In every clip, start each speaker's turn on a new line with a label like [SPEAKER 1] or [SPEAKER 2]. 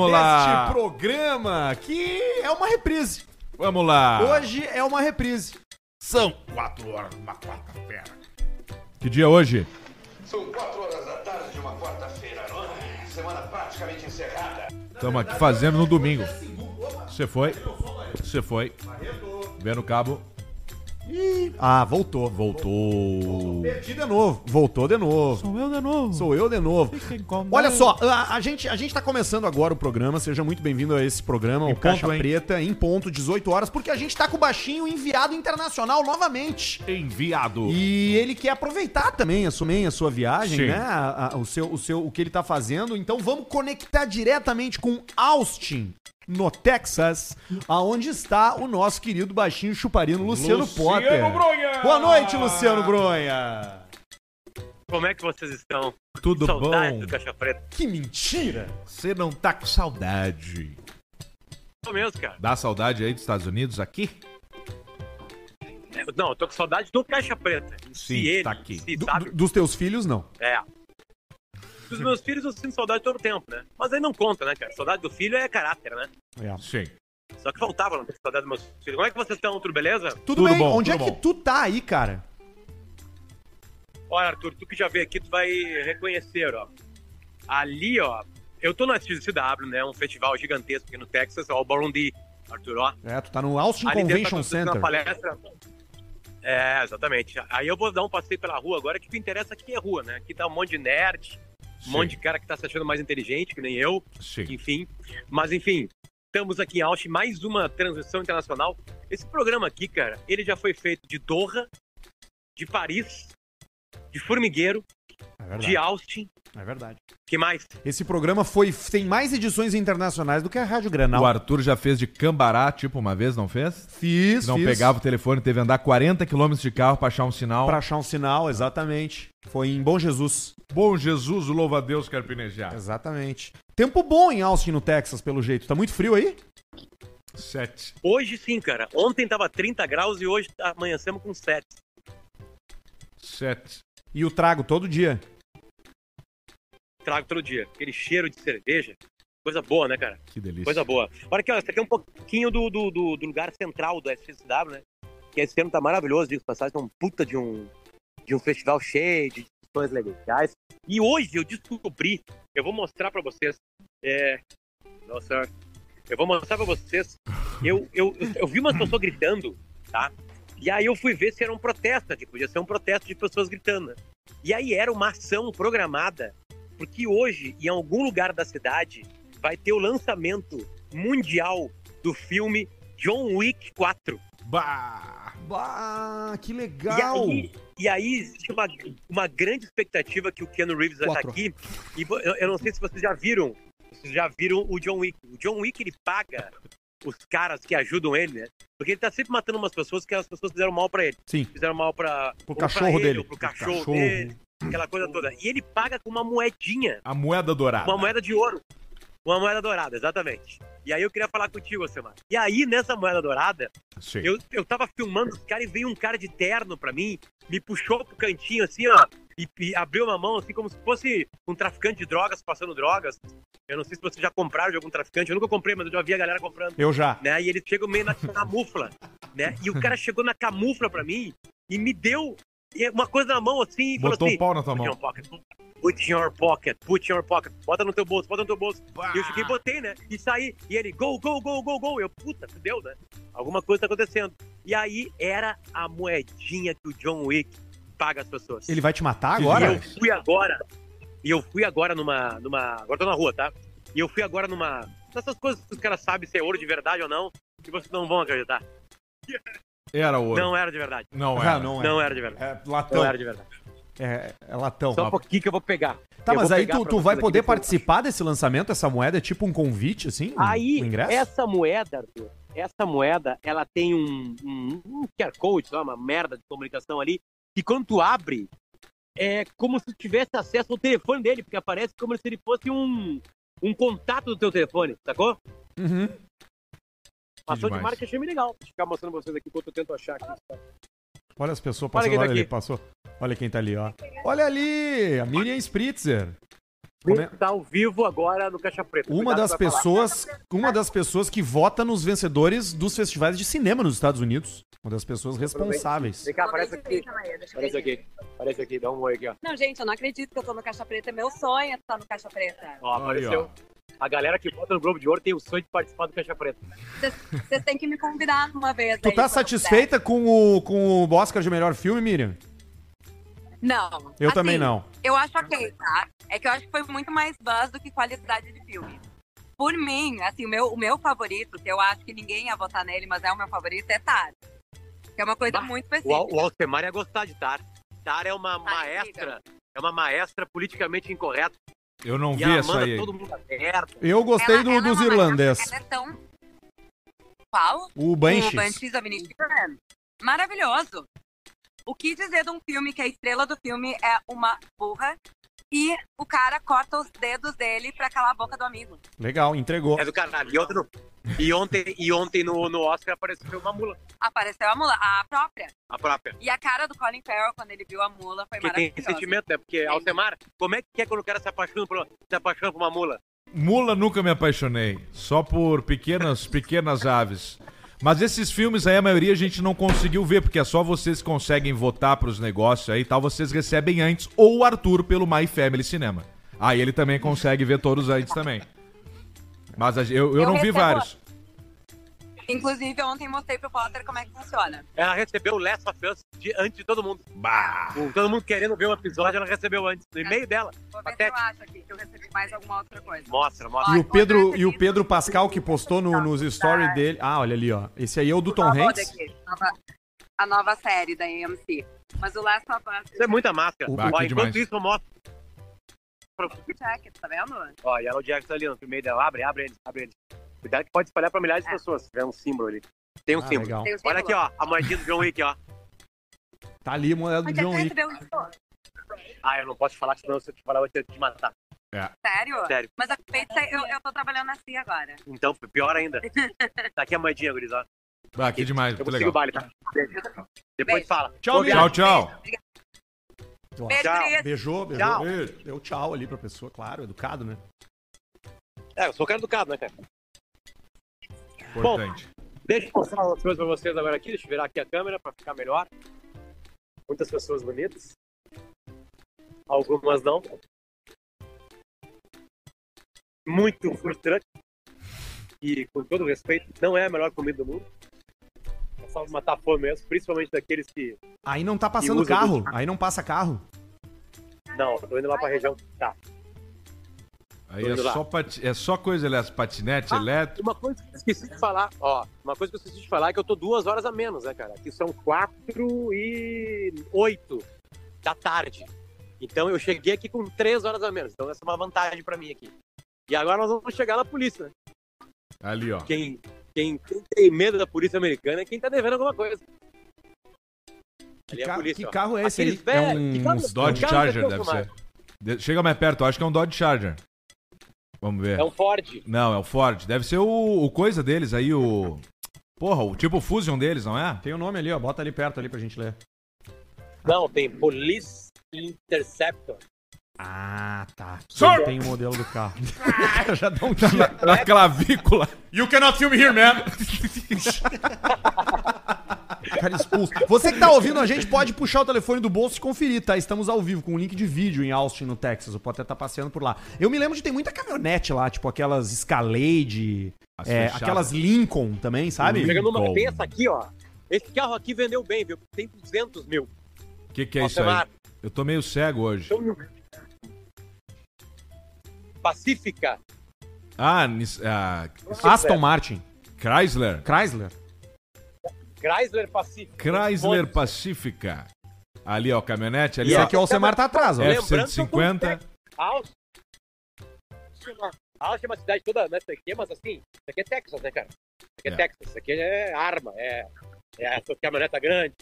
[SPEAKER 1] Vamos
[SPEAKER 2] Este
[SPEAKER 1] lá.
[SPEAKER 2] programa que é uma reprise.
[SPEAKER 1] Vamos lá.
[SPEAKER 2] Hoje é uma reprise.
[SPEAKER 1] Ah. São 4 horas de uma quarta-feira. Que dia é hoje?
[SPEAKER 3] São quatro horas da tarde de uma quarta-feira, não é? Semana praticamente encerrada.
[SPEAKER 1] Estamos aqui fazendo no domingo. Você foi? Você foi? Vendo o cabo.
[SPEAKER 2] Ih, ah, voltou.
[SPEAKER 1] Voltou.
[SPEAKER 2] Perdi de novo. Voltou de novo.
[SPEAKER 1] Sou eu de novo.
[SPEAKER 2] Sou eu de novo. Olha só, a, a gente, a gente tá começando agora o programa. Seja muito bem-vindo a esse programa, o
[SPEAKER 1] ponto,
[SPEAKER 2] Caixa
[SPEAKER 1] hein?
[SPEAKER 2] Preta, em ponto, 18 horas, porque a gente tá com o baixinho enviado internacional novamente.
[SPEAKER 1] Enviado.
[SPEAKER 2] E ele quer aproveitar também, assumir a sua viagem,
[SPEAKER 1] então. Sim.
[SPEAKER 2] né? A- a- o, seu, o, seu, o que ele tá fazendo. Então vamos conectar diretamente com Austin, no Texas, aonde está o nosso querido baixinho chuparino Luciano,
[SPEAKER 1] Luciano
[SPEAKER 2] Potter.
[SPEAKER 1] Bronha!
[SPEAKER 2] Boa noite, Luciano Bronha!
[SPEAKER 4] Como é que vocês estão?
[SPEAKER 1] Tudo
[SPEAKER 4] Saudade
[SPEAKER 1] bom?
[SPEAKER 4] do Caixa Preta.
[SPEAKER 2] Que mentira!
[SPEAKER 1] Você não tá com saudade.
[SPEAKER 4] Tô mesmo, cara.
[SPEAKER 1] Dá saudade aí dos Estados Unidos aqui?
[SPEAKER 4] Eu- Não, eu tô com saudade do Caixa Preta.
[SPEAKER 1] Sim,
[SPEAKER 4] E ele,
[SPEAKER 1] tá aqui.
[SPEAKER 4] se
[SPEAKER 2] Do-
[SPEAKER 4] sabe,
[SPEAKER 2] do- dos teus filhos, não.
[SPEAKER 4] é. Dos meus filhos eu sinto saudade todo tempo, né? Mas aí não conta, né, cara? Saudade do filho é caráter, né?
[SPEAKER 1] Sim.
[SPEAKER 4] Só que faltava não ter saudade dos meus filhos. Como é que vocês estão? Tudo beleza?
[SPEAKER 2] Tudo,
[SPEAKER 1] Tudo
[SPEAKER 2] bem,
[SPEAKER 1] bom,
[SPEAKER 2] onde
[SPEAKER 1] tudo
[SPEAKER 2] é que
[SPEAKER 1] bom.
[SPEAKER 2] tu tá aí, cara?
[SPEAKER 4] Olha, Arthur, tu que já veio aqui, tu vai reconhecer, ó. Ali, ó, eu tô na XCW, né? Um festival gigantesco aqui no Texas, ó, o Ballroom D, Arthur, ó.
[SPEAKER 2] É, tu tá no Austin
[SPEAKER 4] Ali dentro
[SPEAKER 2] Convention
[SPEAKER 4] tá acontecendo
[SPEAKER 2] Center.
[SPEAKER 4] uma palestra. É, exatamente. Aí eu vou dar um passeio pela rua agora, que o que interessa aqui é rua, né? Aqui tá um monte de nerd, um
[SPEAKER 1] Sim.
[SPEAKER 4] monte de cara que tá se achando mais inteligente, que nem eu,
[SPEAKER 1] Sim.
[SPEAKER 4] enfim. Mas enfim, estamos aqui em Austin, mais uma transição internacional. Esse programa aqui, cara, ele já foi feito de Doha, de Paris, de Formigueiro,
[SPEAKER 2] É
[SPEAKER 4] de Austin,
[SPEAKER 2] é verdade.
[SPEAKER 4] que mais?
[SPEAKER 2] Esse programa foi, tem mais edições internacionais do que a Rádio Granal.
[SPEAKER 1] O Arthur já fez de Cambará, tipo, uma vez, não fez?
[SPEAKER 2] Fiz,
[SPEAKER 1] Não
[SPEAKER 2] fiz.
[SPEAKER 1] pegava o telefone, teve que andar 40 quilômetros de carro pra achar um sinal.
[SPEAKER 2] Pra achar um sinal, exatamente. Foi em Bom Jesus.
[SPEAKER 1] Bom Jesus, louva a Deus, Carpinejar.
[SPEAKER 2] Exatamente. Tempo bom em Austin, no Texas, pelo jeito. Tá muito frio aí?
[SPEAKER 1] Sete.
[SPEAKER 4] Hoje sim, cara. Ontem tava 30 graus e hoje amanhecemos com 7.
[SPEAKER 1] Sete.
[SPEAKER 2] E o trago todo dia.
[SPEAKER 4] Trago todo dia. Aquele cheiro de cerveja. Coisa boa, né, cara?
[SPEAKER 1] Que delícia.
[SPEAKER 4] Coisa boa. Olha aqui, ó, isso aqui é um pouquinho do, do, do- do lugar central do SXW, né? Que esse ano tá maravilhoso, digo, passagem, é um puta de um, de um festival cheio de discussões legais. E hoje eu descobri, eu vou mostrar pra vocês, é... Nossa, eu vou mostrar pra vocês, eu, eu, eu, eu vi umas pessoas gritando, tá? E aí eu fui ver se era um protesto, né, que podia ser um protesto de pessoas gritando. né? E aí era uma ação programada, porque hoje, em algum lugar da cidade, vai ter o lançamento mundial do filme John Wick 4.
[SPEAKER 1] Bah!
[SPEAKER 2] Bah, que
[SPEAKER 4] E
[SPEAKER 2] legal!
[SPEAKER 4] aí, e aí existe uma, uma grande expectativa que o Keanu Reeves vai estar
[SPEAKER 2] Quatro.
[SPEAKER 4] aqui. E vo- eu, eu não sei se vocês já viram. Vocês já viram o John Wick. O John Wick, ele paga os caras que ajudam ele, né? Porque ele tá sempre matando umas pessoas que as pessoas fizeram mal pra ele.
[SPEAKER 2] Sim.
[SPEAKER 4] Fizeram mal pra...
[SPEAKER 2] Pro
[SPEAKER 4] ou pra
[SPEAKER 2] cachorro
[SPEAKER 4] ele,
[SPEAKER 2] dele.
[SPEAKER 4] ou Pro cachorro,
[SPEAKER 1] cachorro.
[SPEAKER 4] dele. Aquela coisa toda. E ele paga com uma moedinha.
[SPEAKER 1] A moeda dourada.
[SPEAKER 4] Uma moeda de ouro. Uma moeda dourada, exatamente. E aí eu queria falar contigo, Samara. E aí, nessa moeda dourada,
[SPEAKER 1] Sim.
[SPEAKER 4] eu, eu tava filmando os caras e veio um cara de terno pra mim, me puxou pro cantinho assim, ó, e, e abriu uma mão assim como se fosse um traficante de drogas passando drogas. Eu não sei se vocês já compraram de algum traficante, eu nunca comprei, mas eu já vi a galera comprando
[SPEAKER 2] Eu já.
[SPEAKER 4] né? E ele chegou meio na camufla, né? E o cara chegou na camufla pra mim e me deu uma coisa na mão assim e
[SPEAKER 1] Botou um
[SPEAKER 4] falou assim:
[SPEAKER 1] o pau na tua
[SPEAKER 4] "Put in
[SPEAKER 1] mão."
[SPEAKER 4] your pocket, Put in your pocket, put in your pocket, bota no teu bolso, bota no teu bolso. E eu cheguei, botei, né? E saí, e ele, gol, gol, gol, gol, gol. Eu, puta, fudeu, né? Alguma coisa tá acontecendo. E aí era a moedinha que o John Wick paga as pessoas.
[SPEAKER 2] Ele vai te matar
[SPEAKER 1] Que
[SPEAKER 2] agora?
[SPEAKER 4] E eu fui agora. E eu fui agora numa. numa agora tô na rua, tá? E eu fui agora numa. Nessas coisas que os caras sabem se é ouro de verdade ou não, que vocês não vão acreditar.
[SPEAKER 1] Era ouro.
[SPEAKER 4] Não era de verdade.
[SPEAKER 1] Não
[SPEAKER 2] Ah,
[SPEAKER 1] era.
[SPEAKER 2] não é.
[SPEAKER 4] Não era de verdade.
[SPEAKER 2] É
[SPEAKER 4] Não
[SPEAKER 2] latão.
[SPEAKER 4] era de verdade.
[SPEAKER 2] É, é latão.
[SPEAKER 4] Só um pouquinho que eu vou pegar.
[SPEAKER 2] Tá,
[SPEAKER 4] Eu
[SPEAKER 2] mas
[SPEAKER 4] vou
[SPEAKER 2] aí
[SPEAKER 4] pegar
[SPEAKER 2] tu,
[SPEAKER 4] pra
[SPEAKER 2] tu
[SPEAKER 4] vocês
[SPEAKER 2] vai
[SPEAKER 4] aqui
[SPEAKER 2] poder
[SPEAKER 4] depois.
[SPEAKER 2] participar desse lançamento, essa moeda? É tipo um convite, assim? Um-
[SPEAKER 4] Aí,
[SPEAKER 2] um ingresso?
[SPEAKER 4] essa moeda, Arthur, essa moeda, ela tem um, um, um QR Code, sei lá, uma merda de comunicação ali, que quando tu abre, é como se tu tivesse acesso ao telefone dele, porque aparece como se ele fosse um, um contato do teu telefone, sacou?
[SPEAKER 2] Uhum.
[SPEAKER 4] Uma ação de
[SPEAKER 1] demais.
[SPEAKER 4] marca que achei bem legal. Vou ficar mostrando pra vocês aqui enquanto eu tento achar aqui.
[SPEAKER 2] Olha as pessoas
[SPEAKER 4] Olha
[SPEAKER 2] passando.
[SPEAKER 4] quem
[SPEAKER 2] Olha,
[SPEAKER 4] tá
[SPEAKER 2] ele
[SPEAKER 4] aqui.
[SPEAKER 2] passou. Olha quem tá ali, ó. Olha ali, a Miriam Spritzer. Come-
[SPEAKER 4] Tá ao vivo agora no Caixa Preta.
[SPEAKER 2] Uma
[SPEAKER 4] Cuidado
[SPEAKER 2] das
[SPEAKER 4] que vai falar.
[SPEAKER 2] pessoas, uma das pessoas que vota nos vencedores dos festivais de cinema nos Estados Unidos. Uma das pessoas responsáveis.
[SPEAKER 4] Vem cá, aparece
[SPEAKER 5] Aproveita e
[SPEAKER 4] aqui.
[SPEAKER 5] liga, Maia, deixa eu
[SPEAKER 4] Aparece
[SPEAKER 5] ver.
[SPEAKER 4] aqui. Aparece aqui, dá um oi aqui, ó.
[SPEAKER 5] Não, gente, eu não acredito que eu tô no Caixa Preta. É meu sonho estar no Caixa Preta.
[SPEAKER 4] Ó,
[SPEAKER 1] Aí,
[SPEAKER 4] apareceu.
[SPEAKER 1] ó.
[SPEAKER 4] A galera que vota no Globo de Ouro tem o sonho de participar do Caixa Preta.
[SPEAKER 5] Vocês- Vocês têm que me convidar uma vez.
[SPEAKER 2] Tu
[SPEAKER 5] aí,
[SPEAKER 2] tá
[SPEAKER 5] quando
[SPEAKER 2] satisfeita com o, com o Oscar de melhor filme, Miriam?
[SPEAKER 5] puder. Não.
[SPEAKER 2] Eu
[SPEAKER 5] Assim,
[SPEAKER 2] também não.
[SPEAKER 5] Eu acho ok, tá? É que eu acho que foi muito mais buzz do que qualidade de filme. Por mim, assim, o meu, o meu favorito, que eu acho que ninguém ia votar nele, mas é o meu favorito, é Tar. Que é uma coisa
[SPEAKER 4] Bah,
[SPEAKER 5] muito
[SPEAKER 4] O,
[SPEAKER 5] específica.
[SPEAKER 4] Al- o Alcemar ia gostar de Tar. Tar é uma maestra, é uma maestra politicamente incorreta.
[SPEAKER 1] Eu não
[SPEAKER 4] E
[SPEAKER 1] vi
[SPEAKER 4] ela
[SPEAKER 1] essa
[SPEAKER 4] manda
[SPEAKER 1] Um aí.
[SPEAKER 4] todo mundo aberto.
[SPEAKER 2] Eu gostei
[SPEAKER 5] Ela-
[SPEAKER 2] do,
[SPEAKER 5] ela é
[SPEAKER 2] dos
[SPEAKER 5] uma
[SPEAKER 2] irlandês.
[SPEAKER 5] maestra, Ela é tão... Qual?
[SPEAKER 2] O
[SPEAKER 5] O
[SPEAKER 2] Banshees.
[SPEAKER 5] Banshees of Inisherin. Maravilhoso. O que dizer de um filme que a estrela do filme é uma burra e o cara corta os dedos dele pra calar a boca do amigo.
[SPEAKER 2] Legal, entregou.
[SPEAKER 4] É do caralho. E ontem, no, e ontem, e ontem no, no Oscar apareceu uma mula,
[SPEAKER 5] Apareceu a mula, a própria.
[SPEAKER 4] a própria.
[SPEAKER 5] E a cara do Colin Farrell quando ele viu a mula foi
[SPEAKER 4] Que tem esse
[SPEAKER 5] É maravilhosa.
[SPEAKER 4] sentimento, né? Porque, Alcemar, como é que é quando o cara se apaixona por, se apaixona por uma mula?
[SPEAKER 1] Mula nunca me apaixonei, só por pequenas, pequenas aves. Mas esses filmes aí, a maioria a gente não conseguiu ver, porque é só vocês que conseguem votar pros negócios aí e tal, vocês recebem antes, ou o Arthur pelo My Family Cinema. Aí ele também consegue ver todos antes também. Mas a ge- eu, eu,
[SPEAKER 5] Eu
[SPEAKER 1] não vi
[SPEAKER 5] recebo-
[SPEAKER 1] vários.
[SPEAKER 5] Inclusive, ontem mostrei pro Potter como é que funciona.
[SPEAKER 4] Ela recebeu o Last of Us de- antes de todo mundo.
[SPEAKER 1] Bah!
[SPEAKER 4] Com Todo mundo querendo ver um episódio, ela recebeu antes. No e-mail dela.
[SPEAKER 5] Vou ver
[SPEAKER 4] Patético.
[SPEAKER 5] se eu acho aqui, que eu recebi mais alguma outra coisa.
[SPEAKER 4] Mostra, mostra.
[SPEAKER 2] E o Pedro, e o Pedro Pascal que postou no- nos stories
[SPEAKER 5] Tá.
[SPEAKER 2] dele. Ah, olha ali, ó. Esse aí é o do Tom
[SPEAKER 5] Nova
[SPEAKER 2] Hanks.
[SPEAKER 5] daqui, nova- a nova série da AMC. Mas o Last of Us
[SPEAKER 4] Isso é muita máscara.
[SPEAKER 1] Bah,
[SPEAKER 4] Ó,
[SPEAKER 1] que
[SPEAKER 4] enquanto
[SPEAKER 1] demais.
[SPEAKER 4] isso, mostra.
[SPEAKER 5] Jacket, tá vendo?
[SPEAKER 4] Ó, e ela o Jackson ali no meio dela. Abre, abre ele, abre ele. Cuidado que pode espalhar pra milhares de pessoas. Se tiver um símbolo ali. Tem um
[SPEAKER 2] É. Ah,
[SPEAKER 4] símbolo.
[SPEAKER 2] legal.
[SPEAKER 5] Tem o
[SPEAKER 4] Olha
[SPEAKER 5] símbolo.
[SPEAKER 4] aqui, ó. A moedinha do John Wick, ó.
[SPEAKER 2] Tá ali a moeda do
[SPEAKER 5] Onde é que
[SPEAKER 2] John
[SPEAKER 5] tu
[SPEAKER 2] Wick.
[SPEAKER 5] recebeu isso?
[SPEAKER 4] Ah, eu não posso falar, senão se eu te falar, eu vou te te matar.
[SPEAKER 5] Sério?
[SPEAKER 4] Sério.
[SPEAKER 5] Mas acabei de sair, eu, eu tô trabalhando assim agora.
[SPEAKER 4] Então, foi pior ainda. tá aqui a moedinha, guris, ó.
[SPEAKER 1] Bah, que demais,
[SPEAKER 4] Eu
[SPEAKER 1] muito
[SPEAKER 4] consigo
[SPEAKER 1] legal.
[SPEAKER 4] o baile, tá? Depois
[SPEAKER 5] Beijo.
[SPEAKER 4] fala.
[SPEAKER 2] Tchau,
[SPEAKER 1] Tchau, tchau.
[SPEAKER 5] Beijo,
[SPEAKER 4] Tchau.
[SPEAKER 5] Cris.
[SPEAKER 2] Beijou, beijou.
[SPEAKER 4] Tchau.
[SPEAKER 2] Deu tchau ali pra pessoa, claro, educado, né?
[SPEAKER 4] É, eu sou o cara educado, né, cara?
[SPEAKER 1] Importante.
[SPEAKER 4] Deixa eu mostrar umas coisas pra vocês agora aqui. Deixa eu virar aqui a câmera pra ficar melhor. Muitas pessoas bonitas. Algumas não. Muito food truck. E, com todo respeito, não é a melhor comida do mundo. É só matar a fome mesmo, principalmente daqueles que...
[SPEAKER 2] Aí não tá
[SPEAKER 4] E
[SPEAKER 2] passando
[SPEAKER 4] usa
[SPEAKER 2] carro. Aí não passa carro.
[SPEAKER 4] Não, eu tô indo lá pra região. Tá.
[SPEAKER 1] Aí é só, pati- é só coisa, aliás, patinete
[SPEAKER 4] Ah,
[SPEAKER 1] elétrico.
[SPEAKER 4] Uma coisa que eu esqueci de falar, ó. Uma coisa que eu esqueci de falar é que eu tô duas horas a menos, né, cara? Que são quatro e oito da tarde. Então eu cheguei aqui com três horas a menos. Então essa é uma vantagem pra mim aqui. E agora nós vamos chegar na polícia, né?
[SPEAKER 1] Ali, ó.
[SPEAKER 4] Quem, quem, quem tem medo da polícia americana é quem tá devendo alguma coisa.
[SPEAKER 2] Que,
[SPEAKER 4] Ali é a
[SPEAKER 2] ca-
[SPEAKER 4] polícia,
[SPEAKER 2] que
[SPEAKER 4] ó.
[SPEAKER 2] carro é esse aí?
[SPEAKER 4] Aqueles velhos,
[SPEAKER 2] é um
[SPEAKER 4] que carro-
[SPEAKER 2] uns
[SPEAKER 1] Dodge
[SPEAKER 4] Carro
[SPEAKER 1] Charger
[SPEAKER 2] é
[SPEAKER 4] daqueles,
[SPEAKER 1] deve
[SPEAKER 4] Omar.
[SPEAKER 1] ser. De- Chega mais perto, eu acho que é um Dodge Charger. Vamos ver.
[SPEAKER 4] É um Ford.
[SPEAKER 1] Não, é o Ford. Deve ser o, o coisa deles aí, o. Porra, o tipo Fusion deles, não é?
[SPEAKER 2] Tem o nome ali, ó. Bota ali perto ali pra gente ler.
[SPEAKER 4] Não, tem Police Interceptor.
[SPEAKER 2] Ah, tá.
[SPEAKER 1] Sir!
[SPEAKER 2] Não Tem o modelo do carro. Já dá um
[SPEAKER 1] Na, na clavícula.
[SPEAKER 2] You cannot film here, man! Cara expulso. Você que tá ouvindo a gente pode puxar o telefone do bolso e conferir, tá? Estamos ao vivo com um link de vídeo em Austin, no Texas. O Potter tá passeando por lá. Eu me lembro de ter muita caminhonete lá, tipo aquelas Escalade,
[SPEAKER 1] As
[SPEAKER 2] é,
[SPEAKER 1] fechadas.
[SPEAKER 2] aquelas Lincoln também, sabe?
[SPEAKER 1] Lincoln.
[SPEAKER 4] Pegando uma
[SPEAKER 1] Bom.
[SPEAKER 4] peça aqui, ó. Esse carro aqui vendeu bem, viu? Tem 200 mil.
[SPEAKER 1] O que, que é isso aí?
[SPEAKER 4] Alcemar.
[SPEAKER 1] Eu tô meio cego hoje.
[SPEAKER 4] Pacífica.
[SPEAKER 1] Ah, nis- ah,
[SPEAKER 2] Aston Martin,
[SPEAKER 1] Chrysler.
[SPEAKER 2] Chrysler.
[SPEAKER 4] Chrysler Pacífica.
[SPEAKER 1] Chrysler Pacifica. Ali, ó, caminhonete. Ali,
[SPEAKER 2] Isso
[SPEAKER 1] ó.
[SPEAKER 2] aqui o Alcemar tá atrás, ó.
[SPEAKER 1] É.
[SPEAKER 4] Lembrando que eu
[SPEAKER 1] F-150.
[SPEAKER 4] comprei Austin. Austin é uma cidade toda nessa aqui, mas assim, isso aqui é Texas, né, cara? Isso aqui é,
[SPEAKER 1] É.
[SPEAKER 4] Texas, isso aqui é arma, é, é essa caminhoneta grande.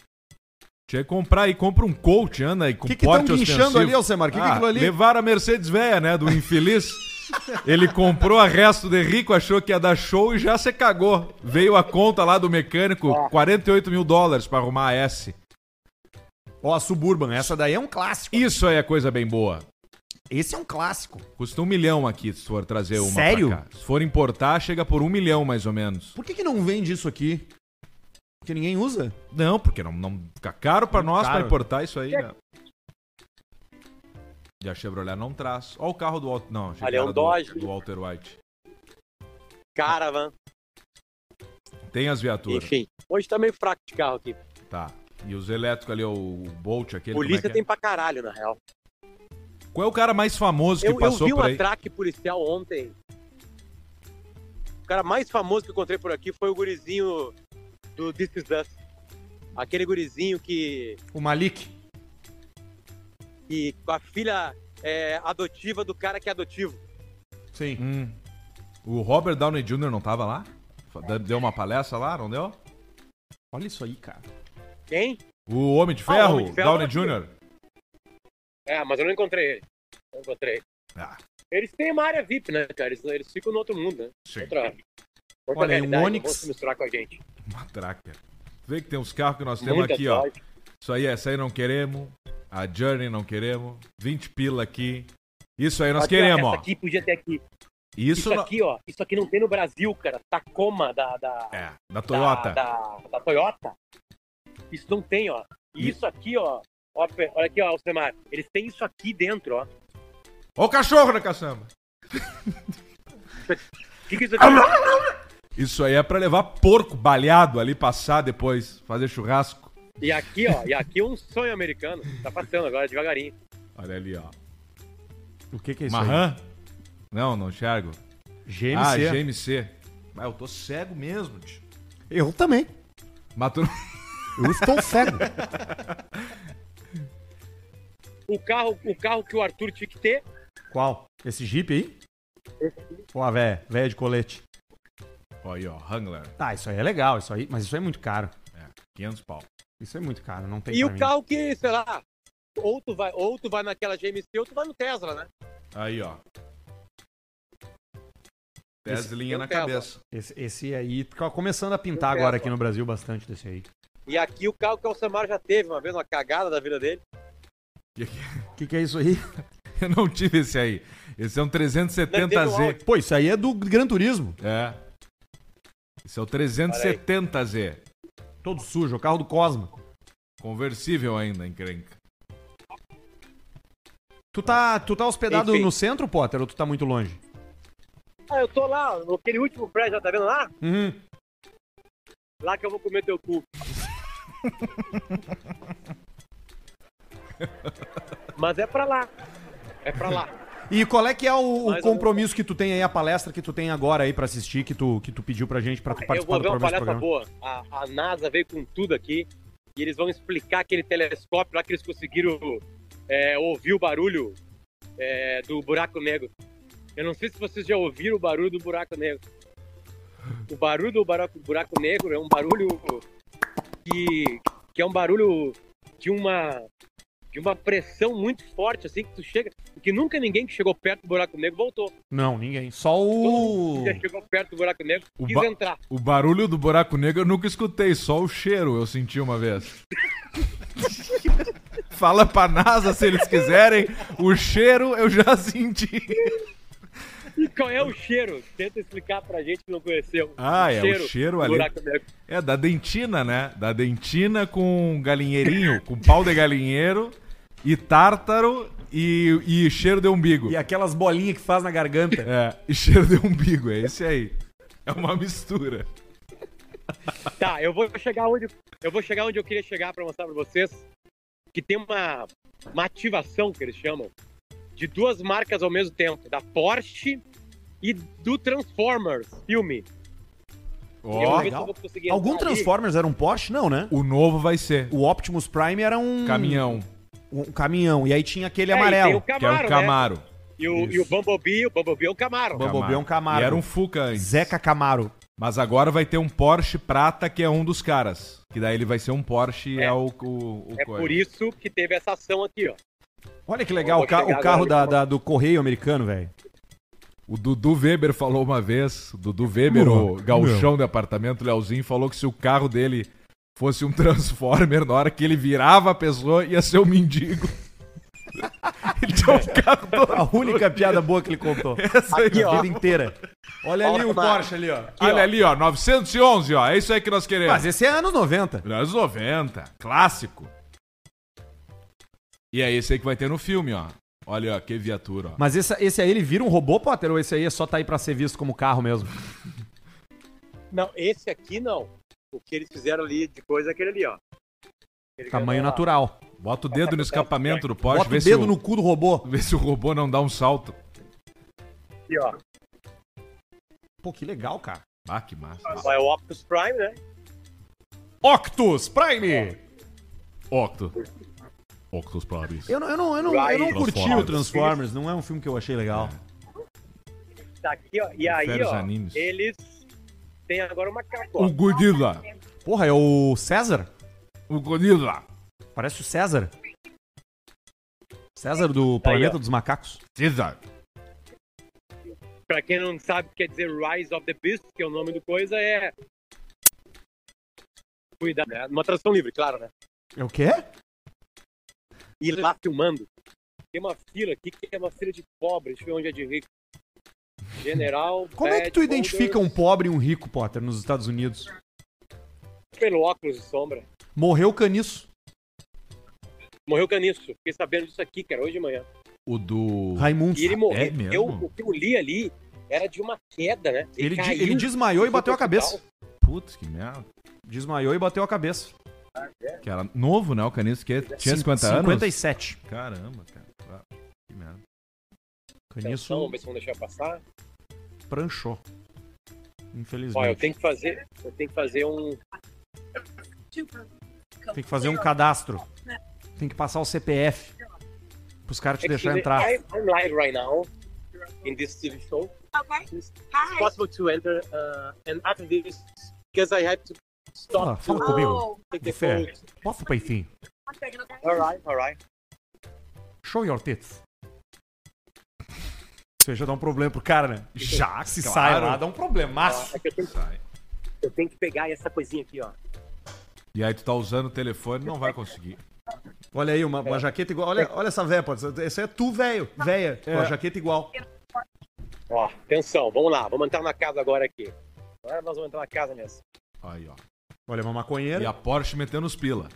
[SPEAKER 1] Tinha que comprar aí, compra um coach, anda aí, com
[SPEAKER 2] O que que tão
[SPEAKER 1] porte
[SPEAKER 2] guinchando
[SPEAKER 1] ostensivo.
[SPEAKER 2] ali, Alcemar? O que que é aquilo ali?
[SPEAKER 1] Ah, Levaram a Mercedes velha, né? Do infeliz. Ele comprou a resto de rico, achou que ia dar show e já se cagou. Veio a conta lá do mecânico,
[SPEAKER 4] Ah.
[SPEAKER 1] 48 mil dólares pra arrumar a S.
[SPEAKER 2] Ó, a Suburban, essa daí é um clássico.
[SPEAKER 1] Isso aí é coisa bem boa.
[SPEAKER 2] Esse é um clássico.
[SPEAKER 1] Custa um milhão aqui, se for trazer uma
[SPEAKER 2] Sério?
[SPEAKER 1] pra cá. Se for importar, chega por um milhão, mais ou menos.
[SPEAKER 2] Por que, que não vende isso aqui? Porque ninguém usa?
[SPEAKER 1] Não, porque não, não fica caro pra nós
[SPEAKER 2] caro.
[SPEAKER 1] pra importar isso aí,
[SPEAKER 4] É.
[SPEAKER 1] né? E a Chevrolet não traz. Olha o carro do Walter... Não, achei
[SPEAKER 4] Olha,
[SPEAKER 1] que
[SPEAKER 4] é
[SPEAKER 1] era do,
[SPEAKER 4] um Dodge.
[SPEAKER 1] do Walter White.
[SPEAKER 4] Caravan.
[SPEAKER 1] Tem as viaturas,
[SPEAKER 4] Enfim. Hoje tá meio fraco de carro aqui.
[SPEAKER 1] tá. E os elétricos ali, o Bolt aquele, como é
[SPEAKER 4] Polícia
[SPEAKER 1] que é?
[SPEAKER 4] tem pra caralho, na real.
[SPEAKER 1] Qual é o cara mais famoso que
[SPEAKER 4] Eu, eu
[SPEAKER 1] passou
[SPEAKER 4] vi um
[SPEAKER 1] por aí?
[SPEAKER 4] atraque policial ontem. O cara mais famoso que eu encontrei por aqui foi o gurizinho do This Is Us. Aquele gurizinho que,
[SPEAKER 2] O Malik.
[SPEAKER 4] que com a filha é, adotiva do cara que é adotivo.
[SPEAKER 2] Sim.
[SPEAKER 1] Hum. O Robert Downey Jr. não tava lá? Da- Deu uma palestra lá, não deu?
[SPEAKER 2] Olha isso aí, cara.
[SPEAKER 4] Quem?
[SPEAKER 1] O Homem de
[SPEAKER 4] Ah, o
[SPEAKER 1] Ferro,
[SPEAKER 4] Homem de Ferro
[SPEAKER 1] Downey
[SPEAKER 4] aqui.
[SPEAKER 1] Jr.
[SPEAKER 4] É, mas eu não encontrei ele. Não encontrei.
[SPEAKER 1] Ah,
[SPEAKER 4] Eles têm uma área VIP, né, cara? Eles, eles ficam no outro mundo, né?
[SPEAKER 1] sim.
[SPEAKER 4] Outra, outra
[SPEAKER 2] Olha aí, um
[SPEAKER 4] realidade, não
[SPEAKER 2] Onix.
[SPEAKER 4] vão se misturar com a gente.
[SPEAKER 1] Uma traca. Vê que tem uns carros que nós temos
[SPEAKER 4] Muita
[SPEAKER 1] aqui, ó.
[SPEAKER 4] sorte.
[SPEAKER 1] Isso aí, essa aí não queremos. A Journey não queremos. 20 pila aqui. Isso aí nós
[SPEAKER 4] Aqui, ó,
[SPEAKER 1] queremos,
[SPEAKER 4] essa
[SPEAKER 1] ó.
[SPEAKER 4] aqui podia ter aqui.
[SPEAKER 1] Isso,
[SPEAKER 4] Isso,
[SPEAKER 1] não-
[SPEAKER 4] aqui, ó. Isso aqui não tem no Brasil, cara. Tacoma da, da,
[SPEAKER 1] É, da Toyota.
[SPEAKER 4] Da, da- da Toyota. Isso não tem, ó. E
[SPEAKER 1] E-
[SPEAKER 4] isso aqui, ó. ó, pe- Olha aqui, ó, Alcemar. Eles têm isso aqui dentro, ó. O
[SPEAKER 1] Ó o cachorro na caçamba.
[SPEAKER 4] que, que é isso
[SPEAKER 2] Ah,
[SPEAKER 4] aqui?
[SPEAKER 1] Isso aí é pra levar porco balhado ali, passar depois, fazer churrasco.
[SPEAKER 4] e aqui, ó. E aqui um sonho americano. Tá passando agora devagarinho.
[SPEAKER 1] Olha ali, ó.
[SPEAKER 2] O que, que é isso
[SPEAKER 1] Marran? Não, não enxergo.
[SPEAKER 2] aí? GMC.
[SPEAKER 1] Ah, GMC. Mas eu tô cego mesmo, tio.
[SPEAKER 2] Eu também.
[SPEAKER 1] Mas tu não-
[SPEAKER 2] Eu estou cego.
[SPEAKER 4] O carro, o carro que o Arthur tinha que ter.
[SPEAKER 2] Qual? Esse Jeep aí? Ou a véia? Véia de colete.
[SPEAKER 1] Ó aí, ó, Wrangler.
[SPEAKER 2] Ah, isso aí é legal, isso aí, mas isso é muito caro.
[SPEAKER 1] É, 500 pau.
[SPEAKER 2] Isso é muito caro, não tem
[SPEAKER 4] E
[SPEAKER 2] pra
[SPEAKER 4] o
[SPEAKER 2] mim.
[SPEAKER 4] carro que, sei lá. Ou tu, vai, ou tu vai naquela GMC ou tu vai no Tesla, né?
[SPEAKER 1] Aí, ó. Dez
[SPEAKER 2] Esse-
[SPEAKER 1] linhas na
[SPEAKER 4] eu pego.
[SPEAKER 1] cabeça.
[SPEAKER 2] Esse, esse aí tá começando a pintar
[SPEAKER 4] Eu
[SPEAKER 2] agora
[SPEAKER 4] pego.
[SPEAKER 2] aqui no Brasil bastante desse aí.
[SPEAKER 4] E aqui o carro que o Alcemar já teve uma vez, uma cagada da vida dele.
[SPEAKER 1] E aqui-
[SPEAKER 2] O que, que é isso aí?
[SPEAKER 1] Eu não tive esse aí. Esse é um
[SPEAKER 4] Deve ter no
[SPEAKER 1] 370Z.
[SPEAKER 2] Pô, isso aí é do Gran Turismo.
[SPEAKER 1] É. Esse é o 370Z.
[SPEAKER 2] Todo sujo, é o carro do Cosmo.
[SPEAKER 1] Conversível ainda, encrenca.
[SPEAKER 2] Tu tá, tu tá hospedado
[SPEAKER 4] Enfim.
[SPEAKER 2] no centro, Potter, ou tu tá muito longe?
[SPEAKER 4] Ah, eu tô lá, naquele último prédio, tá vendo lá?
[SPEAKER 2] Uhum.
[SPEAKER 4] Lá que eu vou comer teu cu. Mas é pra lá. É pra lá.
[SPEAKER 2] E qual é que é o, o
[SPEAKER 4] Mais ou
[SPEAKER 2] compromisso que tu tem aí, a palestra que tu tem agora aí pra assistir, que tu, que tu pediu pra gente pra tu
[SPEAKER 4] É, Eu
[SPEAKER 2] participar
[SPEAKER 4] vou
[SPEAKER 2] do
[SPEAKER 4] ver uma
[SPEAKER 2] programa?
[SPEAKER 4] palestra
[SPEAKER 2] programa?
[SPEAKER 4] boa. A, a NASA veio com tudo aqui e eles vão explicar aquele telescópio lá que eles conseguiram é, ouvir o barulho é, do buraco negro. Eu não sei se vocês já ouviram o barulho do buraco negro. O barulho do buraco, buraco negro é um barulho que, que é um barulho de uma de uma pressão muito forte assim que tu chega, que nunca ninguém que chegou perto do buraco negro voltou.
[SPEAKER 2] Não, ninguém. Só o.
[SPEAKER 4] Todo mundo que chegou perto do buraco negro
[SPEAKER 1] O
[SPEAKER 4] quis
[SPEAKER 1] ba-
[SPEAKER 4] entrar.
[SPEAKER 1] O barulho do buraco negro eu nunca escutei, só o cheiro eu senti uma vez. Fala pra NASA se eles quiserem. O cheiro eu já senti.
[SPEAKER 4] E qual é o cheiro? Tenta explicar pra gente que não conheceu.
[SPEAKER 1] Ah, é, o cheiro
[SPEAKER 4] do
[SPEAKER 1] ali.
[SPEAKER 4] buraco negro.
[SPEAKER 1] É, da dentina, né? Da dentina com galinheirinho, com pau de galinheiro e tártaro e, e cheiro de umbigo.
[SPEAKER 2] E aquelas bolinhas que faz na garganta.
[SPEAKER 1] É, e cheiro de umbigo, é esse aí. É uma mistura.
[SPEAKER 4] Tá, eu vou chegar onde eu vou chegar onde eu queria chegar pra mostrar pra vocês que tem uma, uma ativação que eles chamam de duas marcas ao mesmo tempo, da Porsche e do Transformers filme. eu
[SPEAKER 1] Ó,
[SPEAKER 4] ver se
[SPEAKER 2] legal.
[SPEAKER 4] eu vou conseguir
[SPEAKER 2] Algum
[SPEAKER 4] entrar ali.
[SPEAKER 2] Transformers era um Porsche? Não, né?
[SPEAKER 1] o novo vai ser
[SPEAKER 2] O Optimus Prime era um.
[SPEAKER 1] caminhão,
[SPEAKER 2] Um caminhão. E aí tinha aquele
[SPEAKER 4] É, e tem
[SPEAKER 2] amarelo.
[SPEAKER 4] o Camaro,
[SPEAKER 1] que é o
[SPEAKER 4] né?
[SPEAKER 1] Camaro.
[SPEAKER 4] E, o, e o Bumblebee, o Bumblebee é o Camaro.
[SPEAKER 2] Bumblebee é um Camaro.
[SPEAKER 1] E era um Fuca antes.
[SPEAKER 2] Zeca Camaro.
[SPEAKER 1] Mas agora vai ter um Porsche prata que é um dos caras. Que daí ele vai ser um Porsche é,
[SPEAKER 4] É.
[SPEAKER 1] o, o, o
[SPEAKER 4] É
[SPEAKER 1] coisa.
[SPEAKER 4] por isso que teve essa ação aqui, ó.
[SPEAKER 2] Olha que legal o,
[SPEAKER 4] Vou
[SPEAKER 2] ca-
[SPEAKER 4] chegar
[SPEAKER 2] o carro da,
[SPEAKER 4] agora. então.
[SPEAKER 2] da- do correio americano, velho.
[SPEAKER 1] O Dudu Weber falou uma vez, o Dudu Weber,
[SPEAKER 2] Não,
[SPEAKER 1] o gauchão de apartamento, o Leozinho, falou que se o carro dele fosse um Transformer, na hora que ele virava a pessoa, ia ser um mendigo. Então, o carro todo.
[SPEAKER 2] A única piada boa que ele contou.
[SPEAKER 1] Essa aí,
[SPEAKER 4] Aqui,
[SPEAKER 2] A
[SPEAKER 1] ó.
[SPEAKER 4] ó.
[SPEAKER 2] vida inteira. Olha ali o
[SPEAKER 4] Olha,
[SPEAKER 2] Porsche ali, ó.
[SPEAKER 1] Olha ali, ó, 911, ó. É isso aí que nós queremos.
[SPEAKER 2] Mas esse é anos 90.
[SPEAKER 1] Anos 90, clássico. E é esse aí que vai ter no filme, ó. Olha, ó, que viatura, ó.
[SPEAKER 2] Mas esse, esse aí ele vira um robô, Potter? Ou esse aí é só tá aí pra ser visto como carro mesmo?
[SPEAKER 4] Não, esse aqui não. O que eles fizeram ali de coisa é aquele ali, ó. Aquele
[SPEAKER 2] Tamanho
[SPEAKER 4] grandão lá.
[SPEAKER 2] natural.
[SPEAKER 1] Bota o dedo no escapamento do Porsche,
[SPEAKER 2] Bota um.
[SPEAKER 1] vê
[SPEAKER 2] o
[SPEAKER 1] se
[SPEAKER 2] dedo
[SPEAKER 1] o,
[SPEAKER 2] no cu do robô.
[SPEAKER 1] vê se o robô não dá um salto.
[SPEAKER 4] Aqui, ó.
[SPEAKER 2] Pô, que legal, cara.
[SPEAKER 1] Ah, que massa.
[SPEAKER 4] Vai o Optus Prime, né?
[SPEAKER 2] Octus Prime!
[SPEAKER 1] Octo. Octus Paris.
[SPEAKER 2] Eu não, eu não, eu não, eu não curti
[SPEAKER 1] Transformers.
[SPEAKER 2] o Transformers, não é um filme que eu achei legal.
[SPEAKER 4] Tá aqui, ó. E aí,
[SPEAKER 1] Prefere os
[SPEAKER 4] ó,
[SPEAKER 1] animes.
[SPEAKER 4] eles têm agora uma capa, ó.
[SPEAKER 1] O gorila.
[SPEAKER 2] Porra, é o César?
[SPEAKER 1] O gorila.
[SPEAKER 2] Parece o César. César do Planeta dos Macacos.
[SPEAKER 1] César.
[SPEAKER 4] Pra quem não sabe o que quer dizer Rise of the Beast, que é o nome do coisa, é... Cuidado, né? Uma tradução livre, claro, né?
[SPEAKER 2] É o quê?
[SPEAKER 4] E lá filmando. Tem uma fila aqui que é uma fila de pobres, deixa eu ver onde é de rico. General...
[SPEAKER 2] Como é que tu
[SPEAKER 4] Bad
[SPEAKER 2] identifica um pobre e um rico, Potter, nos Estados Unidos?
[SPEAKER 4] Holder, Pelo óculos de sombra.
[SPEAKER 2] Morreu o caniço.
[SPEAKER 4] Morreu caniço. Fiquei sabendo disso aqui, cara, hoje de manhã.
[SPEAKER 1] O do.
[SPEAKER 2] Raimundo.
[SPEAKER 4] E ele morreu.
[SPEAKER 1] mesmo?
[SPEAKER 4] eu, o que eu li ali era de uma queda, né?
[SPEAKER 2] Ele, de-
[SPEAKER 4] caiu,
[SPEAKER 2] ele desmaiou e
[SPEAKER 4] foi
[SPEAKER 2] bateu a
[SPEAKER 4] pro
[SPEAKER 2] cabeça.
[SPEAKER 4] hospital.
[SPEAKER 1] Putz, que merda.
[SPEAKER 2] Desmaiou e bateu a cabeça.
[SPEAKER 1] Que era novo, né? O Caniço que tinha 50 anos.
[SPEAKER 2] 57.
[SPEAKER 1] Caramba, cara. Ah, Que merda.
[SPEAKER 4] Atenção,
[SPEAKER 2] Caniço
[SPEAKER 4] Então, Vamos ver se vão deixar passar.
[SPEAKER 2] pranchou.
[SPEAKER 4] Ó, eu
[SPEAKER 2] Infelizmente.
[SPEAKER 4] tenho que fazer. Eu tenho que fazer um.
[SPEAKER 2] Tem que fazer um cadastro. Tem que passar o CPF. Pros caras te deixar
[SPEAKER 4] Excuse me,
[SPEAKER 2] entrar.
[SPEAKER 4] I- I'm live right now in this TV show. It's
[SPEAKER 5] Hi.
[SPEAKER 4] possible to enter uh, and after this, because I have to
[SPEAKER 2] Ah,
[SPEAKER 4] stop.
[SPEAKER 2] fala
[SPEAKER 4] to
[SPEAKER 2] comigo.
[SPEAKER 4] take the
[SPEAKER 2] De fé.
[SPEAKER 4] photos.
[SPEAKER 2] Mostra o peitinho.
[SPEAKER 5] né?
[SPEAKER 4] Alright, alright.
[SPEAKER 2] Show your tits. Isso aí já dá um problema pro cara, né? Já, se sai lá, dá um problemaço.
[SPEAKER 4] É que eu tenho,
[SPEAKER 1] Sai.
[SPEAKER 4] eu tenho que pegar essa coisinha aqui, ó.
[SPEAKER 1] E aí tu tá usando o telefone, não vai conseguir.
[SPEAKER 2] Olha aí, uma, uma jaqueta igual. Olha, olha essa véia, pode ser. Isso aí é tu, velho. Véia.
[SPEAKER 1] É.
[SPEAKER 2] Com a jaqueta igual.
[SPEAKER 4] Ó, atenção, vamos lá. Vamos entrar na casa agora aqui. Agora nós vamos entrar na casa nessa.
[SPEAKER 1] Aí, ó.
[SPEAKER 2] Olha, é uma maconheira.
[SPEAKER 1] E a Porsche metendo os pila.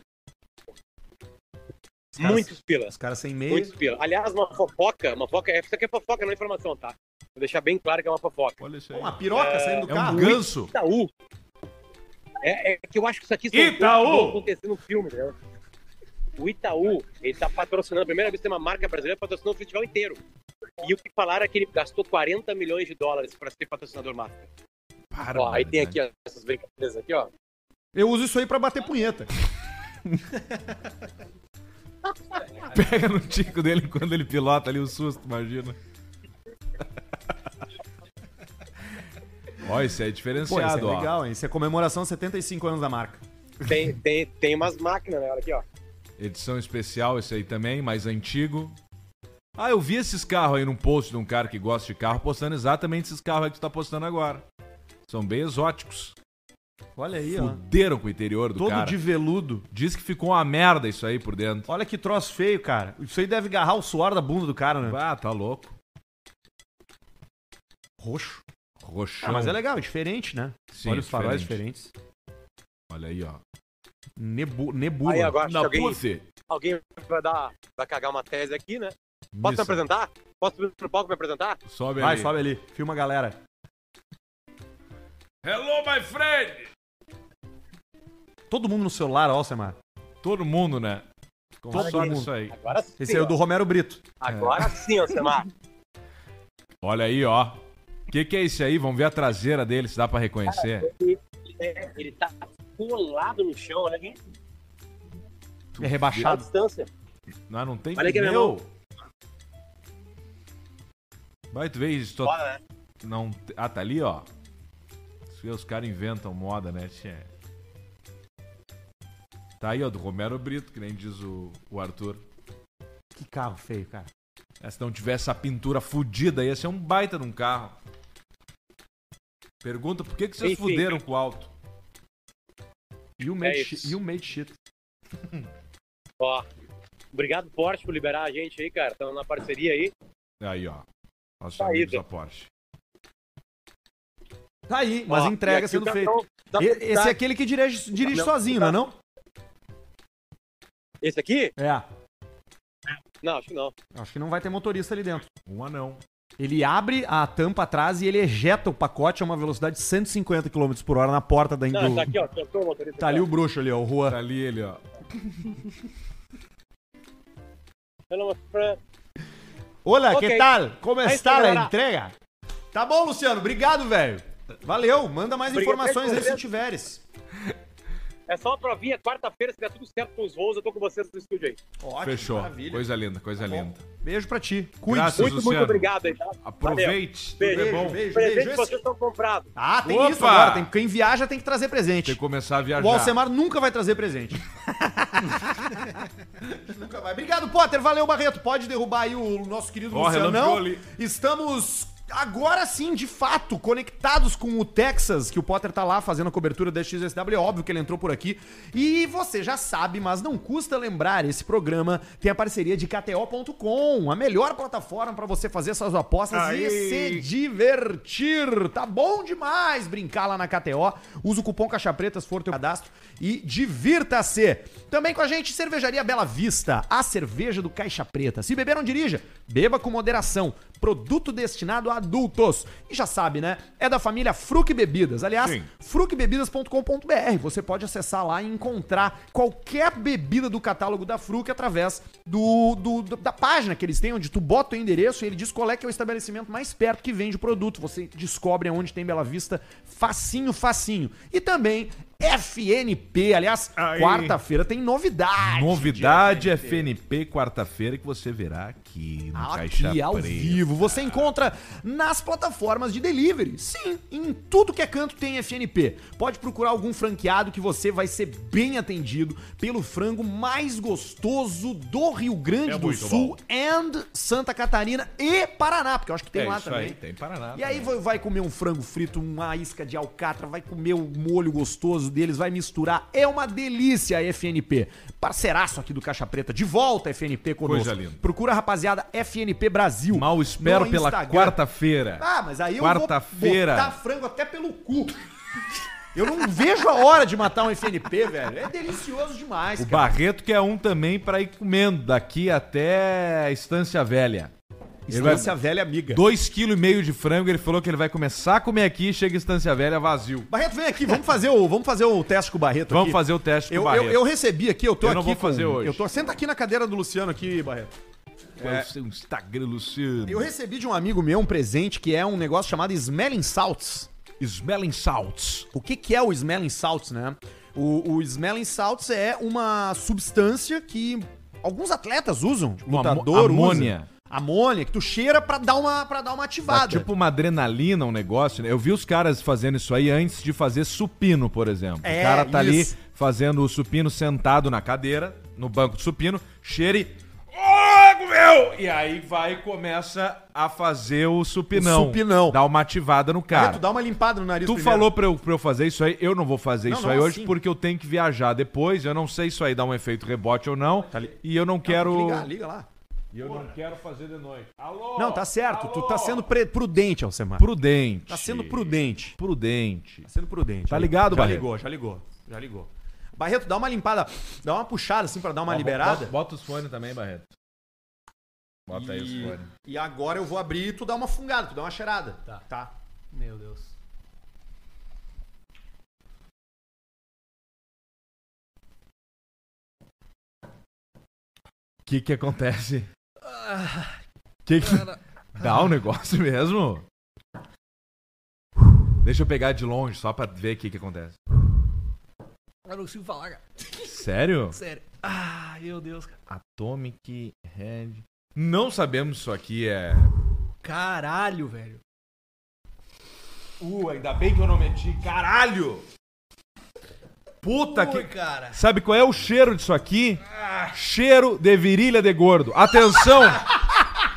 [SPEAKER 2] Os caras-
[SPEAKER 4] Muitos pilas.
[SPEAKER 2] Os caras sem meio.
[SPEAKER 4] Muitos pila. Aliás, uma fofoca, uma fofoca, isso aqui é fofoca, não é informação, tá? Vou deixar bem claro que é uma fofoca.
[SPEAKER 1] Olha isso aí.
[SPEAKER 2] Uma piroca saindo do
[SPEAKER 1] É um
[SPEAKER 2] carro.
[SPEAKER 1] ganso.
[SPEAKER 4] Itaú. É, é que eu acho que isso aqui são
[SPEAKER 1] Itaú!
[SPEAKER 4] coisas que vão acontecer no filme, né? O Itaú, ele tá patrocinando, a primeira vez que tem uma marca brasileira patrocinando o festival inteiro. E o que falaram é que ele gastou 40 milhões de dólares pra ser patrocinador master.
[SPEAKER 1] Para, né?
[SPEAKER 4] Ó, aí tem
[SPEAKER 2] né?
[SPEAKER 4] aqui ó, essas brincadeiras aqui, ó.
[SPEAKER 2] Eu uso isso aí pra bater punheta.
[SPEAKER 1] Pega no tico dele quando ele pilota ali o susto, imagina. ó, isso aí é
[SPEAKER 2] Pô, isso é
[SPEAKER 1] diferenciado, ó.
[SPEAKER 2] legal, hein? Isso é comemoração de 75 anos da marca.
[SPEAKER 4] Tem, tem, tem umas máquinas, né? Olha aqui, ó.
[SPEAKER 1] Edição especial, esse aí também, mais antigo. Ah, eu vi esses carros aí num post de um cara que gosta de carro postando exatamente esses carros aí que tu tá postando agora. São bem exóticos.
[SPEAKER 2] Olha aí, ó.
[SPEAKER 1] Fuderam com o interior do
[SPEAKER 2] É. Todo
[SPEAKER 1] cara.
[SPEAKER 2] de veludo.
[SPEAKER 1] Diz que ficou uma merda isso aí por dentro.
[SPEAKER 2] Olha que troço feio, cara. Isso aí deve agarrar o suor da bunda do cara, né?
[SPEAKER 1] Ah, tá louco.
[SPEAKER 2] Roxo.
[SPEAKER 1] Roxão.
[SPEAKER 2] Ah, mas é legal, é diferente, né?
[SPEAKER 1] Sim,
[SPEAKER 2] Olha os faróis
[SPEAKER 1] diferente.
[SPEAKER 2] diferentes.
[SPEAKER 1] Olha aí, ó.
[SPEAKER 2] Nebu- nebula.
[SPEAKER 4] Aí agora, se
[SPEAKER 1] Na
[SPEAKER 4] alguém,
[SPEAKER 1] pussy.
[SPEAKER 4] alguém vai, dar, vai cagar uma tese aqui, né? Posso me
[SPEAKER 1] Missa.
[SPEAKER 4] apresentar? Posso subir pro palco me apresentar?
[SPEAKER 1] Sobe
[SPEAKER 2] Vai,
[SPEAKER 1] ali.
[SPEAKER 2] sobe ali. Filma a galera.
[SPEAKER 1] Hello, my friend!
[SPEAKER 2] Todo mundo no celular, ó, Semar.
[SPEAKER 1] Todo mundo, né? Consome
[SPEAKER 2] mundo.
[SPEAKER 1] isso aí.
[SPEAKER 4] Agora sim.
[SPEAKER 2] Esse aí é o do É. Romero Brito.
[SPEAKER 4] Agora sim, Alcemar.
[SPEAKER 1] Olha aí, ó. O que, que é esse aí? Vamos ver a traseira dele, se dá pra reconhecer.
[SPEAKER 4] É, ele tá colado no chão, olha aqui.
[SPEAKER 2] É
[SPEAKER 4] A
[SPEAKER 2] rebaixado.
[SPEAKER 4] distância.
[SPEAKER 1] Não, não tem
[SPEAKER 4] Olha aqui, meu
[SPEAKER 1] pneu. Vai, tu vê isso. tô-
[SPEAKER 4] Olha, né?
[SPEAKER 1] Não... te- Ah, tá ali, ó. Isso aí Os caras inventam moda, né? tchê? Tá aí, ó, do Romero Brito, que nem diz o, o Arthur.
[SPEAKER 2] Que carro feio, cara.
[SPEAKER 1] É, se não tivesse a pintura fudida, ia ser um baita de um carro. Pergunta por que, que vocês
[SPEAKER 4] Enfim.
[SPEAKER 1] fuderam com o alto?
[SPEAKER 2] You
[SPEAKER 4] É
[SPEAKER 2] made,
[SPEAKER 4] isso.
[SPEAKER 2] shit. you made shit.
[SPEAKER 4] Ó. Obrigado, Porsche, por liberar a gente aí, cara. Estamos na parceria aí.
[SPEAKER 1] Aí, ó. Nossos
[SPEAKER 4] Tá
[SPEAKER 1] amigos
[SPEAKER 4] aí,
[SPEAKER 1] da Porsche.
[SPEAKER 2] Tá aí, mas
[SPEAKER 4] Ó, e
[SPEAKER 2] entrega
[SPEAKER 4] aqui tá
[SPEAKER 2] sendo
[SPEAKER 4] o
[SPEAKER 2] feito.
[SPEAKER 4] cartão da-
[SPEAKER 2] E- Esse é aquele que dirige, dirige
[SPEAKER 4] tá Não,
[SPEAKER 2] sozinho, não
[SPEAKER 4] tá.
[SPEAKER 2] é não?
[SPEAKER 4] Esse aqui?
[SPEAKER 2] É.
[SPEAKER 4] Não, acho que não.
[SPEAKER 2] Acho que não vai ter motorista ali dentro.
[SPEAKER 1] Um anão.
[SPEAKER 2] Ele abre a tampa atrás e ele ejeta o pacote a uma velocidade de 150 km por hora na porta da
[SPEAKER 4] Não,
[SPEAKER 2] do-
[SPEAKER 4] tá aqui, ó. Tentou o motorista.
[SPEAKER 2] Tá ali o bruxo ali, ó, o
[SPEAKER 1] Tá
[SPEAKER 2] Rua.
[SPEAKER 1] ali ele, ó.
[SPEAKER 4] Hello, my friend.
[SPEAKER 2] Olha,
[SPEAKER 4] Ok.
[SPEAKER 2] que tal? Como
[SPEAKER 4] Aí
[SPEAKER 2] está a
[SPEAKER 4] melhorar.
[SPEAKER 2] entrega? Tá bom, Luciano, obrigado, velho. Valeu, manda mais
[SPEAKER 4] Obrigado.
[SPEAKER 2] informações aí se tiveres.
[SPEAKER 4] É só uma provinha. Quarta-feira, se der tudo certo com os voos, eu tô com vocês no estúdio aí.
[SPEAKER 2] Ótimo,
[SPEAKER 1] Fechou.
[SPEAKER 2] maravilha. Tá
[SPEAKER 1] Coisa linda, coisa linda.
[SPEAKER 2] Beijo pra ti. Cuide.
[SPEAKER 1] Graças,
[SPEAKER 4] Muito, muito
[SPEAKER 1] Luciano.
[SPEAKER 4] obrigado aí, tá?
[SPEAKER 1] Aproveite.
[SPEAKER 4] Valeu.
[SPEAKER 1] Tudo é
[SPEAKER 4] Beijo,
[SPEAKER 1] bom.
[SPEAKER 4] Valeu. Presente vocês estão comprados.
[SPEAKER 2] Ah, tem
[SPEAKER 1] Opa!
[SPEAKER 2] isso agora. Tem, quem viaja tem que trazer presente.
[SPEAKER 1] Tem que começar a viajar.
[SPEAKER 2] O Alcemar nunca vai trazer presente. nunca vai. Obrigado, Potter. Valeu, Barreto. Pode derrubar aí o nosso querido
[SPEAKER 1] Ó,
[SPEAKER 2] Lucianão.
[SPEAKER 1] relampeou ali.
[SPEAKER 2] Estamos agora sim, de fato, conectados com o Texas, que o Potter tá lá fazendo a cobertura da XSW. É óbvio que ele entrou por aqui. E você já sabe, mas não custa lembrar, esse programa tem a parceria de KTO.com, a melhor plataforma para você fazer suas apostas e
[SPEAKER 1] Aí.
[SPEAKER 2] se divertir. Tá bom demais brincar lá na KTO. Usa o cupom Caixa Preta se for teu cadastro e divirta-se. Também com a gente, Cervejaria Bela Vista, a cerveja do Caixa Preta. Se beber, não dirija. Beba com moderação. Produto destinado a adultos. E já sabe, né? É da família Fruc Bebidas. Aliás,
[SPEAKER 1] Sim.
[SPEAKER 2] frucbebidas.com.br. Você pode acessar lá e encontrar qualquer bebida do catálogo da Fruc através do, do- do- da página que eles têm, onde tu bota o endereço e ele diz qual é que é o estabelecimento mais perto que vende o produto. Você descobre aonde tem Bela Vista, facinho, facinho. E também FNP, aliás,
[SPEAKER 1] Aí.
[SPEAKER 2] quarta-feira tem novidade.
[SPEAKER 1] Novidade FNP quarta-feira que você verá aqui no Caixa
[SPEAKER 2] Ah, Aqui ao
[SPEAKER 1] Preta.
[SPEAKER 2] vivo. Você encontra nas plataformas de delivery. Sim, em tudo que é canto tem FNP. Pode procurar algum franqueado que você vai ser bem atendido pelo frango mais gostoso do Rio Grande
[SPEAKER 1] É
[SPEAKER 2] do
[SPEAKER 1] muito
[SPEAKER 2] Sul
[SPEAKER 1] bom.
[SPEAKER 2] and Santa Catarina e Paraná, porque eu acho que tem
[SPEAKER 1] É
[SPEAKER 2] lá
[SPEAKER 1] isso
[SPEAKER 2] também.
[SPEAKER 1] aí, tem né? Paraná.
[SPEAKER 2] E aí
[SPEAKER 1] também.
[SPEAKER 2] vai- vai comer um frango frito, uma isca de alcatra, vai comer o molho gostoso deles, vai misturar. É uma delícia a FNP. Parceiraço aqui do Caixa Preta. De volta, FNP conosco.
[SPEAKER 1] Coisa linda.
[SPEAKER 2] Procura a rapaziada FNP Brasil.
[SPEAKER 1] Mal espero
[SPEAKER 2] no
[SPEAKER 1] pela
[SPEAKER 2] Instagram.
[SPEAKER 1] quarta-feira.
[SPEAKER 2] Ah, mas aí eu
[SPEAKER 1] Quarta-feira.
[SPEAKER 2] vou botar frango até pelo cu. Eu não vejo a hora de matar um FNP, velho. É delicioso demais,
[SPEAKER 1] O
[SPEAKER 2] cara.
[SPEAKER 1] Barreto quer um também pra ir comendo daqui até Estância Velha. Ele vai-
[SPEAKER 2] Estância velha amiga.
[SPEAKER 1] Dois quilos e meio de frango, ele falou que ele vai começar a comer aqui, chega em Estância Velha vazio.
[SPEAKER 2] Barreto, vem aqui, vamos fazer o, vamos fazer o teste com o Barreto
[SPEAKER 1] Vamos
[SPEAKER 2] aqui.
[SPEAKER 1] fazer o teste com
[SPEAKER 2] Eu,
[SPEAKER 1] o
[SPEAKER 2] eu,
[SPEAKER 1] Tipo, Barreto.
[SPEAKER 2] eu recebi aqui, eu tô
[SPEAKER 1] Eu
[SPEAKER 2] aqui
[SPEAKER 1] não vou fazer
[SPEAKER 2] com-
[SPEAKER 1] hoje.
[SPEAKER 2] Eu tô, senta aqui na cadeira do Luciano aqui, Barreto.
[SPEAKER 1] É. O seu Instagram, Luciano.
[SPEAKER 2] Eu recebi de um amigo meu um presente que é um negócio chamado Smelling Salts.
[SPEAKER 1] Smelling Salts.
[SPEAKER 2] O que que é o Smelling Salts, né? O, o Smelling Salts é uma substância que alguns atletas usam,
[SPEAKER 1] uma amo-
[SPEAKER 2] lutador usa.
[SPEAKER 1] Tipo, amônia.
[SPEAKER 2] Amônia, que tu cheira pra dar uma, pra dar uma
[SPEAKER 1] Dá
[SPEAKER 2] ativada.
[SPEAKER 1] tipo uma adrenalina, um negócio. né? Eu vi os caras fazendo isso aí antes de fazer supino, por exemplo.
[SPEAKER 2] É,
[SPEAKER 1] o cara tá
[SPEAKER 2] isso.
[SPEAKER 1] ali fazendo o supino sentado na cadeira, no banco de supino, cheira e. "Ô, meu! E aí vai e começa a fazer o supinão.
[SPEAKER 2] O supinão.
[SPEAKER 1] Dá uma ativada no
[SPEAKER 2] Aí
[SPEAKER 1] cara.
[SPEAKER 2] tu dá uma limpada no nariz
[SPEAKER 1] Tu
[SPEAKER 2] primeiro.
[SPEAKER 1] falou pra eu, pra eu fazer isso aí, eu não vou fazer
[SPEAKER 2] Não,
[SPEAKER 1] isso
[SPEAKER 2] não,
[SPEAKER 1] aí
[SPEAKER 2] assim.
[SPEAKER 1] hoje porque eu tenho que viajar depois. Eu não sei se isso aí dá um efeito rebote ou não.
[SPEAKER 2] Tá ali.
[SPEAKER 1] E eu não quero.
[SPEAKER 2] Liga, liga lá.
[SPEAKER 1] E eu não quero fazer de noite. Alô?
[SPEAKER 2] Não, tá certo. Tu
[SPEAKER 1] Alô?
[SPEAKER 2] tá sendo pre- prudente, Alcemar.
[SPEAKER 1] prudente.
[SPEAKER 2] Tá sendo prudente.
[SPEAKER 1] Prudente.
[SPEAKER 2] Tá sendo prudente.
[SPEAKER 1] Tá
[SPEAKER 2] Aí,
[SPEAKER 1] ligado,
[SPEAKER 2] já
[SPEAKER 1] Barreto?
[SPEAKER 2] ligou, já ligou, já ligou. Barreto, dá uma limpada, dá uma puxada assim pra dar uma liberada.
[SPEAKER 1] Bota, os fones também, Barreto. Bota aí os
[SPEAKER 2] e,
[SPEAKER 1] fones.
[SPEAKER 2] e agora eu vou abrir e tu dá uma fungada, tu dá uma cheirada. Tá.
[SPEAKER 6] Meu Deus.
[SPEAKER 1] O que que acontece?
[SPEAKER 6] Ah,
[SPEAKER 1] Que que... Dá um negócio mesmo? Deixa eu pegar de longe só pra ver o que que acontece.
[SPEAKER 6] Eu não consigo falar, cara.
[SPEAKER 1] Sério?
[SPEAKER 6] Sério. Ah, meu Deus, cara.
[SPEAKER 1] Atomic Head. Não sabemos se isso aqui é.
[SPEAKER 6] Caralho, velho.
[SPEAKER 1] Uh, ainda bem que eu não meti. Caralho! Puta
[SPEAKER 6] Ui,
[SPEAKER 1] que.
[SPEAKER 6] cara.
[SPEAKER 1] Sabe qual é o cheiro disso aqui? Cheiro de virilha de gordo. Atenção!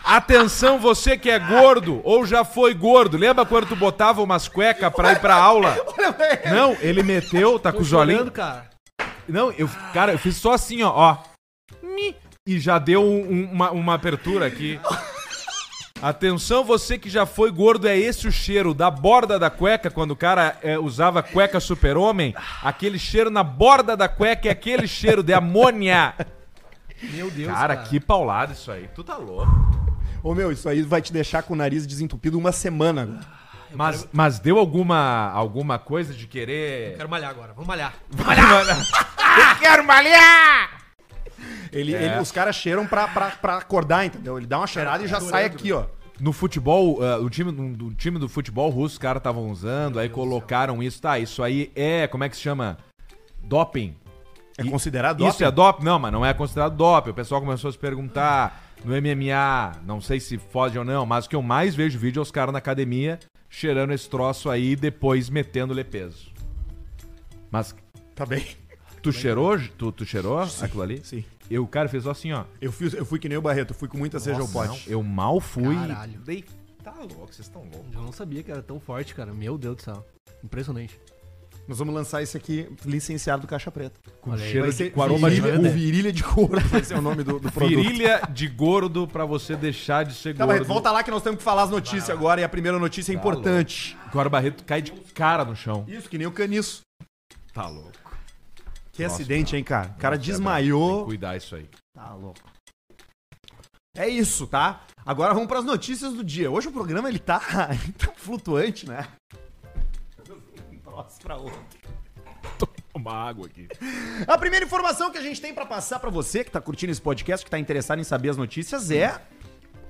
[SPEAKER 1] Atenção, você que é gordo ou já foi gordo. Lembra quando tu botava umas cuecas pra ir pra aula? Não, ele meteu, tá com
[SPEAKER 6] Tô
[SPEAKER 1] os olhinhos.
[SPEAKER 6] chorando, cara.
[SPEAKER 1] Não, eu, cara, eu fiz só assim, ó. ó. E já deu um- um- uma, uma abertura aqui. Atenção, você que já foi gordo, é esse o cheiro da borda da cueca, quando o cara é, usava cueca super-homem, aquele cheiro na borda da cueca é aquele cheiro de amônia.
[SPEAKER 6] Meu Deus,
[SPEAKER 1] Cara,
[SPEAKER 6] cara.
[SPEAKER 1] que paulada isso aí, tu tá louco.
[SPEAKER 2] Ô meu, isso aí vai te deixar com o nariz desentupido uma semana. Guto.
[SPEAKER 1] Mas, mas deu alguma, alguma coisa de querer...
[SPEAKER 6] Quero malhar agora, vamos malhar.
[SPEAKER 2] Ele,
[SPEAKER 1] É.
[SPEAKER 2] ele- os caras cheiram pra, pra, pra acordar, entendeu? Ele dá uma cheirada e
[SPEAKER 6] Tá
[SPEAKER 2] já sai
[SPEAKER 6] né?
[SPEAKER 2] aqui, ó.
[SPEAKER 1] No futebol, ah, o, time, um do time do futebol russo, os caras estavam usando, aí colocaram isso, tá, isso aí é, como é que se chama? Doping.
[SPEAKER 2] É
[SPEAKER 1] E-
[SPEAKER 2] considerado
[SPEAKER 1] Isso é doping? Não, mas não é considerado doping. O pessoal começou a se perguntar no MMA, não sei se fode ou não, mas o que eu mais vejo vídeo é os caras na academia cheirando esse troço aí e depois metendo-lhe peso. Mas
[SPEAKER 2] Tá bem.
[SPEAKER 1] tu cheirou? Tu, tu cheirou aquilo ali?
[SPEAKER 2] sim.
[SPEAKER 1] E o cara fez só assim, ó.
[SPEAKER 2] Eu fui, eu fui que nem o Barreto, eu fui com muita seja o
[SPEAKER 1] Não,
[SPEAKER 2] pote.
[SPEAKER 1] eu mal fui.
[SPEAKER 6] Caralho.
[SPEAKER 1] Dei- Tá louco, vocês estão loucos.
[SPEAKER 6] Eu não sabia que era tão forte, cara. Meu Deus do céu. Impressionante.
[SPEAKER 2] Nós vamos lançar esse aqui, licenciado do Caixa Preta.
[SPEAKER 1] Com
[SPEAKER 6] Olha aí.
[SPEAKER 1] cheiro
[SPEAKER 2] Vai
[SPEAKER 1] de
[SPEAKER 2] ser
[SPEAKER 1] com aroma de
[SPEAKER 2] virilha,
[SPEAKER 1] cu.
[SPEAKER 2] o virilha de couro, vai ser o nome do, do produto.
[SPEAKER 1] Virilha de gordo pra você deixar de ser
[SPEAKER 2] Tá,
[SPEAKER 1] gordo.
[SPEAKER 2] Barreto, volta lá que nós temos que falar as notícias agora e a primeira notícia é importante.
[SPEAKER 1] Agora o Barreto cai de cara no chão.
[SPEAKER 2] Isso, que nem o caniço.
[SPEAKER 1] Tá louco.
[SPEAKER 2] Que
[SPEAKER 1] Nossa, é
[SPEAKER 2] acidente, hein, cara? O cara
[SPEAKER 1] Tem que
[SPEAKER 2] desmaiou.
[SPEAKER 1] cuidar isso aí.
[SPEAKER 2] Tá louco. É isso, tá? Agora vamos pras notícias do dia. Hoje o programa ele tá, ele tá flutuante, né? Um troço pra outro.
[SPEAKER 1] Uma água aqui.
[SPEAKER 2] A primeira informação que a gente tem pra passar pra você que tá curtindo esse podcast, que tá interessado em saber as notícias é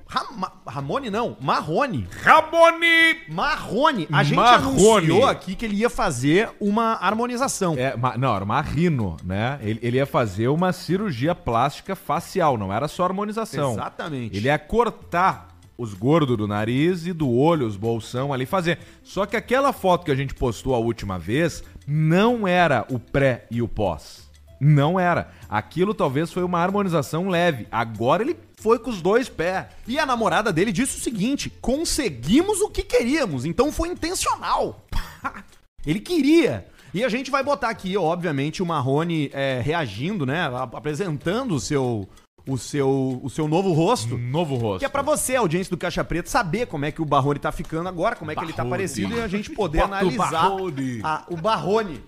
[SPEAKER 2] Rama- Ramone não, Marrone.
[SPEAKER 1] Raboni!
[SPEAKER 2] Marrone, a gente
[SPEAKER 1] Marrone.
[SPEAKER 2] anunciou aqui que ele ia fazer uma harmonização.
[SPEAKER 1] É, ma- não, era marrino, né? Ele, ele ia fazer uma cirurgia plástica facial, não era só harmonização.
[SPEAKER 2] Exatamente.
[SPEAKER 1] Ele é- ia cortar os gordos do nariz e do olho, os bolsão ali fazer. Só que aquela foto que a gente postou a última vez não era o pré e o pós. Não era. Aquilo talvez foi uma harmonização leve. Agora ele foi com os dois pés.
[SPEAKER 2] E a namorada dele disse o seguinte: conseguimos o que queríamos, então foi intencional. Ele queria. E a gente vai botar aqui, obviamente, o Marrone é, reagindo, né? a- Apresentando o seu, o seu, o seu novo rosto.
[SPEAKER 1] Um Novo rosto.
[SPEAKER 2] Que é pra você, audiência do Caixa Preta, saber como é que o Barrone tá ficando agora, como é que ele tá
[SPEAKER 1] Barrone.
[SPEAKER 2] parecido e a gente poder
[SPEAKER 1] Bota o
[SPEAKER 2] analisar
[SPEAKER 1] Barrone.
[SPEAKER 2] a- o Barrone.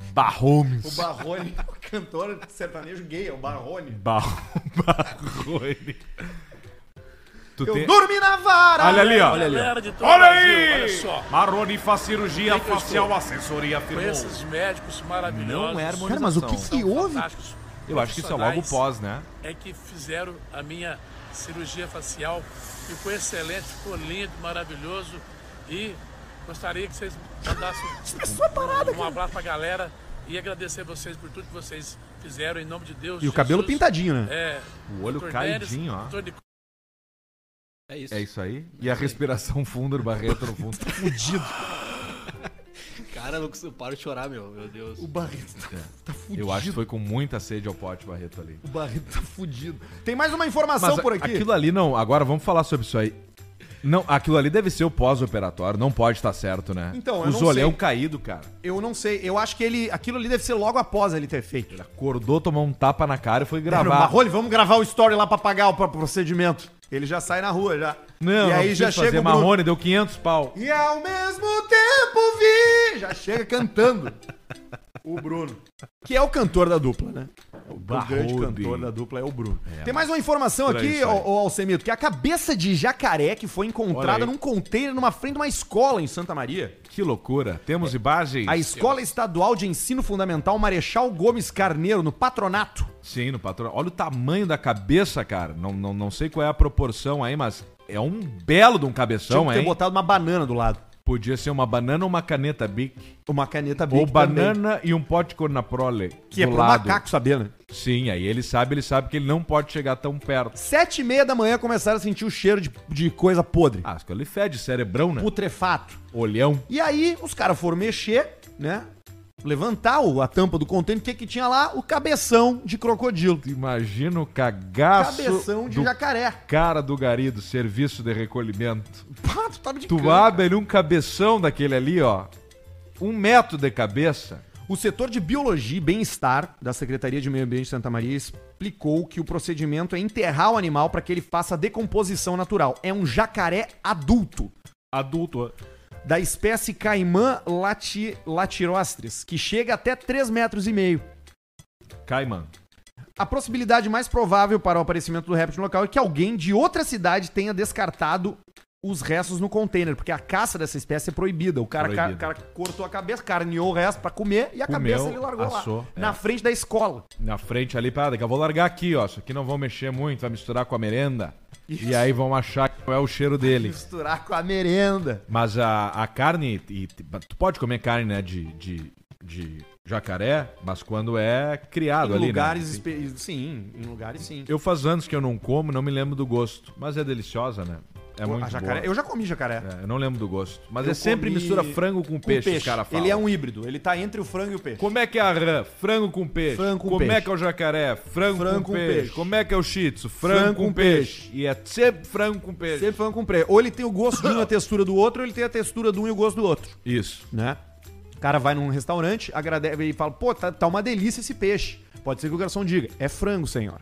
[SPEAKER 2] O
[SPEAKER 1] Barromes.
[SPEAKER 2] Barrone, o cantor sertanejo gay, é o Barrone.
[SPEAKER 1] Bar- Barrone. Tu
[SPEAKER 2] Eu
[SPEAKER 1] tem...
[SPEAKER 2] dormi na vara!
[SPEAKER 1] Olha ali, ó.
[SPEAKER 2] Olha ali. ó.
[SPEAKER 7] Galera de todo
[SPEAKER 1] Olha
[SPEAKER 7] o Brasil,
[SPEAKER 1] aí!
[SPEAKER 7] Olha só,
[SPEAKER 1] Marrone faz cirurgia
[SPEAKER 7] que eu
[SPEAKER 1] facial, assessoria afirmou.
[SPEAKER 7] com esses médicos maravilhosos.
[SPEAKER 1] Não é harmonização.
[SPEAKER 2] Cara, mas o que que houve?
[SPEAKER 7] fantásticos,
[SPEAKER 1] Eu acho que isso é logo
[SPEAKER 7] profissionais,
[SPEAKER 1] pós, né?
[SPEAKER 7] É que fizeram a minha cirurgia facial. Ficou excelente, ficou lindo, maravilhoso. E gostaria que vocês mandassem um, um abraço pra galera e agradecer vocês por tudo que vocês fizeram em nome de Deus.
[SPEAKER 2] E o cabelo
[SPEAKER 7] Jesus.
[SPEAKER 2] pintadinho, né?
[SPEAKER 7] É,
[SPEAKER 1] O olho
[SPEAKER 7] Dr.
[SPEAKER 1] caidinho,
[SPEAKER 7] Neres,
[SPEAKER 1] ó.
[SPEAKER 7] Dr. Nicolau,
[SPEAKER 6] É isso.
[SPEAKER 1] É isso aí. Tá E a respiração funda do Barreto no fundo.
[SPEAKER 2] É Fudido.
[SPEAKER 6] Cara, eu não consigo- eu paro de chorar, meu. Meu Deus.
[SPEAKER 2] O Barreto tá, tá fudido.
[SPEAKER 1] Eu acho que foi com muita sede ao pote, Barreto, ali.
[SPEAKER 2] O Barreto tá fudido. Tem mais uma informação
[SPEAKER 1] Mas a-
[SPEAKER 2] Ah, por aqui.
[SPEAKER 1] aquilo ali não... Agora vamos falar sobre isso aí. Não, aquilo ali deve ser o pós-operatório. Não pode estar certo, né?
[SPEAKER 2] Então, eu
[SPEAKER 1] Os
[SPEAKER 2] não
[SPEAKER 1] olhão
[SPEAKER 2] sei.
[SPEAKER 1] caído, cara.
[SPEAKER 2] Eu não sei. Eu acho que ele. Aquilo ali deve ser logo após ele ter feito.
[SPEAKER 1] Acordou, tomou um tapa na cara e foi
[SPEAKER 2] Era o
[SPEAKER 1] gravar.
[SPEAKER 2] Marrone, vamos gravar o story lá pra pagar o pro- procedimento. Ele já sai na rua já.
[SPEAKER 1] Não,
[SPEAKER 2] e aí
[SPEAKER 1] não
[SPEAKER 2] já
[SPEAKER 1] já fazer
[SPEAKER 2] chega o Bruno-
[SPEAKER 1] Marrone, deu 500 pau.
[SPEAKER 2] E ao mesmo tempo vi. Já chega cantando. o Bruno. Que é o cantor da dupla, né? O,
[SPEAKER 1] Barrode.
[SPEAKER 2] grande cantor da dupla é o Bruno. Tem mais uma informação
[SPEAKER 1] Olha
[SPEAKER 2] aqui,
[SPEAKER 1] isso aí.
[SPEAKER 2] ô, ô Alcemito, que a cabeça de jacaré que foi
[SPEAKER 1] Olha
[SPEAKER 2] encontrada
[SPEAKER 1] aí.
[SPEAKER 2] num container numa frente de uma escola em Santa Maria.
[SPEAKER 1] Que loucura.
[SPEAKER 2] É.
[SPEAKER 1] Temos imagens?
[SPEAKER 2] A Escola Estadual de Ensino Fundamental Marechal Gomes Carneiro, no patronato.
[SPEAKER 1] Sim, no patrão. Olha o tamanho da cabeça, cara. Não, não, não sei qual é a proporção aí, mas é um belo de um
[SPEAKER 2] Tinha
[SPEAKER 1] cabeção,
[SPEAKER 2] que
[SPEAKER 1] hein?
[SPEAKER 2] ter botado uma banana do lado.
[SPEAKER 1] Podia ser uma banana ou uma caneta Bic.
[SPEAKER 2] Uma caneta Bic
[SPEAKER 1] Ou
[SPEAKER 2] também.
[SPEAKER 1] banana e um pote de Cornaprole
[SPEAKER 2] Que é
[SPEAKER 1] do
[SPEAKER 2] pro
[SPEAKER 1] lado.
[SPEAKER 2] macaco saber, né?
[SPEAKER 1] Sim, aí ele sabe, ele sabe que ele não pode chegar tão perto.
[SPEAKER 2] Sete e meia da manhã começaram a sentir o cheiro de, de coisa podre.
[SPEAKER 1] Ah, acho que ele fede cerebrão, né?
[SPEAKER 2] Putrefato.
[SPEAKER 1] Olhão.
[SPEAKER 2] E aí os caras foram mexer, né? Levantar o- a tampa do container. O que que tinha lá? O cabeção de crocodilo.
[SPEAKER 1] Imagina o cagaço
[SPEAKER 2] Cabeção de
[SPEAKER 1] do
[SPEAKER 2] jacaré.
[SPEAKER 1] cara do gari do serviço de recolhimento.
[SPEAKER 2] Pá, tu tá de
[SPEAKER 1] Tu abre ali um cabeção daquele ali, ó. Um metro de cabeça.
[SPEAKER 2] O setor de biologia e bem-estar da Secretaria de Meio Ambiente de Santa Maria explicou que o procedimento é enterrar o animal para que ele faça a decomposição natural. É um jacaré adulto
[SPEAKER 1] Adulto. é.
[SPEAKER 2] da espécie Caimã lati latirostris, que chega até 3,5 metros. e meio.
[SPEAKER 1] Caiman.
[SPEAKER 2] A possibilidade mais provável para o aparecimento do réptil no local é que alguém de outra cidade tenha descartado os restos no container, porque a caça dessa espécie é proibida. O cara,
[SPEAKER 1] Proibida.
[SPEAKER 2] o cara cortou a cabeça, carneou o resto pra comer e a
[SPEAKER 1] Comeu,
[SPEAKER 2] cabeça ele largou
[SPEAKER 1] assou,
[SPEAKER 2] lá,
[SPEAKER 1] é.
[SPEAKER 2] na frente da escola.
[SPEAKER 1] Na frente ali, parada, que eu vou largar aqui, ó. Isso aqui não vão mexer muito, vai misturar com a merenda. E aí vão achar qual é o cheiro dele.
[SPEAKER 2] Misturar com a merenda.
[SPEAKER 1] Mas a, a carne, e, tu pode comer carne, né, de, de, de jacaré, mas quando é criado
[SPEAKER 2] Em
[SPEAKER 1] ali,
[SPEAKER 2] lugares...
[SPEAKER 1] né?
[SPEAKER 2] espe- Sim, em lugares sim.
[SPEAKER 1] Eu faz anos que eu não como, não me lembro do gosto. Mas é deliciosa, né? É
[SPEAKER 2] Pô,
[SPEAKER 1] muito
[SPEAKER 2] a jacaré-
[SPEAKER 1] boa.
[SPEAKER 2] Eu já comi jacaré.
[SPEAKER 1] É, eu não lembro do gosto. Mas
[SPEAKER 2] Eu
[SPEAKER 1] é sempre
[SPEAKER 2] comi
[SPEAKER 1] mistura frango com,
[SPEAKER 2] com
[SPEAKER 1] peixe, os caras falam.
[SPEAKER 2] Ele é um híbrido, ele tá entre o frango e o peixe.
[SPEAKER 1] Como é que é a rã? Frango com peixe.
[SPEAKER 2] Frango com
[SPEAKER 1] Como é
[SPEAKER 2] peixe.
[SPEAKER 1] que é o jacaré? Frango,
[SPEAKER 2] Frango
[SPEAKER 1] com
[SPEAKER 2] com
[SPEAKER 1] peixe.
[SPEAKER 2] peixe.
[SPEAKER 1] Como é que é o shih tzu? Frango,
[SPEAKER 2] Frango
[SPEAKER 1] com
[SPEAKER 2] com
[SPEAKER 1] peixe. E é sempre frango com peixe.
[SPEAKER 2] Sempre frango com peixe. Ou ele tem o gosto de um e a textura do outro, ou ele tem a textura de um e o gosto do outro.
[SPEAKER 1] Isso.
[SPEAKER 2] né? O cara vai num restaurante, agradece e fala, pô, tá, tá uma delícia esse peixe. Pode ser que o garçom diga, é frango, senhora.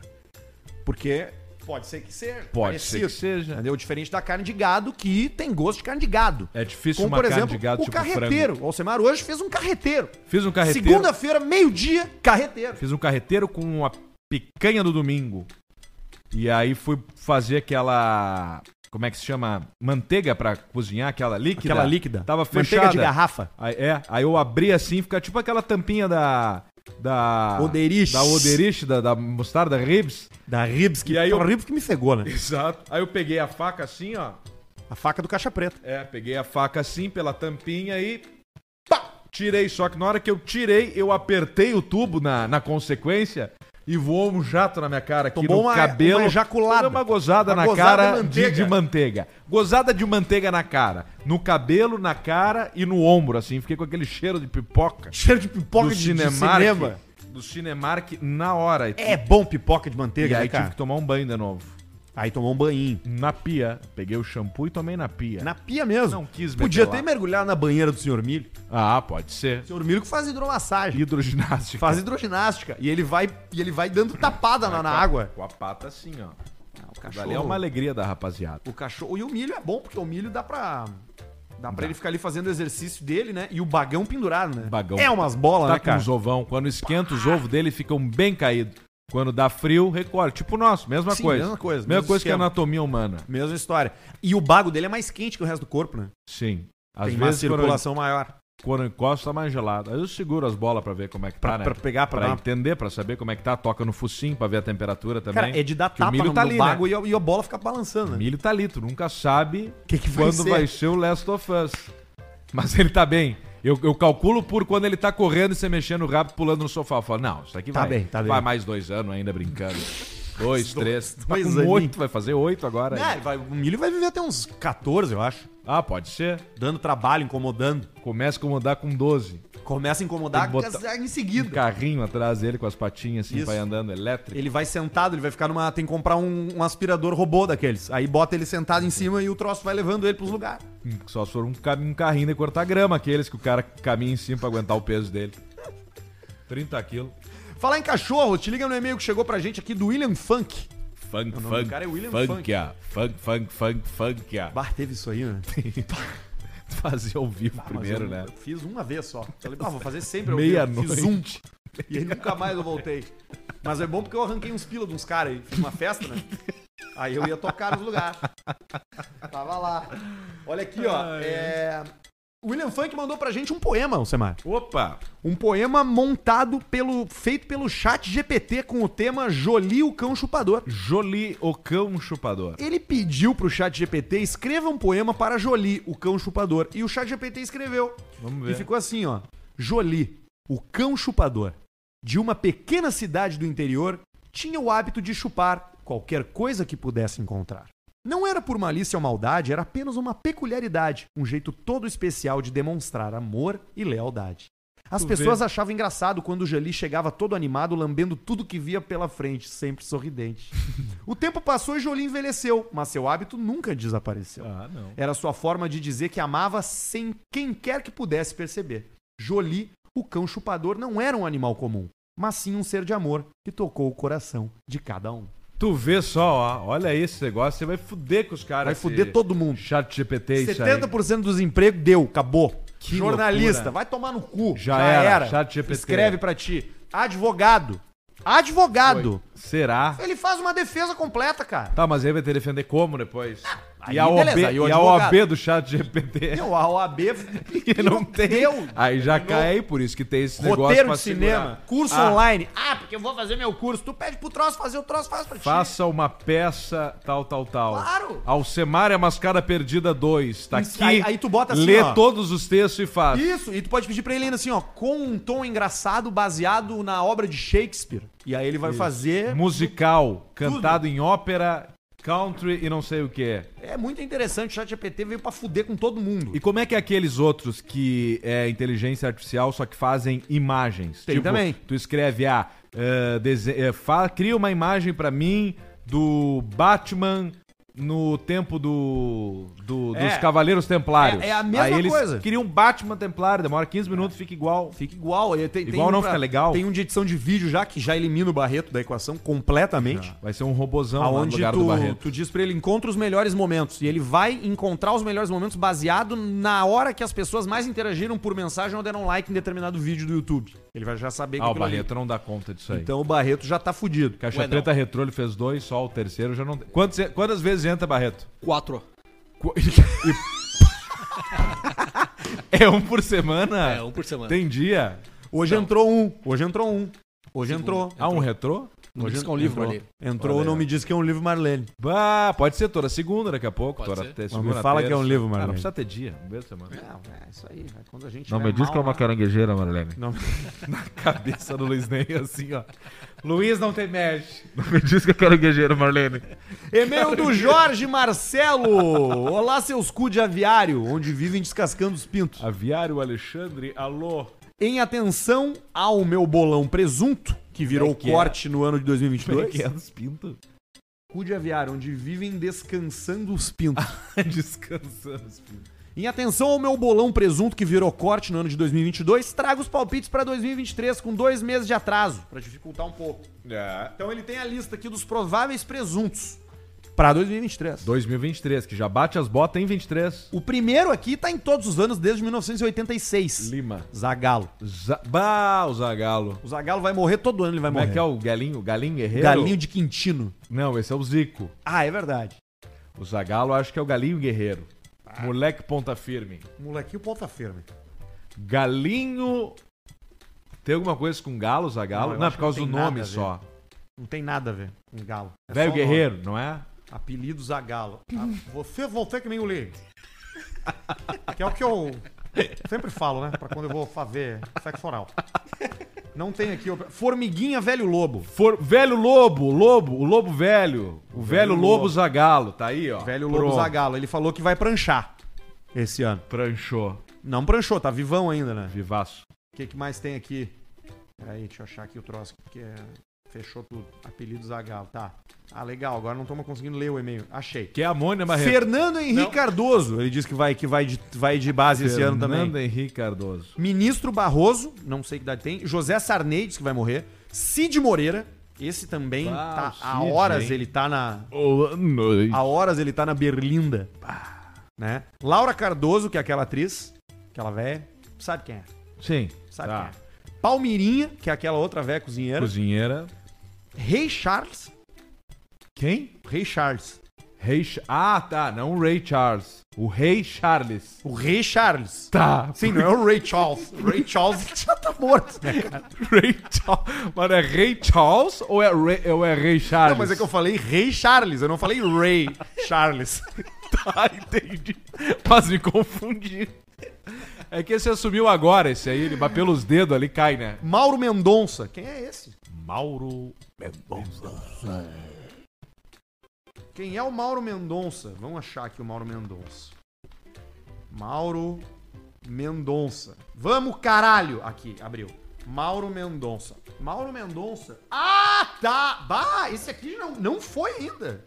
[SPEAKER 2] Porque pode ser que seja.
[SPEAKER 1] Pode ser que seja.
[SPEAKER 2] Entendeu? Diferente da carne de gado, que tem gosto de carne de gado.
[SPEAKER 1] É difícil
[SPEAKER 2] Como,
[SPEAKER 1] uma
[SPEAKER 2] por
[SPEAKER 1] carne
[SPEAKER 2] exemplo,
[SPEAKER 1] de gado
[SPEAKER 2] o
[SPEAKER 1] tipo
[SPEAKER 2] carreteiro. O Alcemar hoje fez um carreteiro.
[SPEAKER 1] Fiz um carreteiro.
[SPEAKER 2] Segunda-feira, meio-dia, carreteiro.
[SPEAKER 1] Fiz um carreteiro com a picanha do domingo. E aí fui fazer aquela. Como é que se chama? Manteiga pra cozinhar, aquela líquida.
[SPEAKER 2] Aquela líquida.
[SPEAKER 1] Tava
[SPEAKER 2] Manteiga
[SPEAKER 1] fechada.
[SPEAKER 2] de garrafa.
[SPEAKER 1] Aí, é, aí eu abri assim, fica tipo aquela tampinha da. Da.
[SPEAKER 2] Oderich.
[SPEAKER 1] Da Oderich, da, da mostarda Ribs.
[SPEAKER 2] Da Ribs, que
[SPEAKER 1] E aí eu-
[SPEAKER 2] Pô, a Ribs que me cegou, né?
[SPEAKER 1] Exato. Aí eu peguei a faca assim, ó.
[SPEAKER 2] A faca do caixa preta.
[SPEAKER 1] É, peguei a faca assim pela tampinha e. Pá! Tirei. Só que na hora que eu tirei, eu apertei o tubo na, na consequência e voou um jato na minha cara aqui no
[SPEAKER 2] Tomou uma-
[SPEAKER 1] cabelo.
[SPEAKER 2] uma ejaculada.
[SPEAKER 1] Tomei uma gozada na
[SPEAKER 2] Uma gozada
[SPEAKER 1] cara
[SPEAKER 2] de
[SPEAKER 1] de,
[SPEAKER 2] manteiga.
[SPEAKER 1] de manteiga. Gozada de manteiga na cara. No cabelo, na cara e no ombro, assim. Fiquei com aquele cheiro de pipoca.
[SPEAKER 2] Cheiro de pipoca
[SPEAKER 1] do
[SPEAKER 2] de, de
[SPEAKER 1] Cinemark.
[SPEAKER 2] cinema.
[SPEAKER 1] Do Cinemark na hora.
[SPEAKER 2] É bom pipoca de
[SPEAKER 1] e
[SPEAKER 2] manteiga,
[SPEAKER 1] aí
[SPEAKER 2] né, cara?
[SPEAKER 1] tive que tomar um banho de novo.
[SPEAKER 2] Aí tomou um banhinho.
[SPEAKER 1] Na pia. Peguei o shampoo e tomei na pia.
[SPEAKER 2] Na pia mesmo.
[SPEAKER 1] É. Não quis beber
[SPEAKER 2] Podia
[SPEAKER 1] lá.
[SPEAKER 2] ter mergulhado na banheira do senhor Milho.
[SPEAKER 1] Ah, pode ser.
[SPEAKER 2] O senhor Milho que faz hidromassagem.
[SPEAKER 1] Hidroginástica.
[SPEAKER 2] Faz hidroginástica. E ele vai, e ele vai dando tapada na, na água.
[SPEAKER 1] Com a pata assim, ó.
[SPEAKER 2] O
[SPEAKER 1] Dali é uma alegria da rapaziada.
[SPEAKER 2] O cachorro. E o milho é bom, porque o milho dá pra. Dá pra ele ficar ali fazendo o exercício dele, né? E o bagão pendurado, né?
[SPEAKER 1] Bagão.
[SPEAKER 2] É umas bolas,
[SPEAKER 1] Tá
[SPEAKER 2] né,
[SPEAKER 1] com
[SPEAKER 2] cara?
[SPEAKER 1] os ovão. Quando esquenta, os ovos dele ficam bem caídos. Quando dá frio, recolhe. Tipo o nosso, mesma
[SPEAKER 2] Sim,
[SPEAKER 1] coisa.
[SPEAKER 2] mesma coisa,
[SPEAKER 1] Mesma
[SPEAKER 2] mesmo
[SPEAKER 1] coisa que a
[SPEAKER 2] esquema.
[SPEAKER 1] anatomia humana.
[SPEAKER 2] Mesma história. E o bago dele é mais quente que o resto do corpo, né?
[SPEAKER 1] Sim. Às
[SPEAKER 2] Tem uma
[SPEAKER 1] vezes, quando, eu-
[SPEAKER 2] circulação maior.
[SPEAKER 1] quando eu encosto, tá mais gelado. Aí eu seguro as bolas pra ver como é que
[SPEAKER 2] Pra,
[SPEAKER 1] tá, né?
[SPEAKER 2] pra pegar, pra,
[SPEAKER 1] Pra
[SPEAKER 2] dar uma-
[SPEAKER 1] entender, pra saber como é que tá. Toca no focinho pra ver a temperatura também.
[SPEAKER 2] Cara, é de dar
[SPEAKER 1] Que o
[SPEAKER 2] tapa
[SPEAKER 1] milho
[SPEAKER 2] no,
[SPEAKER 1] tá
[SPEAKER 2] no
[SPEAKER 1] ali,
[SPEAKER 2] bago
[SPEAKER 1] né?
[SPEAKER 2] e, a, e a bola fica balançando,
[SPEAKER 1] O
[SPEAKER 2] né?
[SPEAKER 1] milho tá ali, tu nunca sabe
[SPEAKER 2] Que que vai
[SPEAKER 1] quando
[SPEAKER 2] ser?
[SPEAKER 1] vai ser o Last of Us. Mas ele tá bem. Eu, eu calculo por quando ele tá correndo e você mexendo rápido, pulando no sofá. Eu falo, não, isso aqui
[SPEAKER 2] Tá
[SPEAKER 1] vai,
[SPEAKER 2] bem, tá
[SPEAKER 1] vai
[SPEAKER 2] bem.
[SPEAKER 1] mais dois anos ainda brincando. Dois, três. Tá
[SPEAKER 2] dois
[SPEAKER 1] com
[SPEAKER 2] aninhos.
[SPEAKER 1] oito, vai fazer oito agora.
[SPEAKER 2] É, ele vai- o milho vai viver até uns 14, eu acho.
[SPEAKER 1] Ah, pode ser.
[SPEAKER 2] Dando trabalho, incomodando.
[SPEAKER 1] Começa a incomodar com 12.
[SPEAKER 2] Começa a
[SPEAKER 1] Tem
[SPEAKER 2] incomodar
[SPEAKER 1] que botar-
[SPEAKER 2] em
[SPEAKER 1] Um
[SPEAKER 2] seguida.
[SPEAKER 1] carrinho atrás dele com as patinhas assim,
[SPEAKER 2] Isso.
[SPEAKER 1] vai andando elétrico.
[SPEAKER 2] Ele vai sentado, ele vai ficar numa. Tem que comprar um, um aspirador robô daqueles. Aí bota ele sentado em cima e o troço vai levando ele pros lugares.
[SPEAKER 1] Só se for um, ca- um carrinho de cortar grama, aqueles que o cara caminha em cima pra aguentar o peso dele. 30 quilos.
[SPEAKER 2] Falar em cachorro, te liga no e-mail que chegou pra gente aqui do William Funk.
[SPEAKER 1] Funk,
[SPEAKER 2] O nome
[SPEAKER 1] funk,
[SPEAKER 2] do cara é William
[SPEAKER 1] funk, ah. funk, funk, funk, funk, ah.
[SPEAKER 2] Bah, teve isso aí, né?
[SPEAKER 1] Fazer ao vivo primeiro,
[SPEAKER 2] Mas eu-
[SPEAKER 1] né?
[SPEAKER 2] Eu fiz uma vez só. Falei, ah, vou fazer sempre. ao vivo. Fiz um.
[SPEAKER 1] Meia-noite.
[SPEAKER 2] E aí nunca mais eu voltei. Mas é bom porque eu arranquei uns pila de uns caras aí. Fiz uma festa, né? Aí eu ia tocar nos lugares. Tava lá. Olha aqui, ó. É... O William Funk mandou pra gente um poema, Alcemar.
[SPEAKER 1] Opa!
[SPEAKER 2] Um poema montado pelo. feito pelo chat GPT com o tema Jolie o Cão Chupador.
[SPEAKER 1] Jolie, o cão chupador.
[SPEAKER 2] Ele pediu pro chat GPT escreva um poema para Jolie, o cão chupador. E o chat GPT escreveu.
[SPEAKER 1] Vamos
[SPEAKER 2] E ficou assim, ó. Jolie, o cão chupador, de uma pequena cidade do interior, tinha o hábito de chupar qualquer coisa que pudesse encontrar. Não era por malícia ou maldade, era apenas uma peculiaridade, um jeito todo especial de demonstrar amor e lealdade. As
[SPEAKER 1] Tu
[SPEAKER 2] pessoas achavam engraçado quando o Jolie chegava todo animado, lambendo tudo que via pela frente, sempre sorridente. o tempo passou e Jolie envelheceu, mas seu hábito nunca desapareceu.
[SPEAKER 1] Ah, não.
[SPEAKER 2] Era sua forma de dizer que amava sem quem quer que pudesse perceber. Jolie, o cão chupador não era um animal comum, mas sim um ser de amor que tocou o coração de cada um.
[SPEAKER 1] Tu vê só, ó, olha esse negócio, você vai fuder com os caras.
[SPEAKER 2] Vai fuder todo mundo.
[SPEAKER 1] Chat GPT, É isso aí.
[SPEAKER 2] 70% dos empregos deu, acabou.
[SPEAKER 1] Que
[SPEAKER 2] Jornalista,
[SPEAKER 1] loucura.
[SPEAKER 2] vai tomar no cu.
[SPEAKER 1] Já era, chat GPT.
[SPEAKER 2] Escreve pra ti. Advogado. Advogado.
[SPEAKER 1] Será?
[SPEAKER 2] Ele faz uma defesa completa, cara.
[SPEAKER 1] Tá, mas aí vai ter que defender como depois?
[SPEAKER 2] Aí,
[SPEAKER 1] e a OAB,
[SPEAKER 2] beleza, aí o
[SPEAKER 1] e a
[SPEAKER 2] advogado.
[SPEAKER 1] OAB do chat GPT
[SPEAKER 2] Meu, a OAB
[SPEAKER 1] que não tem.
[SPEAKER 2] deu.
[SPEAKER 1] Aí já cai, por isso que tem esse negócio
[SPEAKER 2] Roteiro
[SPEAKER 1] pra
[SPEAKER 2] de cinema,
[SPEAKER 1] segurar.
[SPEAKER 2] curso
[SPEAKER 1] Ah,
[SPEAKER 2] online. Ah, porque eu vou fazer meu curso. Tu pede pro troço fazer o troço, faz pra ti.
[SPEAKER 1] Faça uma peça tal, tal, tal.
[SPEAKER 2] Claro.
[SPEAKER 1] Alcemar é Mascara Perdida 2. Tá
[SPEAKER 2] Isso,
[SPEAKER 1] aqui.
[SPEAKER 2] aí- aí tu bota assim,
[SPEAKER 1] Lê
[SPEAKER 2] ó.
[SPEAKER 1] todos os textos e faz.
[SPEAKER 2] Isso, e tu pode pedir pra ele ainda assim, ó, com um tom engraçado baseado na obra de Shakespeare. E aí ele vai fazer.
[SPEAKER 1] Musical, cantado em ópera, country e não sei o que.
[SPEAKER 2] É muito interessante, o ChatGPT veio pra fuder com todo mundo.
[SPEAKER 1] E como é que é aqueles outros que é inteligência artificial, só que fazem imagens? Tipo,
[SPEAKER 2] Tem também.
[SPEAKER 1] Tu escreve, ah, eh, dese- eh, fa- cria uma imagem pra mim do Batman no tempo do, do- dos
[SPEAKER 2] É.
[SPEAKER 1] Cavaleiros Templários.
[SPEAKER 2] É- é a mesma
[SPEAKER 1] Aí eles
[SPEAKER 2] coisa.
[SPEAKER 1] Cria um Batman Templário, demora 15 minutos, fica igual.
[SPEAKER 2] Fica igual. e Tem, tem
[SPEAKER 1] Igual
[SPEAKER 2] um
[SPEAKER 1] não fica legal?
[SPEAKER 2] Tem um de edição de vídeo já que já elimina o Barreto da equação completamente.
[SPEAKER 1] Vai ser um robozão lá no
[SPEAKER 2] Aonde
[SPEAKER 1] lugar do
[SPEAKER 2] tu,
[SPEAKER 1] Barreto.
[SPEAKER 2] tu diz pra ele encontra os melhores momentos. E ele vai encontrar os melhores momentos baseado na hora que as pessoas mais interagiram por mensagem ou deram um like em determinado vídeo do YouTube. Ele vai já saber que
[SPEAKER 1] Ah, o
[SPEAKER 2] aquilo ali-
[SPEAKER 1] Barreto não dá conta disso aí.
[SPEAKER 2] Então o Barreto já tá fudido.
[SPEAKER 1] Caixa
[SPEAKER 6] Ué, não.
[SPEAKER 1] Preta Retrô ele fez dois, só o terceiro já não tem. Quantas, quantas vezes entra Barreto?
[SPEAKER 6] Quatro.
[SPEAKER 1] Qu- E- É um por semana?
[SPEAKER 6] É, um por semana.
[SPEAKER 1] Tem dia?
[SPEAKER 2] Hoje entrou um. Hoje entrou um. Hoje entrou.
[SPEAKER 1] Ah, um retrô?
[SPEAKER 6] Não diz que é um livro ali.
[SPEAKER 2] Entrou o Não Me Diz Que É Um Livro Marlene.
[SPEAKER 1] Bah, pode ser toda segunda daqui a pouco.
[SPEAKER 6] Pode
[SPEAKER 1] Toda
[SPEAKER 6] ser.
[SPEAKER 1] te-
[SPEAKER 2] Mas me
[SPEAKER 1] segunda,
[SPEAKER 2] fala que é um livro,
[SPEAKER 1] Ah,
[SPEAKER 2] Marlene.
[SPEAKER 1] não precisa ter dia. Um beijo semana.
[SPEAKER 2] Não, é isso aí. Quando a gente
[SPEAKER 1] Não me diz que é uma caranguejeira, Marlene.
[SPEAKER 2] Não.
[SPEAKER 1] Cabeça do Luiz Ney, assim, ó. Luiz não tem mexe. Não me diz que é caranguejeira, Marlene.
[SPEAKER 2] E-mail do Jorge Marcelo. Olá, seus cu de aviário, onde vivem descascando os pintos.
[SPEAKER 1] Aviário Alexandre, alô.
[SPEAKER 2] Em atenção ao meu bolão presunto, que virou
[SPEAKER 1] que é?
[SPEAKER 2] corte no ano de 2022.
[SPEAKER 1] Pinto?
[SPEAKER 2] Cu de aviário, onde vivem descansando os pintos.
[SPEAKER 1] Descansamos, Pinto.
[SPEAKER 2] Em atenção ao meu bolão presunto que virou corte no ano de 2022, trago os palpites para 2023 com dois meses de atraso, para dificultar um pouco.
[SPEAKER 1] É.
[SPEAKER 2] Então ele tem a lista aqui dos prováveis presuntos para 2023.
[SPEAKER 1] 2023, que já bate as botas em 23.
[SPEAKER 2] O primeiro aqui tá em todos os anos desde 1986.
[SPEAKER 1] Lima.
[SPEAKER 2] Zagalo.
[SPEAKER 1] Za... Bah, o Zagalo.
[SPEAKER 2] O Zagalo vai morrer todo ano, ele vai
[SPEAKER 1] Como é
[SPEAKER 2] morrer.
[SPEAKER 1] que é o galinho? Galinho guerreiro?
[SPEAKER 2] Galinho de Quintino.
[SPEAKER 1] Não, esse é o Zico.
[SPEAKER 2] Ah, é verdade.
[SPEAKER 1] O Zagalo acho que é o galinho guerreiro.
[SPEAKER 2] Ah.
[SPEAKER 1] Moleque ponta firme.
[SPEAKER 2] Molequinho então. ponta firme.
[SPEAKER 1] Galinho. Tem alguma coisa com galo, Zagalo?
[SPEAKER 2] Não, eu
[SPEAKER 1] Não, é
[SPEAKER 2] acho
[SPEAKER 1] por
[SPEAKER 2] que
[SPEAKER 1] causa
[SPEAKER 2] não
[SPEAKER 1] do
[SPEAKER 2] tem
[SPEAKER 1] nome
[SPEAKER 2] nada a ver.
[SPEAKER 1] só.
[SPEAKER 2] Não tem nada a ver com galo. É
[SPEAKER 1] Velho
[SPEAKER 2] só nome.
[SPEAKER 1] guerreiro, não é?
[SPEAKER 2] Apelido Zagalo. Ah, Vocês vão ter que me engolir. Que é o que eu sempre falo, né? Pra quando eu vou fazer sexo oral. Não tem aqui. op- Formiguinha Velho Lobo.
[SPEAKER 1] For- Velho lobo, lobo, o lobo velho. O velho,
[SPEAKER 2] velho
[SPEAKER 1] lobo,
[SPEAKER 2] lobo.
[SPEAKER 1] Zagalo, tá aí, ó.
[SPEAKER 2] Velho Lobo
[SPEAKER 1] Pronto.
[SPEAKER 2] Zagalo. Ele falou que vai pranchar esse ano.
[SPEAKER 1] Pranchou.
[SPEAKER 2] Não pranchou, tá vivão ainda, né?
[SPEAKER 1] Vivaço.
[SPEAKER 2] O que, que mais tem aqui? Peraí, deixa eu achar aqui o troço, porque é, fechou tudo. Apelido Zagalo, tá. Ah, legal, agora não estamos conseguindo ler o e-mail. Achei.
[SPEAKER 1] Que é amônia, Marreto.
[SPEAKER 2] Fernando Henrique Cardoso. Ele disse que vai, que vai, de, vai de base esse ano também.
[SPEAKER 1] Fernando Henrique Cardoso.
[SPEAKER 2] Ministro Barroso, não sei que idade tem. José Sarney diz que vai morrer. Cid Moreira, esse também
[SPEAKER 1] Ah,
[SPEAKER 2] tá.
[SPEAKER 1] o
[SPEAKER 2] Há
[SPEAKER 1] Cid,
[SPEAKER 2] horas
[SPEAKER 1] hein?
[SPEAKER 2] ele tá na.
[SPEAKER 1] Boa noite.
[SPEAKER 2] Há horas ele tá na Berlinda. Né? Laura Cardoso, que é aquela atriz, aquela velha, sabe quem é?
[SPEAKER 1] Sim.
[SPEAKER 2] Sabe
[SPEAKER 1] tá.
[SPEAKER 2] quem é? Palmirinha, que é aquela outra velha cozinheira.
[SPEAKER 1] Cozinheira.
[SPEAKER 2] Rei Charles.
[SPEAKER 1] Quem?
[SPEAKER 2] Rei Charles.
[SPEAKER 1] Rei. Cha- Ah, tá. Não o Rei Charles. O Rei Charles.
[SPEAKER 2] O Rei Charles.
[SPEAKER 1] Tá.
[SPEAKER 2] Sim, não é o Ray Charles. O Ray Charles já tá morto,
[SPEAKER 1] É,
[SPEAKER 2] né, cara?
[SPEAKER 1] Ray Charles. Mano, é Rei Charles ou é Ray, ou é Rei Charles?
[SPEAKER 2] Não, mas é que eu falei Rei Charles, eu não falei Ray Charles.
[SPEAKER 1] Ah, entendi. Mas me confundi. É que esse assumiu agora, esse aí, ele mas pelos dedos ali, cai, né?
[SPEAKER 2] Mauro Mendonça. Quem é esse?
[SPEAKER 1] Mauro.
[SPEAKER 2] Quem é o Mauro Mendonça? Vamos achar aqui o Mauro Mendonça. Mauro Mendonça. Vamos, caralho! Aqui, abriu. Mauro Mendonça. Mauro Mendonça. Ah, tá! Bah, esse aqui não, não foi ainda.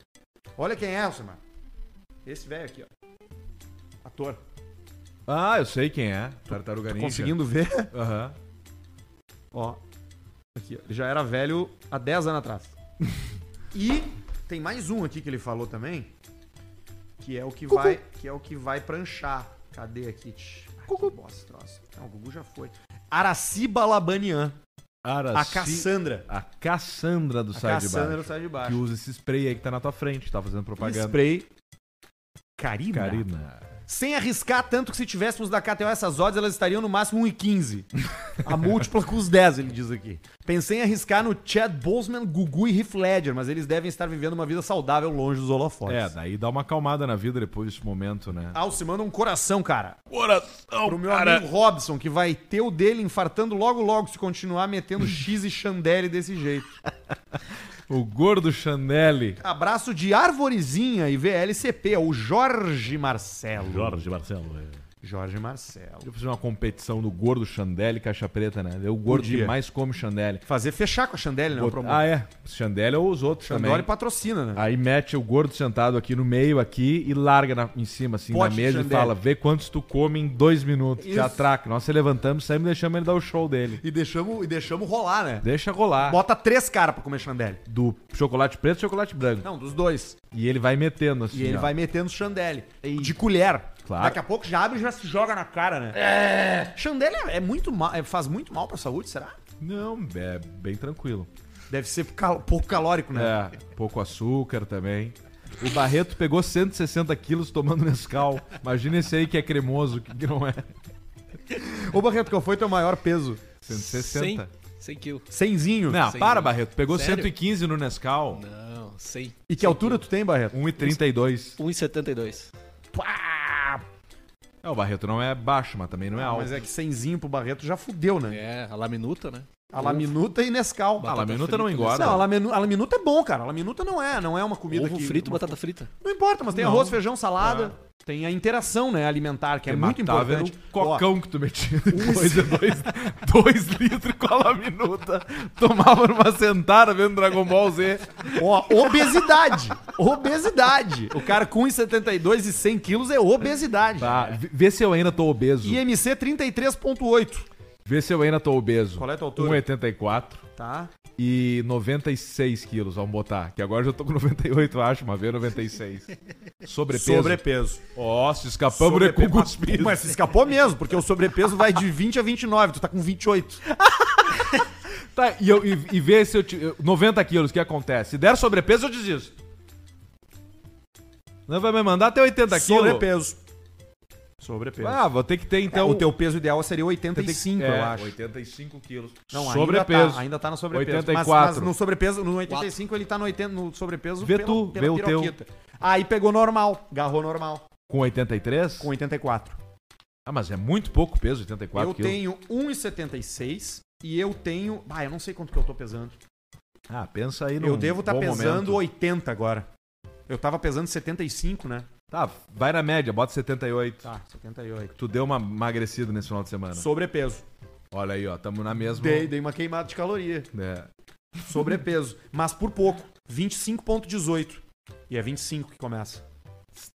[SPEAKER 2] Olha quem é, Alcimar. Esse velho aqui, ó. Ator.
[SPEAKER 1] Ah, eu sei quem é. Tartaruga Ninja.
[SPEAKER 2] Conseguindo ver?
[SPEAKER 1] Aham.
[SPEAKER 2] Ó. Aqui, ó. ele já era velho há 10 anos atrás. e tem mais um aqui que ele falou também, que é o que vai, que é o que vai pranchar. Cadê aqui? tch? Ai, que bosta, troço. Não, o Gugu já foi. Araciba Labanian, a Cassandra.
[SPEAKER 1] A Cassandra do
[SPEAKER 2] A
[SPEAKER 1] Sai de
[SPEAKER 2] Cassandra
[SPEAKER 1] Baixo.
[SPEAKER 2] do Sai de
[SPEAKER 1] Que
[SPEAKER 2] Baixo.
[SPEAKER 1] usa esse spray aí que né? tá na tua frente, tá fazendo propaganda.
[SPEAKER 2] Spray. Carina.
[SPEAKER 1] Karina.
[SPEAKER 2] Sem arriscar tanto que se tivéssemos da KTO essas odds, elas estariam no máximo 1,15. A múltipla com os 10, ele diz aqui. Pensei em arriscar no Chad Boseman, Gugu e Heath Ledger, mas eles devem estar vivendo uma vida saudável longe dos holofotes.
[SPEAKER 1] É, daí dá uma acalmada na vida depois desse momento, né?
[SPEAKER 2] Alce, manda um coração, cara.
[SPEAKER 1] Coração,
[SPEAKER 2] Pro meu amigo Robson, que vai ter o dele infartando logo logo se continuar metendo X e Chandelle desse jeito.
[SPEAKER 1] O gordo Chanel.
[SPEAKER 2] Abraço de Arvorezinha e VLCP, é o Jorge Marcelo.
[SPEAKER 1] Marcelo. é.
[SPEAKER 2] Jorge Marcelo.
[SPEAKER 1] Eu preciso de uma competição do gordo Chandelle e caixa preta, né? É o gordo
[SPEAKER 2] Podia.
[SPEAKER 1] que mais come Chandelle.
[SPEAKER 2] Fazer fechar com a Chandelle, né? o promo-
[SPEAKER 1] Ah, é. Chandelle ou os outros
[SPEAKER 2] Chandelle
[SPEAKER 1] também.
[SPEAKER 2] patrocina, né?
[SPEAKER 1] Aí mete o gordo sentado aqui no meio aqui e larga na- em cima, assim,
[SPEAKER 2] Pote
[SPEAKER 1] na
[SPEAKER 2] de
[SPEAKER 1] mesa e
[SPEAKER 2] Chandelle.
[SPEAKER 1] fala, vê quantos tu come em dois minutos. Te
[SPEAKER 2] Isso.
[SPEAKER 1] atraca. Nós se levantamos, saímos e deixamos ele dar o show dele.
[SPEAKER 2] E deixamos, e deixamos rolar, né?
[SPEAKER 1] Deixa rolar.
[SPEAKER 2] Bota três caras pra comer chandelle.
[SPEAKER 1] Do chocolate preto e chocolate branco.
[SPEAKER 2] Não, dos dois.
[SPEAKER 1] E ele vai metendo, assim.
[SPEAKER 2] E ele
[SPEAKER 1] ó.
[SPEAKER 2] vai metendo chandelle. De colher.
[SPEAKER 1] Claro.
[SPEAKER 2] Daqui a pouco já abre e já se joga na cara, né? É. Chandelle é, é muito mal, é- faz muito mal pra saúde, será?
[SPEAKER 1] Não, é bem tranquilo.
[SPEAKER 2] Deve ser cal- pouco calórico, né?
[SPEAKER 1] É, pouco açúcar também. O Barreto pegou 160 quilos tomando Nescau. Imagina esse aí que é cremoso, que que não é.
[SPEAKER 2] Ô, Barreto, qual foi teu maior peso?
[SPEAKER 1] 160.
[SPEAKER 6] 100, 100 quilos.
[SPEAKER 2] Cenzinho.
[SPEAKER 1] Não,
[SPEAKER 6] Cem.
[SPEAKER 1] para, Barreto. Pegou
[SPEAKER 6] Sério?
[SPEAKER 1] 115 no Nescau.
[SPEAKER 6] Não, 100.
[SPEAKER 2] E que altura tu tem, Barreto?
[SPEAKER 1] 1,32.
[SPEAKER 6] 1,72.
[SPEAKER 2] Pá!
[SPEAKER 1] É, o Barreto não é baixo, mas também não é alto.
[SPEAKER 2] Mas é que cenzinho pro Barreto já fudeu, né?
[SPEAKER 6] É, a laminuta, né?
[SPEAKER 2] A é laminuta e Nescau.
[SPEAKER 1] Ah, lá,
[SPEAKER 6] batata
[SPEAKER 1] minuta não
[SPEAKER 6] frita,
[SPEAKER 1] engorda.
[SPEAKER 2] Não, a lamenu- a laminuta é bom, cara. A laminuta não é, não é uma comida
[SPEAKER 6] Ovo
[SPEAKER 2] que-
[SPEAKER 6] frito,
[SPEAKER 2] uma-
[SPEAKER 6] batata frita.
[SPEAKER 2] Não importa, mas tem arroz, feijão, salada. Tem a interação né, alimentar, que é
[SPEAKER 1] Quem
[SPEAKER 2] muito
[SPEAKER 1] matava
[SPEAKER 2] importante. um
[SPEAKER 1] Era o tipo cocão que tu metia depois de dois, dois litros com a laminuta. Tomava numa sentada vendo Dragon Ball Z.
[SPEAKER 2] Ó, ó, obesidade. obesidade. O cara com 1,72 e 100 quilos é obesidade.
[SPEAKER 1] Tá, v- vê se eu ainda tô obeso.
[SPEAKER 2] IMC 33,8.
[SPEAKER 1] Vê se eu ainda tô obeso.
[SPEAKER 2] Qual é a tua altura?
[SPEAKER 1] 1,84
[SPEAKER 2] Tá.
[SPEAKER 1] e 96 quilos, vamos botar. Que agora eu já tô com 98, eu acho, uma vez 96. Sobrepeso.
[SPEAKER 2] Sobrepeso.
[SPEAKER 1] Ó, se escapamos de
[SPEAKER 2] Sobrepe-
[SPEAKER 1] cu cuspido.
[SPEAKER 2] Mas se escapou mesmo, porque o sobrepeso vai de 20 a 29. Tu tá com 28.
[SPEAKER 1] Tá, e, eu, e, e vê se eu, ti- eu- 90 quilos, o que acontece? Se der sobrepeso, eu desisto. Não vai me mandar até 80 quilos.
[SPEAKER 2] Sobrepeso. Sobrepeso.
[SPEAKER 1] Ah, vou ter que ter
[SPEAKER 2] então,
[SPEAKER 1] então.
[SPEAKER 2] o teu peso ideal seria 85, eu
[SPEAKER 1] é,
[SPEAKER 2] acho.
[SPEAKER 1] 85 quilos.
[SPEAKER 2] Não,
[SPEAKER 1] sobrepeso.
[SPEAKER 2] Ainda tá, ainda tá no sobrepeso. Mas-
[SPEAKER 1] 84.
[SPEAKER 2] Mas, no sobrepeso, no 85 ele tá no, 80, no sobrepeso
[SPEAKER 1] Vê tu, vê o teu.
[SPEAKER 2] teu. Aí pegou normal, garrou normal,
[SPEAKER 1] Com 83?
[SPEAKER 2] com 84.
[SPEAKER 1] Ah, mas é muito pouco peso, 84
[SPEAKER 2] eu
[SPEAKER 1] quilos.
[SPEAKER 2] tenho 1,76 e eu tenho... Ah, eu não sei quanto que eu tô pesando.
[SPEAKER 1] Ah, pensa aí no
[SPEAKER 2] Eu devo estar
[SPEAKER 1] bom
[SPEAKER 2] pesando
[SPEAKER 1] momento.
[SPEAKER 2] 80 agora. Eu tava pesando 75, né?
[SPEAKER 1] Tá, vai na média, bota 78.
[SPEAKER 2] Tá, 78.
[SPEAKER 1] Tu deu uma emagrecida nesse final de semana.
[SPEAKER 2] Sobrepeso.
[SPEAKER 1] Olha aí, ó, tamo na mesma.
[SPEAKER 2] Dei, dei uma queimada de caloria.
[SPEAKER 1] É.
[SPEAKER 2] Sobrepeso. mas por pouco. 25,18. E é 25 que começa.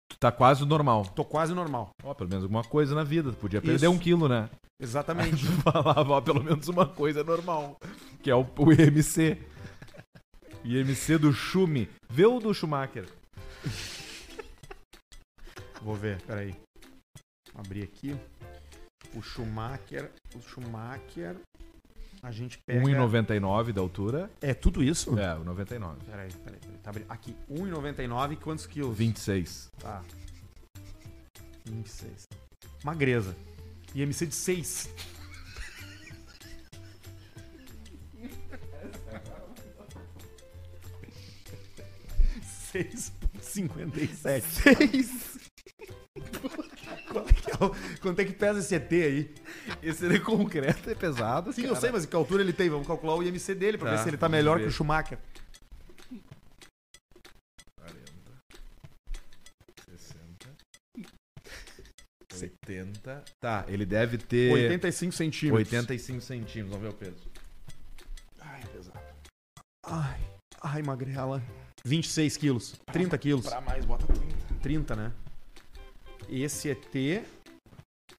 [SPEAKER 1] Tu tá quase normal.
[SPEAKER 2] Tô quase normal.
[SPEAKER 1] Ó, pelo menos alguma coisa na vida. Tu podia
[SPEAKER 2] Isso.
[SPEAKER 1] perder um quilo, né?
[SPEAKER 2] Exatamente.
[SPEAKER 1] Tu falava, ó, pelo menos uma coisa normal. Que é o, o IMC. IMC do Schumi. Vê o do Schumacher.
[SPEAKER 2] Vou ver, peraí. Vou abrir aqui. O Schumacher. O Schumacher. A gente pega.
[SPEAKER 1] 1,99 da altura.
[SPEAKER 2] É tudo isso?
[SPEAKER 1] É, o 99.
[SPEAKER 2] Peraí, peraí. peraí. Tá abrindo. Aqui, 1,99 quantos quilos?
[SPEAKER 1] 26.
[SPEAKER 2] Tá. 26. Magreza. IMC de 6. Seis cinquenta e sete. Quanto é que é o- Quanto é que pesa esse ET aí?
[SPEAKER 1] Esse é concreto, é pesado.
[SPEAKER 2] Sim, eu sei, mas que altura ele tem? Vamos calcular o IMC dele pra
[SPEAKER 1] Tá,
[SPEAKER 2] ver se ele tá
[SPEAKER 1] vamos
[SPEAKER 2] melhor
[SPEAKER 1] ver.
[SPEAKER 2] que o Schumacher.
[SPEAKER 1] 80. Tá, ele deve ter
[SPEAKER 2] 85 centímetros.
[SPEAKER 1] 85 centímetros. Vamos ver o peso.
[SPEAKER 2] Ai, ai, magrela. 26 quilos. 30 quilos. Pra mais, bota 30. 30, né? Esse ET.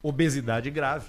[SPEAKER 2] Obesidade grave.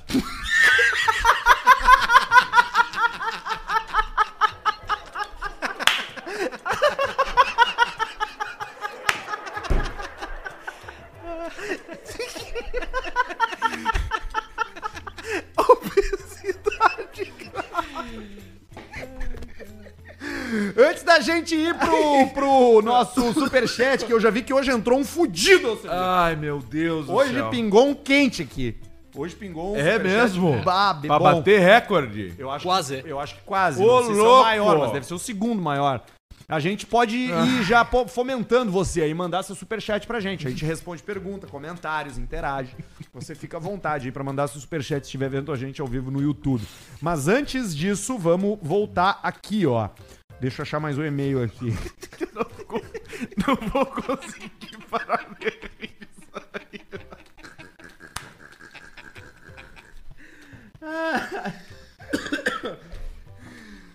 [SPEAKER 2] Antes da gente ir pro, pro nosso superchat, que eu já vi que hoje entrou um fudido. ô Serginho.
[SPEAKER 1] Ai, meu Deus
[SPEAKER 2] hoje
[SPEAKER 1] do céu.
[SPEAKER 2] pingou um quente aqui. Hoje pingou um
[SPEAKER 1] É
[SPEAKER 2] superchat.
[SPEAKER 1] mesmo?
[SPEAKER 2] Bah,
[SPEAKER 1] Pra
[SPEAKER 2] bom.
[SPEAKER 1] bater recorde.
[SPEAKER 2] Eu acho,
[SPEAKER 6] Quase.
[SPEAKER 2] Eu acho que quase.
[SPEAKER 1] Ô,
[SPEAKER 2] sei se é o
[SPEAKER 1] louco!
[SPEAKER 2] maior, mas deve ser o segundo maior. A gente pode ir já po- fomentando você aí, mandar seu superchat pra gente. A gente responde pergunta, comentários, interage. Você fica à vontade aí pra mandar seu superchat se estiver vendo a gente ao vivo no YouTube. Mas antes disso, vamos voltar aqui, ó. Deixa eu achar mais um e-mail aqui.
[SPEAKER 1] Não vou conseguir parar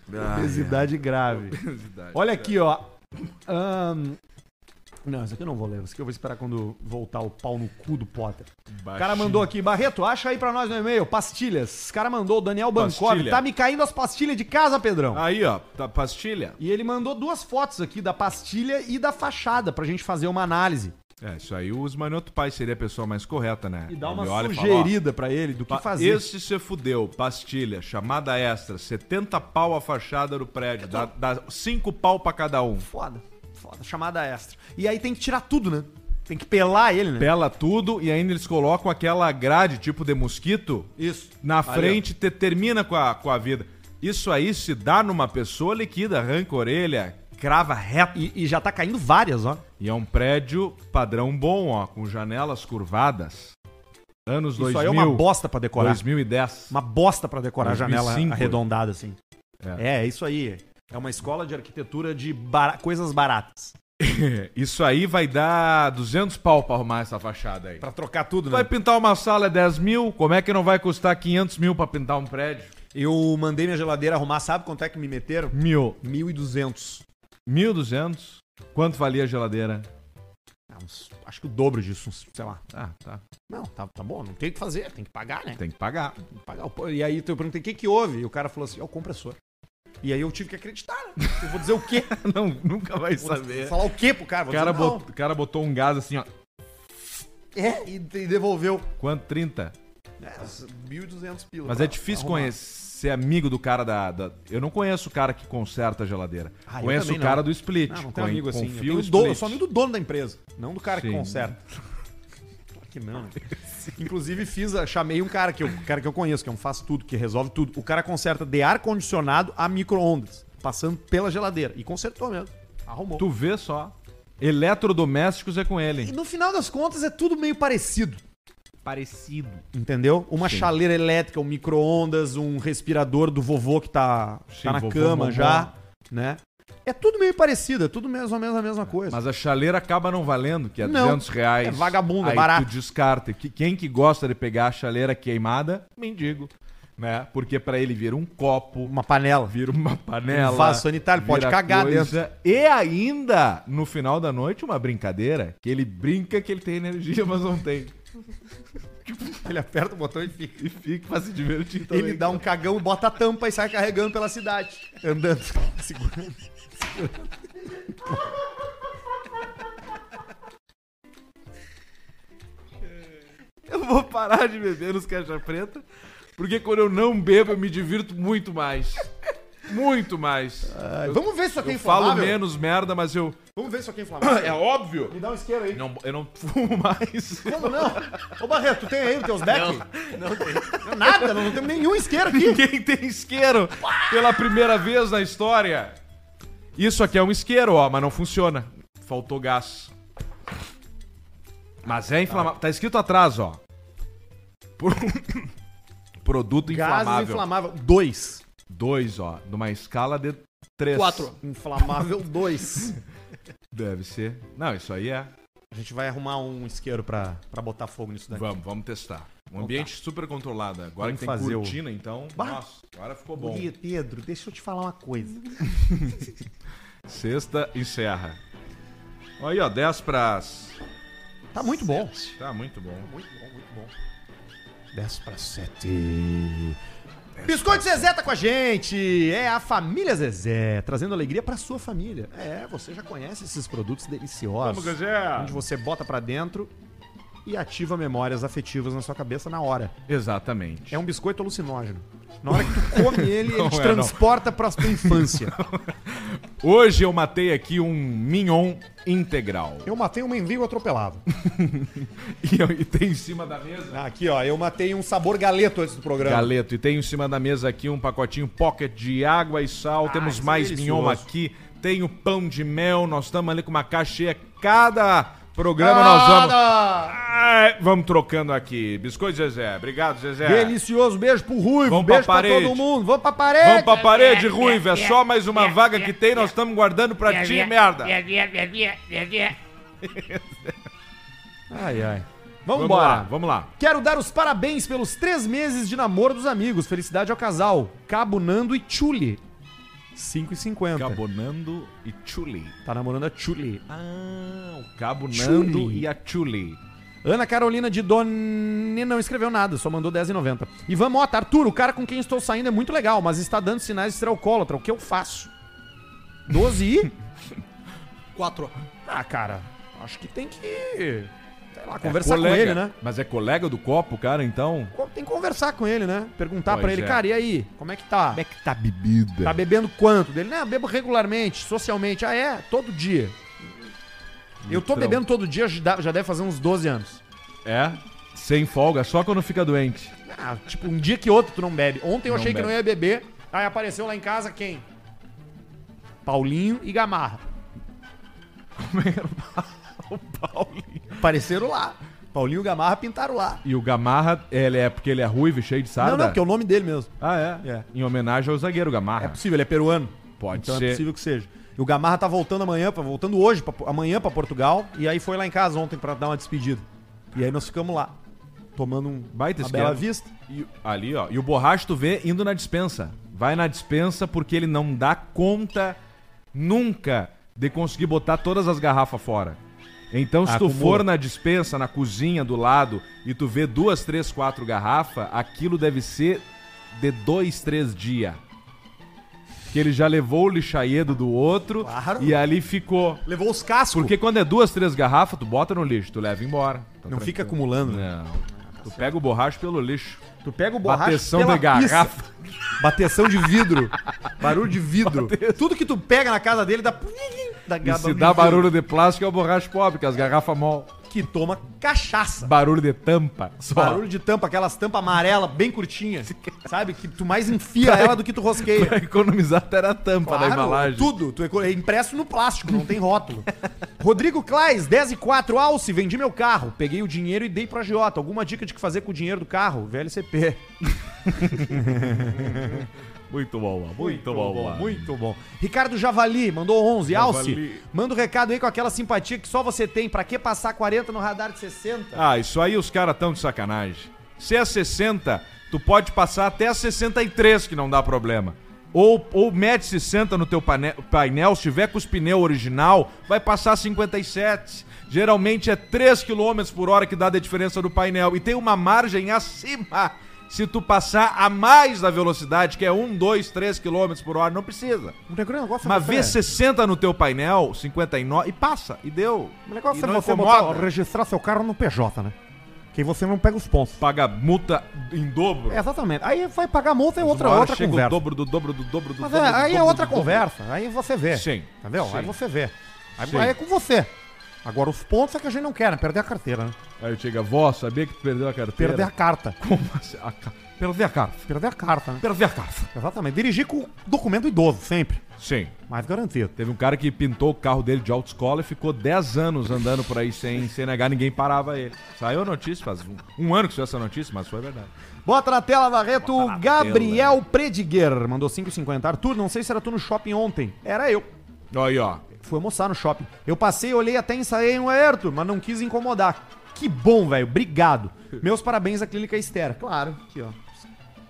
[SPEAKER 2] Obesidade grave. Olha aqui, ó. Ahn, Não, isso aqui eu não vou ler. Isso aqui eu vou esperar quando voltar o pau no cu do Potter. O cara mandou aqui, Barreto, acha aí pra nós no e-mail, pastilhas. O cara mandou, o Daniel Bancov,
[SPEAKER 1] Pastilha.
[SPEAKER 2] tá me caindo as pastilhas de casa, Pedrão.
[SPEAKER 1] Aí, ó, tá pastilha.
[SPEAKER 2] E ele mandou duas fotos aqui da pastilha e da fachada pra gente fazer uma análise
[SPEAKER 1] É, isso aí o Osmanioto Pai seria a pessoa mais correta, né?
[SPEAKER 2] e dar uma
[SPEAKER 1] Ele olha e fala, ó,
[SPEAKER 2] sugerida pra ele do que
[SPEAKER 1] pa-
[SPEAKER 2] fazer.
[SPEAKER 1] Esse se fudeu, pastilha, chamada extra, 70 pau a fachada do prédio, dá, dá 5 pau pra cada um.
[SPEAKER 2] Foda, foda, chamada extra. E aí tem que tirar tudo, né? Tem que pelar ele, né?
[SPEAKER 1] Pela tudo e ainda eles colocam aquela grade tipo de mosquito
[SPEAKER 2] Isso.
[SPEAKER 1] na frente, te, termina com a, com a vida. Isso aí se dá numa pessoa liquida, arranca a orelha, crava reto. E,
[SPEAKER 2] E, e já tá caindo várias, ó.
[SPEAKER 1] é um prédio padrão bom, ó, com janelas curvadas. Anos
[SPEAKER 2] Isso
[SPEAKER 1] 2000,
[SPEAKER 2] aí é uma bosta pra decorar.
[SPEAKER 1] 2010.
[SPEAKER 2] Uma bosta pra decorar a janela
[SPEAKER 1] 2005.
[SPEAKER 2] arredondada, assim. É. é, isso aí. É uma escola de arquitetura de bara- coisas baratas.
[SPEAKER 1] Isso aí vai dar 200 pau pra arrumar essa fachada aí.
[SPEAKER 2] Pra trocar tudo, né?
[SPEAKER 1] Vai pintar uma sala é 10 mil, como é que não vai custar 500 mil pra pintar um prédio?
[SPEAKER 2] Eu mandei minha geladeira arrumar, sabe quanto é que me meteram?
[SPEAKER 1] Mil.
[SPEAKER 2] 1.200.
[SPEAKER 1] 1.200? Quanto valia a geladeira?
[SPEAKER 2] Ah, uns- Acho que o dobro disso, uns- sei lá.
[SPEAKER 1] Ah, tá.
[SPEAKER 2] Não, tá, tá bom, não tem o que fazer, tem que pagar, né?
[SPEAKER 1] Tem que pagar.
[SPEAKER 2] Tem que pagar. o po- E aí eu perguntei, o que que houve? E o cara falou assim, ó, o compressor. E aí eu tive que acreditar, né? Eu vou dizer o quê?
[SPEAKER 1] Não, nunca vai
[SPEAKER 2] Vou
[SPEAKER 1] saber.
[SPEAKER 2] falar o quê pro cara?
[SPEAKER 1] O
[SPEAKER 2] Vou
[SPEAKER 1] cara,
[SPEAKER 2] dizer, não.
[SPEAKER 1] bot- o cara botou um gás assim, ó.
[SPEAKER 2] É, e, e devolveu.
[SPEAKER 1] Quanto? 30?
[SPEAKER 2] É, 1.200 pila.
[SPEAKER 1] Mas
[SPEAKER 2] pra-
[SPEAKER 1] é difícil
[SPEAKER 2] pra arrumar.
[SPEAKER 1] conhecer amigo do cara da, da- Eu não conheço o cara que conserta a geladeira.
[SPEAKER 2] Ah, eu
[SPEAKER 1] conheço
[SPEAKER 2] também
[SPEAKER 1] o cara
[SPEAKER 2] não.
[SPEAKER 1] do split.
[SPEAKER 2] Não, não
[SPEAKER 1] Con-
[SPEAKER 2] tenho amigo assim. Eu,
[SPEAKER 1] confio
[SPEAKER 2] tenho
[SPEAKER 1] o
[SPEAKER 2] o dono, eu
[SPEAKER 1] split.
[SPEAKER 2] sou amigo do dono da empresa, não do cara que
[SPEAKER 1] Sim.
[SPEAKER 2] conserta. Claro que não, né? Inclusive fiz, a- chamei um cara que eu, um cara que eu conheço, que é um faz tudo, que resolve tudo. O cara conserta de ar condicionado a micro-ondas, passando pela geladeira e consertou mesmo. Arrumou.
[SPEAKER 1] Tu vê só. Eletrodomésticos é com ele.
[SPEAKER 2] E no final das contas é tudo meio parecido.
[SPEAKER 1] Parecido.
[SPEAKER 2] Entendeu? Uma chaleira elétrica, um micro-ondas, um respirador do vovô que tá,
[SPEAKER 1] Sim,
[SPEAKER 2] tá na
[SPEAKER 1] vovô
[SPEAKER 2] cama
[SPEAKER 1] bombom.
[SPEAKER 2] já, né? É tudo meio parecido, é tudo mais ou menos a mesma coisa.
[SPEAKER 1] Mas a chaleira acaba não valendo, que é
[SPEAKER 2] Não,
[SPEAKER 1] 200 reais.
[SPEAKER 2] é vagabundo, é
[SPEAKER 1] Aí
[SPEAKER 2] barato.
[SPEAKER 1] tu descarta. Que- Quem que gosta de pegar a chaleira queimada, mendigo. Né? Porque pra ele vira um copo,
[SPEAKER 2] Uma panela.
[SPEAKER 1] vira uma panela.
[SPEAKER 2] Um vaso sanitário, pode
[SPEAKER 1] vira
[SPEAKER 2] cagar
[SPEAKER 1] E ainda, no final da noite, uma brincadeira, que ele brinca que ele tem energia, mas não tem.
[SPEAKER 2] Ele aperta o botão e fica.
[SPEAKER 1] E fica pra se divertir também.
[SPEAKER 2] Ele dá um cagão, bota a tampa e sai carregando pela cidade. Andando. Segurando.
[SPEAKER 1] Eu vou parar de beber nos caixa preta, porque quando eu não bebo, eu me divirto muito mais. Muito mais.
[SPEAKER 2] Vamos ver se isso aqui é
[SPEAKER 1] eu falo
[SPEAKER 2] inflamável.
[SPEAKER 1] menos merda, mas eu...
[SPEAKER 2] Vamos ver se isso aqui é inflamável.
[SPEAKER 1] É óbvio.
[SPEAKER 2] Me dá um isqueiro aí.
[SPEAKER 1] Não, eu não fumo mais.
[SPEAKER 2] Como não? Ô Barreto, tu tem aí os teus back?
[SPEAKER 6] Não tem.
[SPEAKER 2] Nada, não, tem nenhum isqueiro aqui.
[SPEAKER 1] Ninguém tem isqueiro pela primeira vez na história. Isso aqui é um isqueiro, ó, mas não funciona. Faltou gás. Mas é inflamável. Tá escrito atrás, ó. Por- Produto
[SPEAKER 2] Gases
[SPEAKER 1] inflamável.
[SPEAKER 2] inflamável. Dois.
[SPEAKER 1] Dois, ó. Numa escala de três.
[SPEAKER 6] Quatro.
[SPEAKER 2] Inflamável dois.
[SPEAKER 1] Deve ser. Não, isso aí é.
[SPEAKER 2] A gente vai arrumar um isqueiro pra, pra botar fogo nisso daqui.
[SPEAKER 1] Vamos, vamos testar. Um ambiente super controlado. Agora
[SPEAKER 2] Vamos
[SPEAKER 1] que tem
[SPEAKER 2] fazer o-
[SPEAKER 1] cortina, então. Nossa, agora ficou bom.
[SPEAKER 2] Guria, Pedro, deixa eu te falar uma coisa.
[SPEAKER 1] Sexta encerra. Aí, ó, 10 pras.
[SPEAKER 2] Tá muito bom.
[SPEAKER 1] Tá muito bom.
[SPEAKER 2] Muito bom, muito bom. 10 para 7. Biscoito Zezé tá com a gente! É a família Zezé, trazendo alegria pra sua família. É, você já conhece esses produtos deliciosos. Onde você bota pra dentro e ativa memórias afetivas na sua cabeça na hora.
[SPEAKER 1] Exatamente.
[SPEAKER 2] É um biscoito alucinógeno. Na hora que tu come ele,
[SPEAKER 1] Não
[SPEAKER 2] ele te
[SPEAKER 1] é, não.
[SPEAKER 2] transporta pra tua infância.
[SPEAKER 1] Hoje eu matei aqui um mignon integral.
[SPEAKER 2] É
[SPEAKER 8] Eu matei um mendigo atropelado.
[SPEAKER 1] E, eu- e tem em cima da mesa.
[SPEAKER 8] Ah, Aqui, ó, eu matei um sabor galeto antes do
[SPEAKER 2] Então.
[SPEAKER 8] programa.
[SPEAKER 1] Galeto, e tem em cima da mesa aqui um pacotinho pocket de água e sal. Temos
[SPEAKER 2] isso é
[SPEAKER 1] mais
[SPEAKER 2] delicioso.
[SPEAKER 1] mignon aqui. Tem o pão de mel. Nós estamos ali com uma caixa cheia. Cada programa
[SPEAKER 2] Ah,
[SPEAKER 1] nós vamos.
[SPEAKER 8] Nada!
[SPEAKER 1] Ah, vamos trocando aqui. Biscoito Zezé. Obrigado, Zezé.
[SPEAKER 2] Delicioso, beijo pro Ruivo,
[SPEAKER 1] É. Vamos
[SPEAKER 2] beijo
[SPEAKER 1] pra
[SPEAKER 2] pra,
[SPEAKER 1] parede.
[SPEAKER 2] todo mundo. Vamos pra parede.
[SPEAKER 1] Vamos pra parede, Ruivo. É só mais uma vaga
[SPEAKER 2] é,
[SPEAKER 1] que tem. Nós estamos guardando pra ti, merda.
[SPEAKER 2] Ai, ai.
[SPEAKER 1] Vamos lá,
[SPEAKER 2] Vamos embora.
[SPEAKER 1] vamos lá.
[SPEAKER 2] Quero dar os parabéns pelos três meses de namoro dos amigos. Felicidade ao casal. Cabo Nando e Chuli. 5 e 50.
[SPEAKER 1] Cabonando e Chuli.
[SPEAKER 2] Tá namorando a Chuli.
[SPEAKER 1] Ah, o Cabo
[SPEAKER 2] Chuli.
[SPEAKER 1] Nando e a Chuli.
[SPEAKER 2] Ana Carolina de Doni não escreveu nada, só mandou 10,90. Ivan Mota, Arthur, o cara com quem estou saindo é muito legal, mas está dando sinais de ser alcoólatra. O que eu faço? 12 e?
[SPEAKER 6] Quatro.
[SPEAKER 2] Ah, cara, acho que tem que. Sei
[SPEAKER 1] É
[SPEAKER 2] lá, conversar com
[SPEAKER 1] Colega.
[SPEAKER 2] ele, né?
[SPEAKER 1] Mas é colega do copo, cara, então?
[SPEAKER 2] Co- Tem que conversar com ele, né? Perguntar
[SPEAKER 1] Pois
[SPEAKER 2] pra ele,
[SPEAKER 1] é.
[SPEAKER 2] cara, e aí? Como é que tá?
[SPEAKER 1] é que tá bebida?
[SPEAKER 2] Tá bebendo quanto? Dele, não, bebo regularmente, socialmente. Ah, é? Todo dia. Eu tô
[SPEAKER 1] Então.
[SPEAKER 2] bebendo todo dia, já dá- já deve fazer uns 12 anos.
[SPEAKER 1] É? Sem folga, só quando fica doente.
[SPEAKER 2] Ah, tipo, um dia que outro tu não bebe. Ontem eu
[SPEAKER 1] Não
[SPEAKER 2] achei que
[SPEAKER 1] bebe.
[SPEAKER 2] não ia beber. Aí apareceu lá em casa quem? Paulinho e Gamarra.
[SPEAKER 1] é
[SPEAKER 2] Apareceram lá. Paulinho e Gamarra pintaram lá.
[SPEAKER 1] E o Gamarra, ele é porque ele é ruivo e cheio de sarda?
[SPEAKER 2] Não, não, porque é o nome dele mesmo.
[SPEAKER 1] Ah, é?
[SPEAKER 2] É.
[SPEAKER 1] Em homenagem ao zagueiro Gamarra.
[SPEAKER 2] É possível, ele é peruano.
[SPEAKER 1] Pode
[SPEAKER 2] então
[SPEAKER 1] ser.
[SPEAKER 2] é possível que seja. E o Gamarra tá voltando amanhã, pra- voltando hoje, pra- amanhã pra Portugal. E aí foi lá em casa ontem pra dar uma despedida. E aí nós ficamos lá, tomando um
[SPEAKER 1] Baita
[SPEAKER 2] uma
[SPEAKER 1] esquema.
[SPEAKER 2] bela vista.
[SPEAKER 1] E- ali, ó. E o borracho tu vê indo na dispensa. Vai na dispensa porque ele não dá conta nunca de conseguir botar todas as garrafas fora. Então, se tu
[SPEAKER 2] Acumula.
[SPEAKER 1] for na dispensa, na cozinha do lado, e tu vê duas, três, quatro garrafas, aquilo deve ser de dois, três dias. Que ele já levou o lixaedo do outro
[SPEAKER 2] Claro.
[SPEAKER 1] e ali ficou.
[SPEAKER 2] Levou os cascos.
[SPEAKER 1] Porque quando é duas, três garrafas, tu bota no lixo, tu leva embora. Tá
[SPEAKER 2] não
[SPEAKER 1] tranquilo.
[SPEAKER 2] fica acumulando. né?
[SPEAKER 1] Não. Tu pega o borracho pelo lixo.
[SPEAKER 2] Tu pega o
[SPEAKER 1] Bateção da
[SPEAKER 2] pela pista.
[SPEAKER 1] garrafa.
[SPEAKER 2] Bateção de vidro. barulho de vidro. Tudo que tu pega na casa dele dá. dá
[SPEAKER 1] E se dá barulho de plástico é o borracho pobre, que as garrafas mol.
[SPEAKER 2] Que toma cachaça.
[SPEAKER 1] Barulho de tampa. Só.
[SPEAKER 2] Barulho de tampa, aquelas tampas amarelas, bem curtinhas. Sabe? Que tu mais enfia ela do que tu
[SPEAKER 1] Pra
[SPEAKER 2] rosqueia.
[SPEAKER 1] economizar até na tampa da embalagem.
[SPEAKER 2] Tudo. Tu é impresso no plástico, não tem rótulo. Rodrigo Claes, 10 e 4, Alce, vendi meu carro. Peguei o dinheiro e dei pro agiota. Alguma dica de que fazer com o dinheiro do carro? VLCP.
[SPEAKER 1] Muito bom, muito, muito bom. bom.
[SPEAKER 2] muito bom. Ricardo Javali mandou 11. Alce,
[SPEAKER 1] Javali.
[SPEAKER 2] manda o um recado aí com aquela simpatia que só você tem. Pra que passar 40 no radar de 60?
[SPEAKER 1] Ah, isso aí os caras tão de sacanagem. Se é 60, tu pode passar até a 63 que não dá problema. Ou, ou mete 60 no teu pane- painel, se tiver com os pneus original, vai passar 57. Geralmente é 3 km por hora que dá de diferença do painel. E tem uma margem acima se tu passar a mais da velocidade, que é 1, 2, 3 km por hora. Não precisa.
[SPEAKER 2] O negócio
[SPEAKER 8] Tá
[SPEAKER 2] gosta
[SPEAKER 1] Mas vê 60 no teu painel, 59, e passa, e deu.
[SPEAKER 8] O negócio
[SPEAKER 1] E
[SPEAKER 8] é
[SPEAKER 1] não
[SPEAKER 8] você
[SPEAKER 1] incomoda.
[SPEAKER 8] botar, registrar seu carro no PJ, né? Que aí você não pega os pontos.
[SPEAKER 1] Paga multa em dobro.
[SPEAKER 8] É, exatamente. Aí vai pagar multa e
[SPEAKER 1] Mas
[SPEAKER 8] outra,
[SPEAKER 1] uma hora
[SPEAKER 8] outra
[SPEAKER 1] chega
[SPEAKER 8] conversa.
[SPEAKER 1] O dobro do dobro do dobro do
[SPEAKER 8] Mas
[SPEAKER 1] dobro.
[SPEAKER 8] é,
[SPEAKER 1] do
[SPEAKER 8] aí é
[SPEAKER 1] dobro
[SPEAKER 8] outra
[SPEAKER 1] do dobro.
[SPEAKER 8] conversa. Aí você vê.
[SPEAKER 1] Sim,
[SPEAKER 8] Entendeu? Aí
[SPEAKER 1] sim.
[SPEAKER 8] você vê. Aí,
[SPEAKER 1] Sim.
[SPEAKER 8] aí é com você. Agora, os pontos é que a gente não quer, né? Perder a carteira, né?
[SPEAKER 1] Aí chega, vó, sabia que tu perdeu a carteira?
[SPEAKER 8] Perder a carta.
[SPEAKER 1] Como assim? A ca- Perder a carta.
[SPEAKER 8] Perder a carta, né?
[SPEAKER 1] Perder a carta.
[SPEAKER 8] Exatamente. Dirigir com documento idoso, sempre.
[SPEAKER 1] Sim.
[SPEAKER 8] Mais garantido.
[SPEAKER 1] Teve um cara que pintou o carro dele de autoescola e ficou 10 anos andando por aí sem CNH, ninguém parava ele. Saiu a notícia, faz um, um ano que saiu essa notícia, mas foi verdade.
[SPEAKER 2] Bota na tela, né? Barreto.
[SPEAKER 1] na
[SPEAKER 2] Gabriel Prediger mandou 5,50. Arthur, não sei se era tu no shopping ontem. Era eu.
[SPEAKER 1] Olha aí, ó.
[SPEAKER 2] Fui almoçar no shopping. Eu passei, olhei até ensaiei um Ayrton, mas não quis incomodar. Que bom, velho. Obrigado. Meus parabéns à Clínica Estera. Claro, aqui, ó.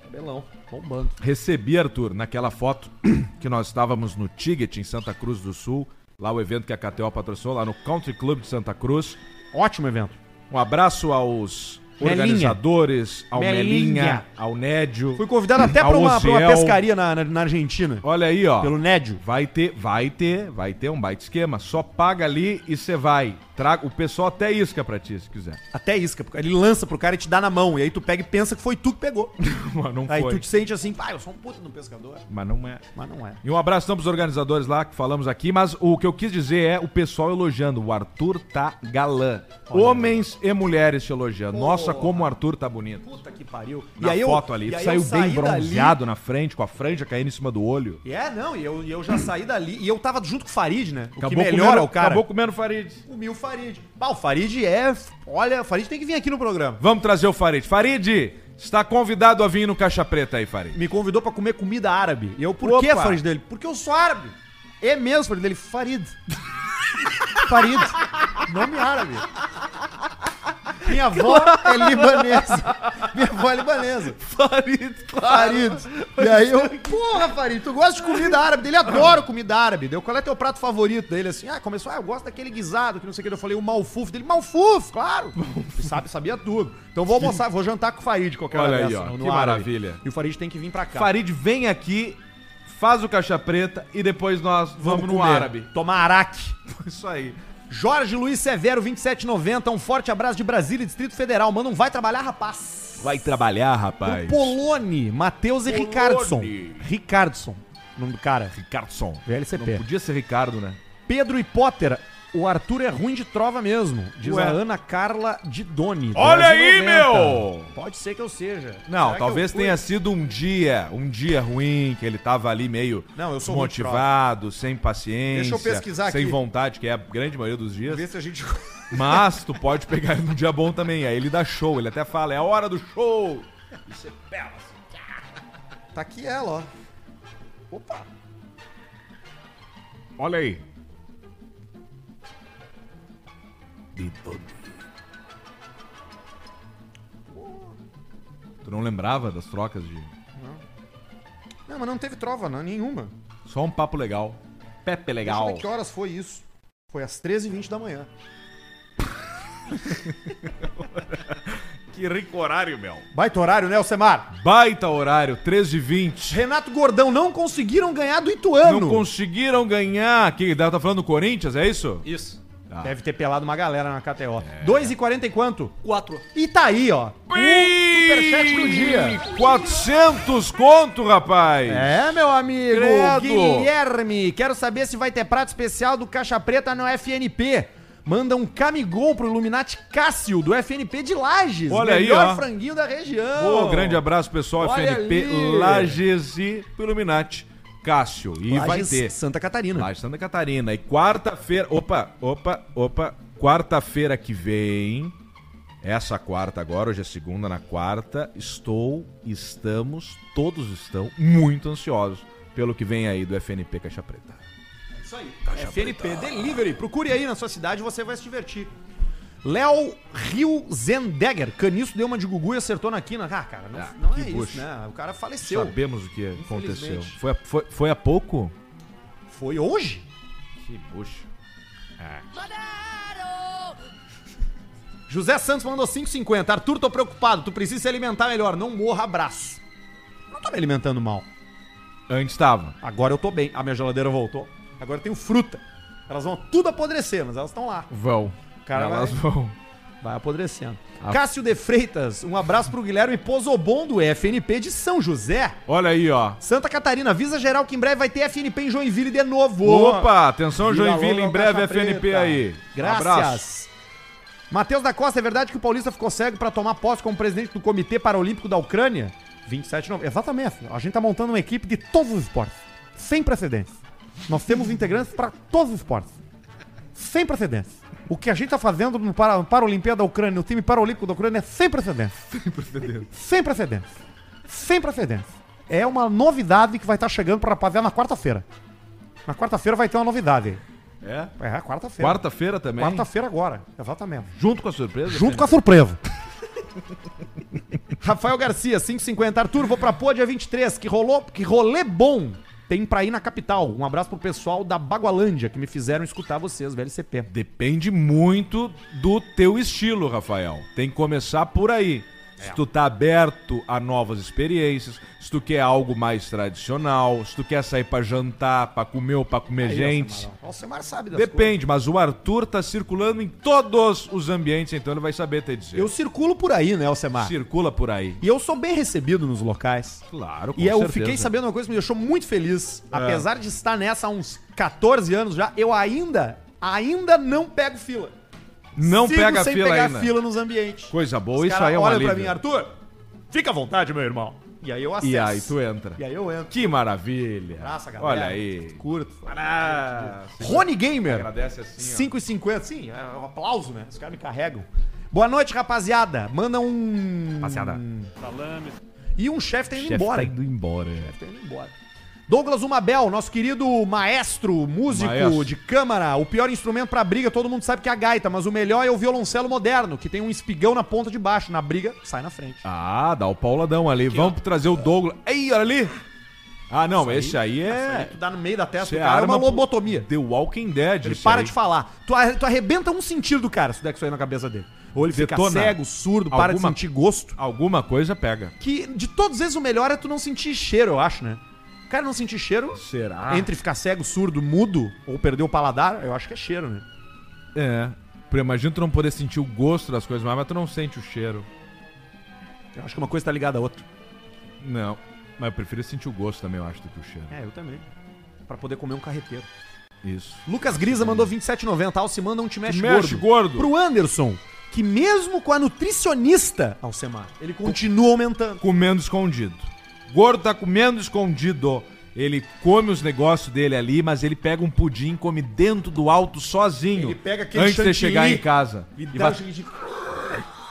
[SPEAKER 2] Cabelão, bombando.
[SPEAKER 1] Recebi, Arthur, naquela foto que nós estávamos no Ticket em Santa Cruz do Sul, lá o evento que a KTO patrocinou, lá no Country Club de Santa Cruz.
[SPEAKER 2] Ótimo evento.
[SPEAKER 1] Um abraço aos
[SPEAKER 2] Melinha.
[SPEAKER 1] organizadores, ao Melinha,
[SPEAKER 2] Melinha.
[SPEAKER 1] ao Nédio.
[SPEAKER 2] Fui convidado até pra uma, pra uma
[SPEAKER 1] Alociel.
[SPEAKER 2] pescaria na, na- na Argentina.
[SPEAKER 1] Olha aí, ó.
[SPEAKER 2] Pelo Nédio.
[SPEAKER 1] Vai ter, vai ter, vai ter um baita esquema. Só paga ali e você vai. Traga, o pessoal até isca pra ti, se quiser.
[SPEAKER 2] Até isca. porque Ele lança pro cara e te dá na mão. E aí tu pega e pensa que foi tu que pegou.
[SPEAKER 1] Mas não
[SPEAKER 2] aí
[SPEAKER 1] foi.
[SPEAKER 2] tu te sente assim, pai, eu sou um puta de um pescador.
[SPEAKER 1] Mas não é.
[SPEAKER 2] Mas não é.
[SPEAKER 1] E um abraço então pros organizadores lá que falamos aqui, mas o que eu quis dizer é o pessoal elogiando. O Arthur tá galã. Homens e mulheres te elogiando. Nossa, como o Arthur tá bonito.
[SPEAKER 2] Puta que pariu.
[SPEAKER 1] Na foto ali,
[SPEAKER 2] e
[SPEAKER 1] tu
[SPEAKER 2] aí
[SPEAKER 1] saiu
[SPEAKER 2] eu
[SPEAKER 1] bem
[SPEAKER 2] saí dali-
[SPEAKER 1] bronzeado na frente, com a franja caindo em cima do olho.
[SPEAKER 2] É, não, e eu, e eu já saí dali. E eu tava junto com o Farid, né? O
[SPEAKER 1] Acabou
[SPEAKER 2] que melhora
[SPEAKER 1] comendo-
[SPEAKER 2] o cara.
[SPEAKER 1] Acabou comendo Farid.
[SPEAKER 2] Comiu o Farid. Bah, o Farid é. Olha, o Farid tem que vir aqui no programa.
[SPEAKER 1] Vamos trazer o Farid. Farid, está convidado a vir no Caixa Preta aí, Farid.
[SPEAKER 2] Me convidou pra comer comida árabe. E eu, por
[SPEAKER 1] Opa.
[SPEAKER 2] que, Farid dele? Porque eu sou árabe. É mesmo, Farid dele. Farid. Farid. Nome árabe. Minha avó é libanesa. Minha avó é libanesa.
[SPEAKER 1] Farid,
[SPEAKER 2] Farid. E aí eu, porra, Farid, tu gosta de comida árabe? Ele adora comida árabe. Deu, qual é teu prato favorito dele? Assim, ah, começou, ah, eu gosto daquele guisado, que não sei o que. Eu falei, o malfuf dele, malfuf, claro. Sabe, sabia tudo. Então vou almoçar, vou jantar com o Farid qualquer
[SPEAKER 1] Olha
[SPEAKER 2] hora
[SPEAKER 1] aí,
[SPEAKER 2] dessa,
[SPEAKER 1] ó,
[SPEAKER 2] no- no
[SPEAKER 1] que
[SPEAKER 2] árabe.
[SPEAKER 1] maravilha.
[SPEAKER 2] E o Farid tem que vir pra cá.
[SPEAKER 1] Farid vem aqui, faz o Caixa Preta e depois nós vamos, no árabe.
[SPEAKER 2] Tomar araque.
[SPEAKER 1] Isso aí.
[SPEAKER 2] Jorge Luiz Severo, 2790, um forte abraço de Brasília, e Distrito Federal. Mano, um vai trabalhar, rapaz.
[SPEAKER 1] Vai trabalhar,
[SPEAKER 2] O
[SPEAKER 1] rapaz.
[SPEAKER 2] Polone, Matheus e
[SPEAKER 1] Polone.
[SPEAKER 2] Ricardson. Ricardson, nome do cara.
[SPEAKER 1] Ricardson.
[SPEAKER 2] VLCP.
[SPEAKER 1] Não podia ser Ricardo, né?
[SPEAKER 2] Pedro e Potter, o Arthur é ruim de trova mesmo, diz
[SPEAKER 1] Ué.
[SPEAKER 2] a Ana Carla de Doni.
[SPEAKER 1] Olha aí,
[SPEAKER 2] 90.
[SPEAKER 1] meu!
[SPEAKER 2] Pode ser que eu seja.
[SPEAKER 1] Não,
[SPEAKER 2] Será que
[SPEAKER 1] talvez
[SPEAKER 2] eu fui?
[SPEAKER 1] tenha sido um dia, um dia ruim, que ele tava ali meio
[SPEAKER 2] Não, eu sou ruim de
[SPEAKER 1] motivado, sem paciência.
[SPEAKER 2] Deixa eu pesquisar
[SPEAKER 1] Sem
[SPEAKER 2] aqui.
[SPEAKER 1] vontade, que é a grande maioria dos dias.
[SPEAKER 2] Vê se a gente.
[SPEAKER 1] Mas tu pode pegar ele num dia bom também. Aí ele dá show, ele até fala, é a hora do show.
[SPEAKER 2] tá aqui ela, ó. Opa!
[SPEAKER 1] Olha aí. Tu não lembrava das trocas de.
[SPEAKER 2] Não, mas não teve trova, não, nenhuma.
[SPEAKER 1] Só um papo legal. Pepe
[SPEAKER 2] Deixa eu
[SPEAKER 1] legal.
[SPEAKER 2] ver que horas foi isso. Foi às 13h20 da manhã.
[SPEAKER 1] Que rico horário, meu.
[SPEAKER 2] Baita horário, né, Alcemar?
[SPEAKER 1] Baita horário, 13h20.
[SPEAKER 2] Renato Gordão não conseguiram ganhar do Ituano.
[SPEAKER 1] Não conseguiram ganhar. Que tá falando do Corinthians, é isso?
[SPEAKER 6] Isso.
[SPEAKER 2] Deve ter pelado uma galera na KTO.
[SPEAKER 1] É.
[SPEAKER 2] 2,40 e quanto?
[SPEAKER 6] Quatro.
[SPEAKER 2] E tá aí, ó. superchat do dia.
[SPEAKER 1] 400 conto, rapaz.
[SPEAKER 2] É, meu amigo.
[SPEAKER 1] Credo.
[SPEAKER 2] Guilherme, quero saber se vai ter prato especial do Caixa Preta no FNP. Manda um camigol pro Illuminati Cássio, do FNP de Lages.
[SPEAKER 1] Olha aí,
[SPEAKER 2] melhor
[SPEAKER 1] ó.
[SPEAKER 2] franguinho da região.
[SPEAKER 1] Pô, grande abraço, pessoal.
[SPEAKER 2] Olha
[SPEAKER 1] FNP
[SPEAKER 2] ali.
[SPEAKER 1] Lages e Illuminati. Cássio. E
[SPEAKER 2] Lages,
[SPEAKER 1] vai ter.
[SPEAKER 2] Santa Catarina.
[SPEAKER 1] Lages Santa Catarina. E quarta-feira. Opa, opa, opa. Quarta-feira que vem. Essa quarta agora, hoje é segunda, na quarta, estou, estamos, todos estão muito ansiosos pelo que vem aí do FNP Caixa Preta.
[SPEAKER 2] Isso aí. FNP Delivery. Procure aí na sua cidade, você vai se divertir. Léo Rio Zendegger. Caniço deu uma de Gugu e acertou na quina. Ah, cara, não,
[SPEAKER 1] Ah,
[SPEAKER 2] não
[SPEAKER 1] que
[SPEAKER 2] é isso,
[SPEAKER 1] bucha.
[SPEAKER 2] né? O cara faleceu.
[SPEAKER 1] Sabemos o que aconteceu.
[SPEAKER 2] Infelizmente.
[SPEAKER 1] Foi, a- foi, foi há pouco?
[SPEAKER 2] Foi hoje?
[SPEAKER 1] Que bucha.
[SPEAKER 2] José Santos mandou 5,50. Arthur, tô preocupado. Tu precisa se alimentar melhor. Não morra, abraço. Não tô me alimentando mal.
[SPEAKER 1] Antes estava.
[SPEAKER 2] Agora eu tô bem. A minha geladeira voltou. Agora eu tenho fruta. Elas vão tudo apodrecer, mas elas estão lá.
[SPEAKER 1] Vão.
[SPEAKER 2] Cara,
[SPEAKER 1] Elas
[SPEAKER 2] vai-
[SPEAKER 1] vão.
[SPEAKER 2] Vai apodrecendo.
[SPEAKER 1] A-
[SPEAKER 2] Cássio de Freitas, um abraço pro Guilherme Pozobon do FNP de São José.
[SPEAKER 1] Olha aí, ó.
[SPEAKER 2] Santa Catarina, avisa geral que em breve vai ter FNP em Joinville de novo.
[SPEAKER 1] Opa, atenção
[SPEAKER 2] Vira
[SPEAKER 1] Joinville,
[SPEAKER 2] logo
[SPEAKER 1] em
[SPEAKER 2] o
[SPEAKER 1] breve
[SPEAKER 2] Caixa
[SPEAKER 1] FNP
[SPEAKER 2] Preta.
[SPEAKER 1] aí. Abraço.
[SPEAKER 2] Graças. Matheus da Costa, é verdade que o Paulista ficou cego pra tomar posse como presidente do Comitê Paralímpico da Ucrânia? 27 de novembro. Exatamente. A gente tá montando uma equipe de todos os esportes. Sem precedentes. Nós temos integrantes pra todos os esportes. Sem precedentes. O que a gente tá fazendo no para, Paralimpíada da Ucrânia, no time paralímpico da Ucrânia, é sem precedentes. Sem precedentes. Sem precedentes. É uma novidade que vai estar chegando pra rapaziada na quarta-feira. Na quarta-feira vai ter uma novidade.
[SPEAKER 1] É?
[SPEAKER 2] É, quarta-feira.
[SPEAKER 1] Quarta-feira também.
[SPEAKER 2] Quarta-feira agora, exatamente.
[SPEAKER 1] Junto com a surpresa?
[SPEAKER 2] Junto com a surpresa. Rafael Garcia, 5,50. Arthur, vou pra Pô dia 23, que rolou, que rolê bom tem pra ir na capital. Um abraço pro pessoal da Bagualândia, que me fizeram escutar vocês, VLCP.
[SPEAKER 1] Depende muito do teu estilo, Rafael. Tem que começar por aí.
[SPEAKER 2] É.
[SPEAKER 1] se tu tá aberto a novas experiências, se tu quer algo mais tradicional, se tu quer sair pra jantar, pra comer ou pra comer gente.
[SPEAKER 2] Nossa, Alcemar sabe das
[SPEAKER 1] Depende, mas o Arthur tá circulando em todos os ambientes, então ele vai saber te dizer. Ah.
[SPEAKER 2] coisas. Eu circulo por aí, né, Alcemar?
[SPEAKER 1] Circula por aí.
[SPEAKER 2] E eu sou bem recebido nos locais.
[SPEAKER 1] Claro,
[SPEAKER 2] E eu fiquei sabendo uma coisa que me deixou muito feliz.
[SPEAKER 1] Ah.
[SPEAKER 2] Apesar de estar nessa há uns 14 anos já, eu ainda, ainda não pego fila.
[SPEAKER 1] Não
[SPEAKER 2] Sigo
[SPEAKER 1] pega a
[SPEAKER 2] sem
[SPEAKER 1] fila
[SPEAKER 2] pegar
[SPEAKER 1] ainda.
[SPEAKER 2] fila nos ambientes.
[SPEAKER 1] Coisa boa,
[SPEAKER 2] Os
[SPEAKER 1] isso
[SPEAKER 2] cara
[SPEAKER 1] aí é um
[SPEAKER 2] olha
[SPEAKER 1] alívio.
[SPEAKER 2] pra mim, Arthur, fica à vontade, meu irmão. E aí eu acesso.
[SPEAKER 1] E aí tu entra.
[SPEAKER 2] E aí eu entro.
[SPEAKER 1] Que maravilha.
[SPEAKER 2] Abraça, galera.
[SPEAKER 1] Olha aí.
[SPEAKER 2] Curto.
[SPEAKER 1] Ah,
[SPEAKER 2] Rony Gamer,
[SPEAKER 1] Agradece assim, ó.
[SPEAKER 2] 5,50. Sim, é um aplauso, né? Os caras me carregam. Boa noite, rapaziada. Manda um...
[SPEAKER 1] Rapaziada.
[SPEAKER 2] E um chefe tá indo
[SPEAKER 1] Chefe
[SPEAKER 2] embora.
[SPEAKER 1] tá indo Hum, embora.
[SPEAKER 2] Tá indo embora. Douglas Umabel, nosso querido maestro, músico
[SPEAKER 1] Maestro.
[SPEAKER 2] de câmara. O pior instrumento pra briga, todo mundo sabe que é a gaita, mas o melhor é o violoncelo moderno, que tem um espigão na ponta de baixo. Na briga, sai na frente.
[SPEAKER 1] Ah, dá o pauladão ali. Vamos trazer o Douglas. Ei, olha ali. Ah, não, esse aí
[SPEAKER 2] Aí
[SPEAKER 1] é...
[SPEAKER 2] tu dá no meio da
[SPEAKER 1] Esse
[SPEAKER 2] testa do
[SPEAKER 1] é
[SPEAKER 2] cara, é uma
[SPEAKER 1] arma pro-
[SPEAKER 2] lobotomia.
[SPEAKER 1] The Walking Dead.
[SPEAKER 2] Ele
[SPEAKER 1] isso
[SPEAKER 2] para
[SPEAKER 1] aí.
[SPEAKER 2] de falar. Tu, ar- tu arrebenta um sentido do cara se tu der com isso aí na cabeça dele. Ou ele fica
[SPEAKER 1] Detona.
[SPEAKER 2] cego, surdo, para de
[SPEAKER 1] Alguma-
[SPEAKER 2] sentir gosto.
[SPEAKER 1] Alguma coisa pega.
[SPEAKER 2] Que de todos eles o melhor é tu não sentir cheiro, eu acho, né? Cara, não sentir cheiro.
[SPEAKER 1] Será?
[SPEAKER 2] Entre ficar cego, surdo, mudo ou perder o paladar, eu acho que é cheiro, né?
[SPEAKER 1] É. Porque eu imagino tu não poder sentir o gosto das coisas mais, mas tu não sente o cheiro.
[SPEAKER 2] Eu acho que uma coisa tá ligada à outra.
[SPEAKER 1] Não. Mas eu prefiro sentir o gosto também, eu acho, do que o cheiro.
[SPEAKER 2] É, eu também. Pra poder comer um carreteiro.
[SPEAKER 1] Isso.
[SPEAKER 2] Lucas Grisa mandou 27,90. Alce manda um te mexe,
[SPEAKER 1] Te mexe, gordo.
[SPEAKER 2] Pro Anderson, que mesmo com a nutricionista, Alcemar, ele continua aumentando.
[SPEAKER 1] Comendo escondido. Gordo tá comendo escondido. Ele come os negócios dele ali, mas ele pega um pudim e come dentro do alto sozinho.
[SPEAKER 2] Ele pega aquele
[SPEAKER 1] Antes de
[SPEAKER 2] chantilly
[SPEAKER 1] chegar em casa.
[SPEAKER 2] E
[SPEAKER 1] E
[SPEAKER 2] dá
[SPEAKER 1] vai-
[SPEAKER 2] um jeito de-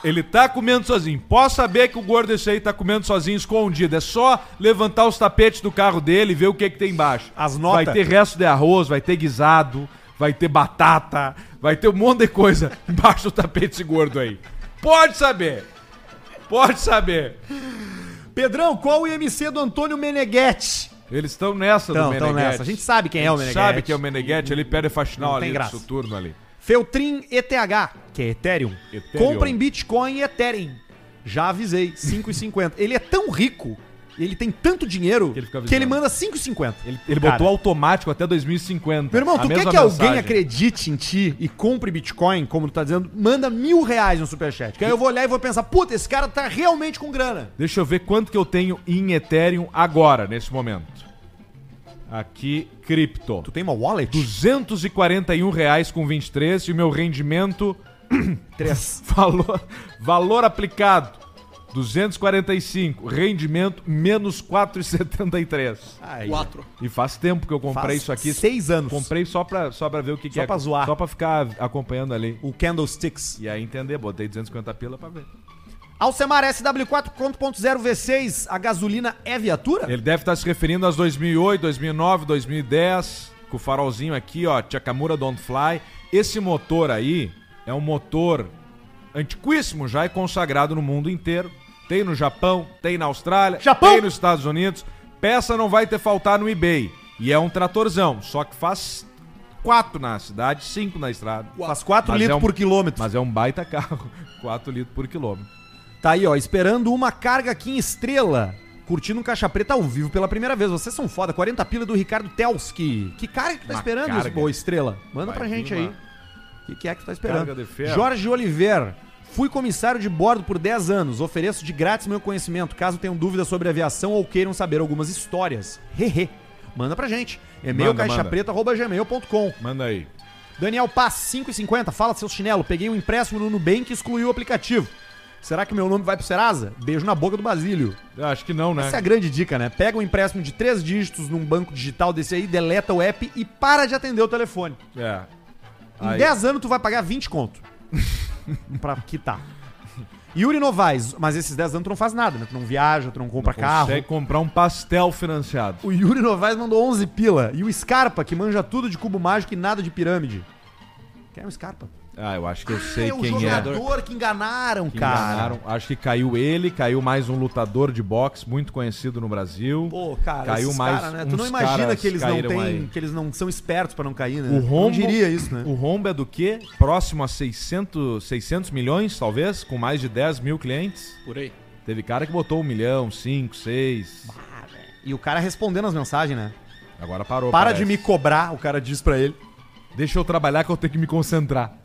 [SPEAKER 1] Ele tá comendo sozinho. Posso saber que o gordo esse aí tá comendo sozinho, escondido. É só levantar os tapetes do carro dele e ver o que que tem embaixo.
[SPEAKER 2] As notas.
[SPEAKER 1] Vai ter resto de arroz, vai ter guisado, vai ter batata, vai ter um monte de coisa embaixo do tapete esse gordo aí. Pode saber. Pode saber.
[SPEAKER 2] Pedrão, qual o IMC do Antônio Meneghetti?
[SPEAKER 1] Eles estão nessa
[SPEAKER 2] Então,
[SPEAKER 1] do
[SPEAKER 2] estão
[SPEAKER 1] Meneghetti.
[SPEAKER 2] nessa. A gente sabe quem é o Meneghetti.
[SPEAKER 1] Sabe que é o Meneghetti, ele perde
[SPEAKER 2] Não
[SPEAKER 1] faxinal
[SPEAKER 2] tem
[SPEAKER 1] ali no
[SPEAKER 2] graça.
[SPEAKER 1] soturno ali.
[SPEAKER 2] Feltrin ETH, que é Ethereum.
[SPEAKER 1] Ethereum.
[SPEAKER 2] Compra em Bitcoin e Ethereum. Já avisei, 5,50. ele é tão rico, ele tem tanto dinheiro,
[SPEAKER 1] ele fica
[SPEAKER 2] que ele
[SPEAKER 1] avisando.
[SPEAKER 2] manda 5,50. Ele,
[SPEAKER 1] Ele botou automático até 2050.
[SPEAKER 2] Meu irmão,
[SPEAKER 1] A
[SPEAKER 2] tu quer
[SPEAKER 1] mesma
[SPEAKER 2] que alguém
[SPEAKER 1] mensagem.
[SPEAKER 2] acredite em ti e compre Bitcoin, como tu tá dizendo, manda mil reais no Superchat. Que aí eu vou olhar e vou pensar, puta, esse cara tá realmente com grana.
[SPEAKER 1] Deixa eu ver quanto que eu tenho em Ethereum agora, nesse momento. Aqui, cripto.
[SPEAKER 2] Tu tem uma wallet?
[SPEAKER 1] 241 reais com 23 e o meu rendimento,
[SPEAKER 2] Três.
[SPEAKER 1] valor, valor aplicado, 245. Rendimento, menos 4,73.
[SPEAKER 2] Aí,
[SPEAKER 6] Quatro.
[SPEAKER 1] E faz tempo que eu comprei
[SPEAKER 2] faz
[SPEAKER 1] isso aqui.
[SPEAKER 2] Seis anos.
[SPEAKER 1] Comprei só pra, só pra ver o que, que
[SPEAKER 2] Só
[SPEAKER 1] é.
[SPEAKER 2] pra zoar.
[SPEAKER 1] Só pra ficar acompanhando ali.
[SPEAKER 2] o Candlesticks.
[SPEAKER 1] E aí entender, botei 250 pila pra ver.
[SPEAKER 2] Alcemar SW4.0 V6, a gasolina é viatura?
[SPEAKER 1] Ele deve estar se referindo às 2008, 2009, 2010, com o farolzinho aqui, ó, Chakamura Don't Fly. Esse motor aí é um motor antiquíssimo já e consagrado no mundo inteiro. Tem no Japão, tem na Austrália,
[SPEAKER 2] Japão!
[SPEAKER 1] tem nos Estados Unidos. Peça não vai ter faltar no eBay. E é um tratorzão, só que faz quatro na cidade, cinco na estrada.
[SPEAKER 2] Faz 4
[SPEAKER 1] Mas
[SPEAKER 2] litros
[SPEAKER 1] é um-
[SPEAKER 2] por quilômetro.
[SPEAKER 1] Mas é um baita carro, 4 litros por quilômetro.
[SPEAKER 2] Tá aí, ó, esperando uma carga aqui em estrela. Curtindo um caixa preta ao vivo pela primeira vez. Vocês são foda. 40 pila do Ricardo Telski. Que cara que tu tá
[SPEAKER 1] Uma
[SPEAKER 2] esperando,
[SPEAKER 1] carga.
[SPEAKER 2] ô estrela? Manda
[SPEAKER 1] Vai
[SPEAKER 2] pra
[SPEAKER 1] vir
[SPEAKER 2] gente
[SPEAKER 1] uma-
[SPEAKER 2] aí. O que, que é que tu tá esperando?
[SPEAKER 1] Carga de ferro.
[SPEAKER 2] Jorge Oliver. Fui comissário de bordo por 10 anos. Ofereço de grátis meu conhecimento, caso tenham dúvidas sobre aviação ou queiram saber algumas histórias. Hehe. Manda pra gente. E-mail
[SPEAKER 1] Manda, manda.
[SPEAKER 2] caixapreta.gmail.com.
[SPEAKER 1] Manda aí.
[SPEAKER 2] Daniel Paz, 5,50. Fala seu chinelo. Peguei um empréstimo no Nubank e excluí o aplicativo. Será que meu nome vai pro Serasa? Beijo na boca do Basílio.
[SPEAKER 1] Eu acho que não, né?
[SPEAKER 2] Essa é a grande dica, né? Pega um empréstimo de três dígitos num banco digital desse aí, deleta o app e para de atender o telefone.
[SPEAKER 1] É.
[SPEAKER 2] Em
[SPEAKER 1] Aí.
[SPEAKER 2] 10 anos tu vai pagar 20 conto. pra quitar. Yuri Novaes, mas esses 10 anos tu não faz nada, né? Tu não viaja, tu não compra carro.
[SPEAKER 1] Consegue comprar um pastel financiado.
[SPEAKER 2] O Yuri Novaes mandou 11 pila. E o Scarpa, que manja tudo de cubo mágico e nada de pirâmide. Quem é o Scarpa?
[SPEAKER 1] Ah, eu acho que eu sei
[SPEAKER 2] é o
[SPEAKER 1] quem é.
[SPEAKER 2] jogador que enganaram,
[SPEAKER 1] Que
[SPEAKER 2] cara.
[SPEAKER 1] enganaram. Acho que caiu ele, caiu mais um lutador de boxe muito conhecido no Brasil.
[SPEAKER 2] Pô, cara,
[SPEAKER 1] Caiu
[SPEAKER 2] esses
[SPEAKER 1] mais
[SPEAKER 2] cara, né? Tu
[SPEAKER 1] uns
[SPEAKER 2] não imagina
[SPEAKER 1] caras
[SPEAKER 2] que eles não
[SPEAKER 1] caíram
[SPEAKER 2] têm,
[SPEAKER 1] aí.
[SPEAKER 2] que eles não são espertos pra não cair, né?
[SPEAKER 1] O rombo,
[SPEAKER 2] não diria isso, né?
[SPEAKER 1] O rombo é do quê? Próximo a 600, 600 milhões, talvez? Com mais de 10 mil clientes?
[SPEAKER 6] Por aí.
[SPEAKER 1] Teve cara que botou um milhão, cinco, seis.
[SPEAKER 2] E o cara respondendo as mensagens, né?
[SPEAKER 1] Agora parou.
[SPEAKER 2] Para
[SPEAKER 1] parece.
[SPEAKER 2] de me cobrar, o cara diz pra ele.
[SPEAKER 1] Deixa eu trabalhar que eu tenho que me concentrar.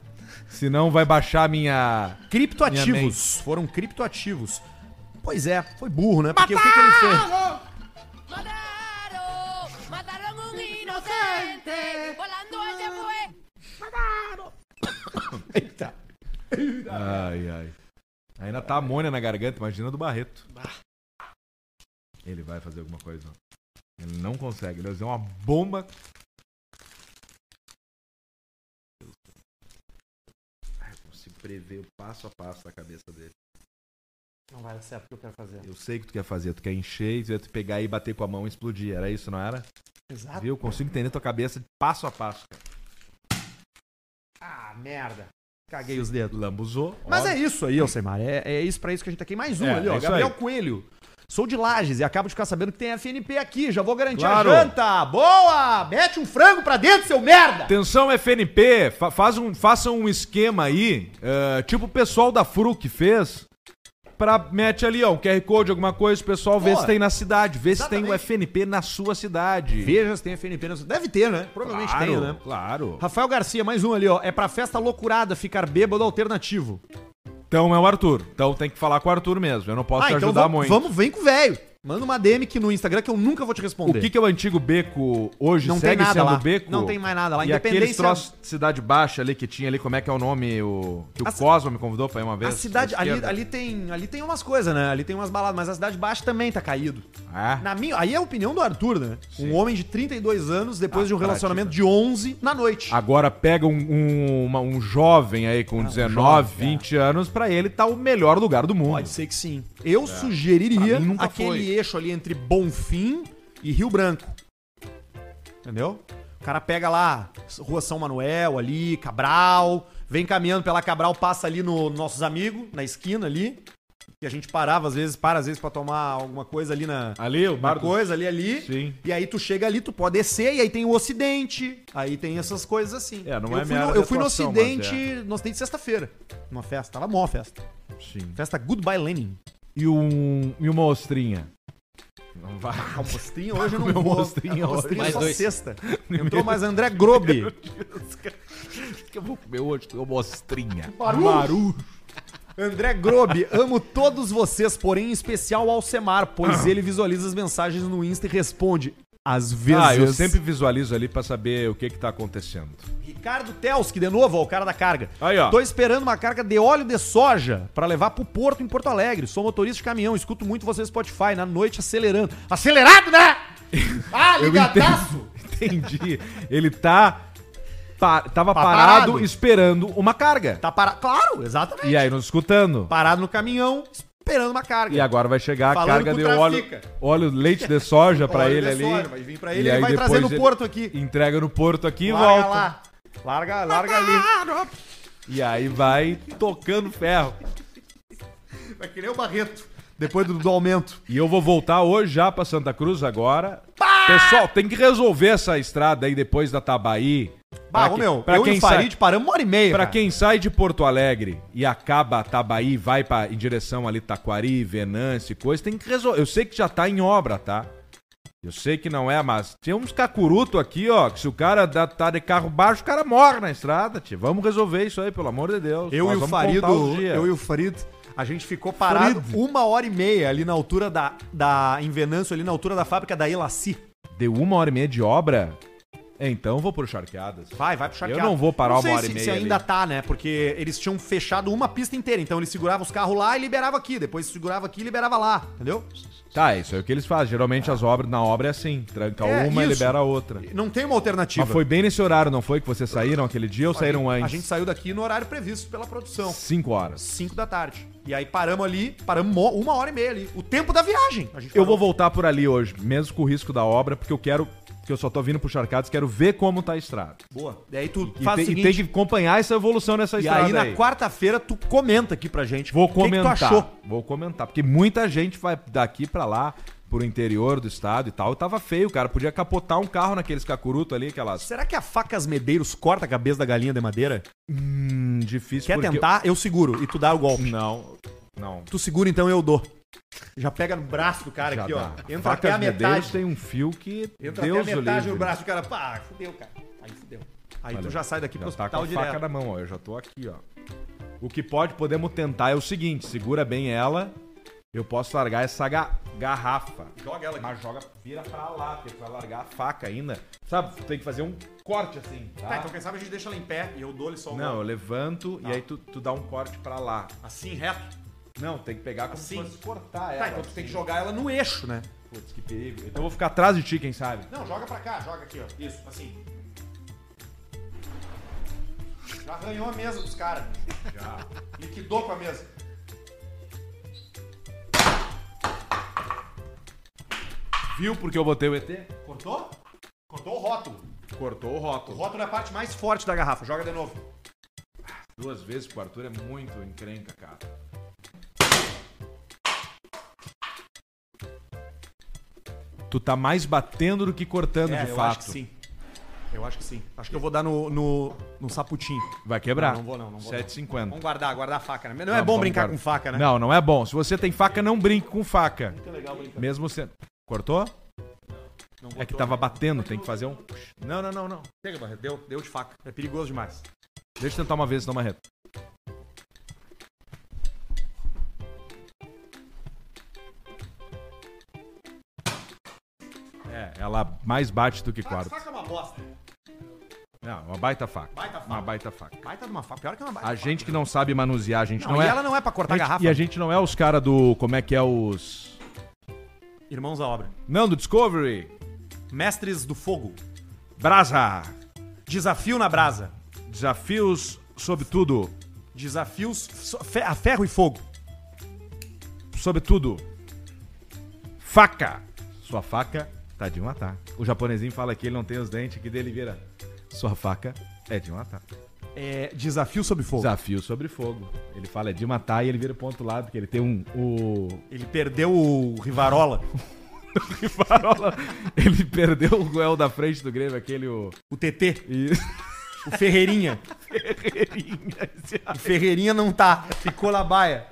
[SPEAKER 1] Senão vai baixar a minha. Minha
[SPEAKER 2] Criptoativos.
[SPEAKER 1] mente.
[SPEAKER 2] Foram criptoativos. Pois é, foi burro, né? Porque o que, que ele fez?
[SPEAKER 9] Mataron, mataron un inocente. Volando ella fue.
[SPEAKER 2] Eita.
[SPEAKER 1] Ai, ai. Ainda tá amônia na garganta, imagina do Barreto. Ele vai fazer alguma coisa. Ele não consegue, ele vai fazer uma bomba. Ah, Eu consigo prever o passo a passo da cabeça dele.
[SPEAKER 2] Não vai dar certo o que eu quero fazer.
[SPEAKER 1] Eu sei o que tu quer fazer, tu quer encher, tu ia te pegar e bater com a mão e explodir. Era isso, não era?
[SPEAKER 2] Exato.
[SPEAKER 1] Viu? Eu consigo entender tua cabeça de passo a passo. cara.
[SPEAKER 2] Ah, merda. Caguei os dedos.
[SPEAKER 1] Lambuzou.
[SPEAKER 2] Mas é
[SPEAKER 1] óbvio.
[SPEAKER 2] isso aí, Alcemar. É, é isso pra isso que a gente tá aqui. Mais um
[SPEAKER 1] É,
[SPEAKER 2] ali, ó.
[SPEAKER 1] é isso
[SPEAKER 2] Gabriel
[SPEAKER 1] aí.
[SPEAKER 2] Coelho. Sou de Lages e acabo de ficar sabendo que tem FNP aqui. Já vou garantir
[SPEAKER 1] Claro.
[SPEAKER 2] a janta. Boa! Mete um frango pra dentro, seu merda!
[SPEAKER 1] Atenção, FNP, fa faz um, faça um esquema aí, eh, tipo o pessoal da FRUC fez, pra, mete ali ó, um QR Code, alguma coisa, o pessoal vê
[SPEAKER 2] Boa.
[SPEAKER 1] se tem na cidade, vê se tem o
[SPEAKER 2] Exatamente.
[SPEAKER 1] FNP na sua cidade.
[SPEAKER 2] Veja se tem FNP. na sua- Deve ter, né? Provavelmente
[SPEAKER 1] claro,
[SPEAKER 2] tem, né?
[SPEAKER 1] Claro.
[SPEAKER 2] Rafael Garcia, mais um ali, ó. É pra festa loucurada ficar bêbado alternativo.
[SPEAKER 1] Então é o Arthur, então tem que falar com o Arthur mesmo, eu não posso te ajudar
[SPEAKER 2] Ah, então vamos,
[SPEAKER 1] muito.
[SPEAKER 2] vamos, vem com o velho. Manda uma DM aqui no Instagram que eu nunca vou te
[SPEAKER 1] O
[SPEAKER 2] responder.
[SPEAKER 1] que, que é o antigo beco hoje?
[SPEAKER 2] Não tem
[SPEAKER 1] Segue
[SPEAKER 2] nada
[SPEAKER 1] sendo
[SPEAKER 2] lá.
[SPEAKER 1] beco?
[SPEAKER 2] Não tem mais nada lá.
[SPEAKER 1] E aqueles
[SPEAKER 2] Independência-
[SPEAKER 1] troços de cidade baixa ali que tinha ali, como é que é o nome? O, que o
[SPEAKER 2] A ci-
[SPEAKER 1] Cosma me convidou pra ir uma vez.
[SPEAKER 2] A cidade,
[SPEAKER 1] pra
[SPEAKER 2] ali,
[SPEAKER 1] esquerda.
[SPEAKER 2] ali, tem, ali tem umas coisas, né? Ali tem umas baladas, mas a cidade baixa também tá caído.
[SPEAKER 1] Ah,
[SPEAKER 2] Na minha, aí é a opinião do Arthur, né? Um homem de 32 anos, depois
[SPEAKER 1] Ah,
[SPEAKER 2] de um relacionamento de 11 na noite.
[SPEAKER 1] Agora pega um, um, uma- um jovem aí com 19,
[SPEAKER 2] Ah, jovem, é.
[SPEAKER 1] 20 anos, pra ele tá o melhor lugar do mundo.
[SPEAKER 2] Pode ser que sim. Eu
[SPEAKER 1] hum. É. Pra
[SPEAKER 2] sugeriria
[SPEAKER 1] mim nunca
[SPEAKER 2] aquele
[SPEAKER 1] foi.
[SPEAKER 2] eixo ali entre Bonfim e Rio Branco. Entendeu? O cara pega lá Rua São Manuel ali, Cabral, vem caminhando pela Cabral, passa ali no nossos amigos, na esquina ali. E a gente parava às vezes, para às vezes pra tomar alguma coisa ali na
[SPEAKER 1] Ali, o
[SPEAKER 2] uma
[SPEAKER 1] bar do...
[SPEAKER 2] coisa ali ali.
[SPEAKER 1] Sim.
[SPEAKER 2] E aí tu chega ali, tu pode descer e aí tem o ocidente, aí tem essas coisas assim.
[SPEAKER 1] É, não
[SPEAKER 2] eu
[SPEAKER 1] é
[SPEAKER 2] fui
[SPEAKER 1] minha
[SPEAKER 2] no,
[SPEAKER 1] área de
[SPEAKER 2] eu fui no
[SPEAKER 1] atuação, mas é.
[SPEAKER 2] ocidente, no ocidente sexta-feira, numa festa, tava mó festa.
[SPEAKER 1] Sim.
[SPEAKER 2] Festa Goodbye Lenin.
[SPEAKER 1] E, um, e uma ostrinha. Não vai.
[SPEAKER 2] Ah, o mostrinho hoje eu não
[SPEAKER 1] Meu
[SPEAKER 2] vou.
[SPEAKER 1] mostrinha
[SPEAKER 2] o mostrinho
[SPEAKER 6] hoje.
[SPEAKER 2] é só
[SPEAKER 6] Mais dois.
[SPEAKER 2] sexta. Entrou mais André Grobe.
[SPEAKER 1] que eu vou comer hoje?
[SPEAKER 2] um
[SPEAKER 1] Uma ostrinha.
[SPEAKER 2] André Grobe, amo todos vocês, porém em especial ao Semar, pois ele visualiza as mensagens no Insta e responde. Às vezes.
[SPEAKER 1] Ah, eu sempre visualizo ali pra saber o que que tá acontecendo.
[SPEAKER 2] Ricardo Telski, de novo, ó, o cara da carga.
[SPEAKER 1] Aí, ó.
[SPEAKER 2] Tô esperando uma carga de óleo de soja pra levar pro Porto, em Porto Alegre. Sou motorista de caminhão, escuto muito vocês no Spotify, na noite acelerando. Acelerado, né? Ah,
[SPEAKER 1] Eu
[SPEAKER 2] ligadaço!
[SPEAKER 1] Entendi. Ele tá. pa- tava
[SPEAKER 2] Tá parado.
[SPEAKER 1] parado esperando uma carga.
[SPEAKER 2] Tá parado. Claro, exatamente.
[SPEAKER 1] E aí, nos escutando.
[SPEAKER 2] Parado no caminhão, esperando uma carga.
[SPEAKER 1] E agora vai chegar a
[SPEAKER 2] Falando
[SPEAKER 1] carga
[SPEAKER 2] com o
[SPEAKER 1] de óleo,
[SPEAKER 2] trafica.
[SPEAKER 1] óleo, leite de soja pra
[SPEAKER 2] Óleo
[SPEAKER 1] ele
[SPEAKER 2] de
[SPEAKER 1] ali.
[SPEAKER 2] soja, vai vir pra ele,
[SPEAKER 1] E
[SPEAKER 2] ele
[SPEAKER 1] aí
[SPEAKER 2] vai
[SPEAKER 1] depois
[SPEAKER 2] trazer no
[SPEAKER 1] ele
[SPEAKER 2] porto aqui.
[SPEAKER 1] Entrega no porto aqui e
[SPEAKER 2] Larga
[SPEAKER 1] volta.
[SPEAKER 2] lá. Larga, larga ali.
[SPEAKER 1] E aí vai tocando ferro.
[SPEAKER 2] Vai que nem o Barreto. Depois do, do aumento.
[SPEAKER 1] E eu vou voltar hoje já pra Santa Cruz agora. Pessoal, tem que resolver essa estrada aí depois da Tabaí.
[SPEAKER 2] Bah,
[SPEAKER 1] Pra
[SPEAKER 2] ô
[SPEAKER 1] que-
[SPEAKER 2] meu,
[SPEAKER 1] pra
[SPEAKER 2] eu
[SPEAKER 1] quem
[SPEAKER 2] e o Farid
[SPEAKER 1] sai-
[SPEAKER 2] paramos uma hora e meia.
[SPEAKER 1] Pra
[SPEAKER 2] cara.
[SPEAKER 1] quem sai de Porto Alegre e acaba a Tabaí, vai pra, em direção ali Taquari, Venâncio, e coisa, tem que resolver. Eu sei que já tá em obra, tá? Eu sei que não é, mas tem uns cacuruto aqui, ó, que se o cara dá- tá de carro baixo, o cara morre na estrada, tio. Vamos resolver isso aí, pelo amor de Deus.
[SPEAKER 2] Eu
[SPEAKER 1] Nós
[SPEAKER 2] e o
[SPEAKER 1] vamos
[SPEAKER 2] Farido,
[SPEAKER 1] contar os dias.
[SPEAKER 2] eu e o Farid, a gente ficou parado uma hora e meia ali na altura da, da em Venâncio, ali na altura da fábrica da Ilaci.
[SPEAKER 1] Deu uma hora e meia de obra? Então vou pro Charqueadas.
[SPEAKER 2] Vai, vai pro charqueado.
[SPEAKER 1] Eu não vou parar
[SPEAKER 2] sei
[SPEAKER 1] uma hora
[SPEAKER 2] se,
[SPEAKER 1] e
[SPEAKER 2] Se
[SPEAKER 1] meia
[SPEAKER 2] ainda
[SPEAKER 1] ali.
[SPEAKER 2] tá, né? Porque eles tinham fechado uma pista inteira, então eles seguravam os carros lá e liberava aqui, depois segurava aqui e liberava lá, entendeu?
[SPEAKER 1] Tá, é isso aí o que eles fazem. Geralmente as obras na obra é assim, tranca
[SPEAKER 2] É,
[SPEAKER 1] uma e
[SPEAKER 2] isso.
[SPEAKER 1] libera a outra.
[SPEAKER 2] Não tem uma alternativa.
[SPEAKER 1] Mas foi bem nesse horário, não foi que vocês saíram aquele dia ou saíram
[SPEAKER 2] A
[SPEAKER 1] antes?
[SPEAKER 2] gente saiu daqui no horário previsto pela produção.
[SPEAKER 1] 5 horas.
[SPEAKER 2] 5 da tarde. E aí paramos ali, paramos mo- uma hora e meia ali. O tempo da viagem. A gente
[SPEAKER 1] Eu
[SPEAKER 2] parou.
[SPEAKER 1] vou voltar por ali hoje, mesmo com o risco da obra, porque eu quero porque eu só tô vindo pro Charcados, quero ver como tá a estrada.
[SPEAKER 2] Boa. E aí tu
[SPEAKER 1] E,
[SPEAKER 2] faz
[SPEAKER 1] te-
[SPEAKER 2] o
[SPEAKER 1] e
[SPEAKER 2] seguinte,
[SPEAKER 1] tem que acompanhar essa evolução nessa
[SPEAKER 2] e
[SPEAKER 1] estrada
[SPEAKER 2] aí na quarta-feira tu comenta aqui pra gente
[SPEAKER 1] Vou
[SPEAKER 2] o que que
[SPEAKER 1] comentar.
[SPEAKER 2] tu achou.
[SPEAKER 1] Vou comentar, porque muita gente vai daqui pra lá, pro interior do estado e tal, e tava feio, cara, podia capotar um carro naqueles cacuruto ali, aquelas...
[SPEAKER 2] Será que a facas Medeiros corta a cabeça da galinha de madeira?
[SPEAKER 1] Hum, difícil
[SPEAKER 2] Quer
[SPEAKER 1] porque-
[SPEAKER 2] tentar? Eu seguro. E tu dá o golpe.
[SPEAKER 1] Não, não.
[SPEAKER 2] Tu segura, então eu dou. Já pega no braço do cara aqui, ó. Entra até a metade.
[SPEAKER 1] tem um fio que
[SPEAKER 2] Entra
[SPEAKER 1] Deus
[SPEAKER 2] até a
[SPEAKER 1] o
[SPEAKER 2] metade
[SPEAKER 1] livre.
[SPEAKER 2] no braço do cara. Pá, fudeu, cara. Aí fudeu. Aí tu já sai daqui pro
[SPEAKER 1] Já tá com
[SPEAKER 2] hospital
[SPEAKER 1] a
[SPEAKER 2] direto.
[SPEAKER 1] faca na mão, ó. Eu já tô aqui, ó. O que pode, podemos tentar é o seguinte: segura bem ela. Eu posso largar essa ga- garrafa.
[SPEAKER 2] Joga ela aqui.
[SPEAKER 1] Mas joga, vira pra lá, porque tu vai largar a faca ainda. Sabe, tem que fazer um corte assim, tá?
[SPEAKER 2] Tá, então quem sabe a gente deixa ela em pé e eu dou-lhe só o
[SPEAKER 1] Não, eu
[SPEAKER 2] golpe.
[SPEAKER 1] levanto e aí tu, tu dá um corte pra lá.
[SPEAKER 2] Assim, reto.
[SPEAKER 1] Não, tem que pegar como
[SPEAKER 2] Assim?
[SPEAKER 1] se fosse cortar ela.
[SPEAKER 2] Tá, então tu tem que
[SPEAKER 1] assim.
[SPEAKER 2] jogar ela no eixo, né?
[SPEAKER 1] Putz, que perigo. Então eu vou ficar atrás de ti, quem sabe?
[SPEAKER 2] Não, joga pra cá, joga aqui, ó. Isso, assim. Já arranhou a mesa dos caras. Já. Liquidou com a mesa.
[SPEAKER 1] Viu porque eu botei o ET?
[SPEAKER 2] Cortou? Cortou o rótulo.
[SPEAKER 1] Cortou o
[SPEAKER 2] O
[SPEAKER 1] rótulo.
[SPEAKER 2] rótulo é a parte mais forte da garrafa. Joga de novo.
[SPEAKER 1] Duas vezes pro Arthur é muito encrenca, cara. Tu tá mais batendo do que cortando, de
[SPEAKER 2] É, eu
[SPEAKER 1] fato.
[SPEAKER 2] acho que sim. Eu acho que sim. Acho que eu vou dar no, no, no saputinho.
[SPEAKER 1] Vai quebrar.
[SPEAKER 2] Não, não vou não, não vou não.
[SPEAKER 1] 7,50.
[SPEAKER 2] Vamos guardar, guardar a faca, né? Não, é
[SPEAKER 1] Vamos,
[SPEAKER 2] bom
[SPEAKER 1] vamos
[SPEAKER 2] brincar
[SPEAKER 1] guardar.
[SPEAKER 2] com faca, né?
[SPEAKER 1] Não, não é bom. Se você tem faca, não brinque com faca. Mesmo sendo... Cortou? é que tava batendo, tem que fazer um... Não, não, não, não.
[SPEAKER 2] Pega, Barreto. Deu, deu de faca. É perigoso demais.
[SPEAKER 1] Deixa eu tentar uma vez, senão Marreto. É, ela mais bate do que
[SPEAKER 2] Faca,
[SPEAKER 1] corta.
[SPEAKER 2] faca é uma bosta.
[SPEAKER 1] Não, uma baita faca.
[SPEAKER 2] Baita faca.
[SPEAKER 1] Uma baita faca.
[SPEAKER 2] Baita de uma faca. Pior que uma baita.
[SPEAKER 1] A gente que não sabe manusear, a gente
[SPEAKER 2] Não,
[SPEAKER 1] não,
[SPEAKER 2] e
[SPEAKER 1] é.
[SPEAKER 2] ela não é pra cortar
[SPEAKER 1] a gente-
[SPEAKER 2] garrafa.
[SPEAKER 1] E a gente não é os caras do. Como é que é os.
[SPEAKER 2] faca. Irmãos à obra.
[SPEAKER 1] Não, do Discovery.
[SPEAKER 2] Mestres do fogo.
[SPEAKER 1] Brasa.
[SPEAKER 2] Desafio na brasa.
[SPEAKER 1] Desafios sobre tudo.
[SPEAKER 2] Desafios so- fe- a ferro e fogo.
[SPEAKER 1] Sobre tudo. Faca. Sua faca tá de matar. O japonesinho fala que ele não tem os dentes, que dele vira. Sua faca é de matar.
[SPEAKER 2] É, desafio sobre fogo.
[SPEAKER 1] Desafio sobre fogo. Ele fala é de matar e ele vira pro outro lado, porque ele tem um. O.
[SPEAKER 2] Ele perdeu o Rivarola.
[SPEAKER 1] Farola. ele perdeu o goel da frente do Grêmio, aquele. O...
[SPEAKER 2] O TT.
[SPEAKER 1] E...
[SPEAKER 2] O Ferreirinha. o Ferreirinha não tá. Ficou na baia.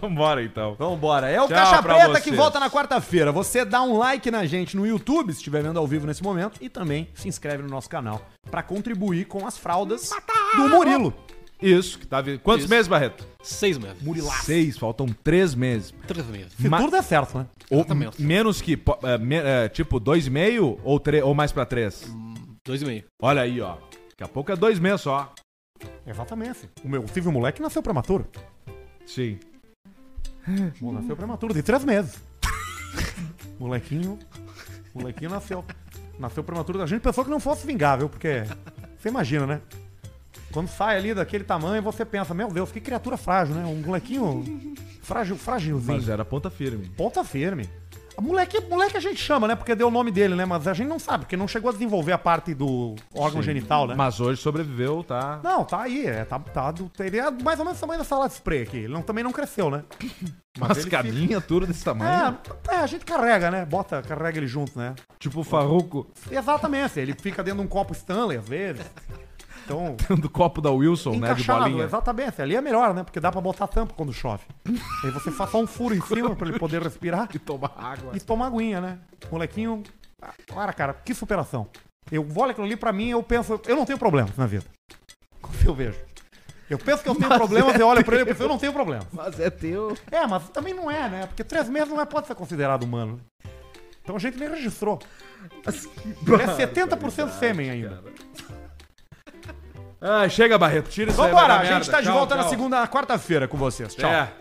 [SPEAKER 1] Vambora então.
[SPEAKER 2] Vambora. É o
[SPEAKER 1] Tchau
[SPEAKER 2] Caixa
[SPEAKER 1] pra
[SPEAKER 2] Preta
[SPEAKER 1] você.
[SPEAKER 2] que volta na quarta-feira. Você dá um like na gente no YouTube, se estiver vendo ao vivo nesse momento, e também se inscreve no nosso canal pra contribuir com as fraldas do Murilo.
[SPEAKER 1] Isso, que tá vindo. Quantos
[SPEAKER 6] Isso.
[SPEAKER 1] meses, Barreto?
[SPEAKER 6] Seis meses.
[SPEAKER 1] Seis, faltam três meses.
[SPEAKER 6] Três meses.
[SPEAKER 2] Se
[SPEAKER 1] Ma-
[SPEAKER 2] tudo der certo, né?
[SPEAKER 1] Ou,
[SPEAKER 6] Exatamente.
[SPEAKER 1] m- menos que, po- é, me- é, tipo, dois e meio ou, tre- ou mais pra três?
[SPEAKER 6] Dois e meio.
[SPEAKER 1] Olha aí, ó. Daqui a pouco é dois meses só.
[SPEAKER 2] Exatamente. O meu, tive um moleque que nasceu prematuro.
[SPEAKER 1] Sim.
[SPEAKER 2] Bom, nasceu prematuro, tem três meses. molequinho. Molequinho nasceu. Nasceu prematuro. A gente pensou que não fosse vingar, viu? Porque. Você imagina, né? Quando sai ali daquele tamanho, você pensa, meu Deus, que criatura frágil, né? Um molequinho frágil, frágilzinho.
[SPEAKER 1] Mas é. era ponta firme.
[SPEAKER 2] Ponta firme. A moleque, moleque a gente chama, né? Porque deu o nome dele, né? Mas a gente não sabe, porque não chegou a desenvolver a parte do órgão genital, né?
[SPEAKER 1] Mas hoje sobreviveu, tá?
[SPEAKER 2] Não, tá aí. É, tá, tá do- ele é mais ou menos do tamanho da sala de spray aqui. Ele não- também não cresceu, né?
[SPEAKER 1] Mascadinha, tudo desse tamanho.
[SPEAKER 2] É, é, a gente carrega, né? Bota, carrega ele junto, né? é
[SPEAKER 1] Tipo o Farruco
[SPEAKER 2] Exatamente. Ele fica dentro de um copo Stanley, às vezes. Então,
[SPEAKER 1] do copo da Wilson, né? De
[SPEAKER 2] encaixado,
[SPEAKER 1] bolinha.
[SPEAKER 2] exatamente. Ali é melhor, né? Porque dá pra botar tampa quando chove. aí você faz só um furo em cima pra ele poder respirar.
[SPEAKER 1] E tomar água.
[SPEAKER 2] e tomar aguinha, né? Molequinho. ah, Cara, cara, que superação. Eu olho aquilo ali pra mim eu penso, eu não tenho problemas na vida. Quando eu vejo. Eu penso que eu tenho problemas, eu olho pra ele e penso, eu não tenho problemas.
[SPEAKER 1] é Mas é teu.
[SPEAKER 2] É, mas também não é, né? Porque três meses não é, pode ser considerado humano. né? Então a gente nem registrou. Ele é 70% sêmen ainda.
[SPEAKER 1] Ah, chega, Barreto. Tira isso aí.
[SPEAKER 2] Vambora,
[SPEAKER 1] vai
[SPEAKER 2] a
[SPEAKER 1] dar
[SPEAKER 2] gente
[SPEAKER 1] merda.
[SPEAKER 2] tá de
[SPEAKER 1] Tchau,
[SPEAKER 2] volta na
[SPEAKER 1] tchau.
[SPEAKER 2] segunda, na quarta-feira com vocês. Tchau.
[SPEAKER 1] É.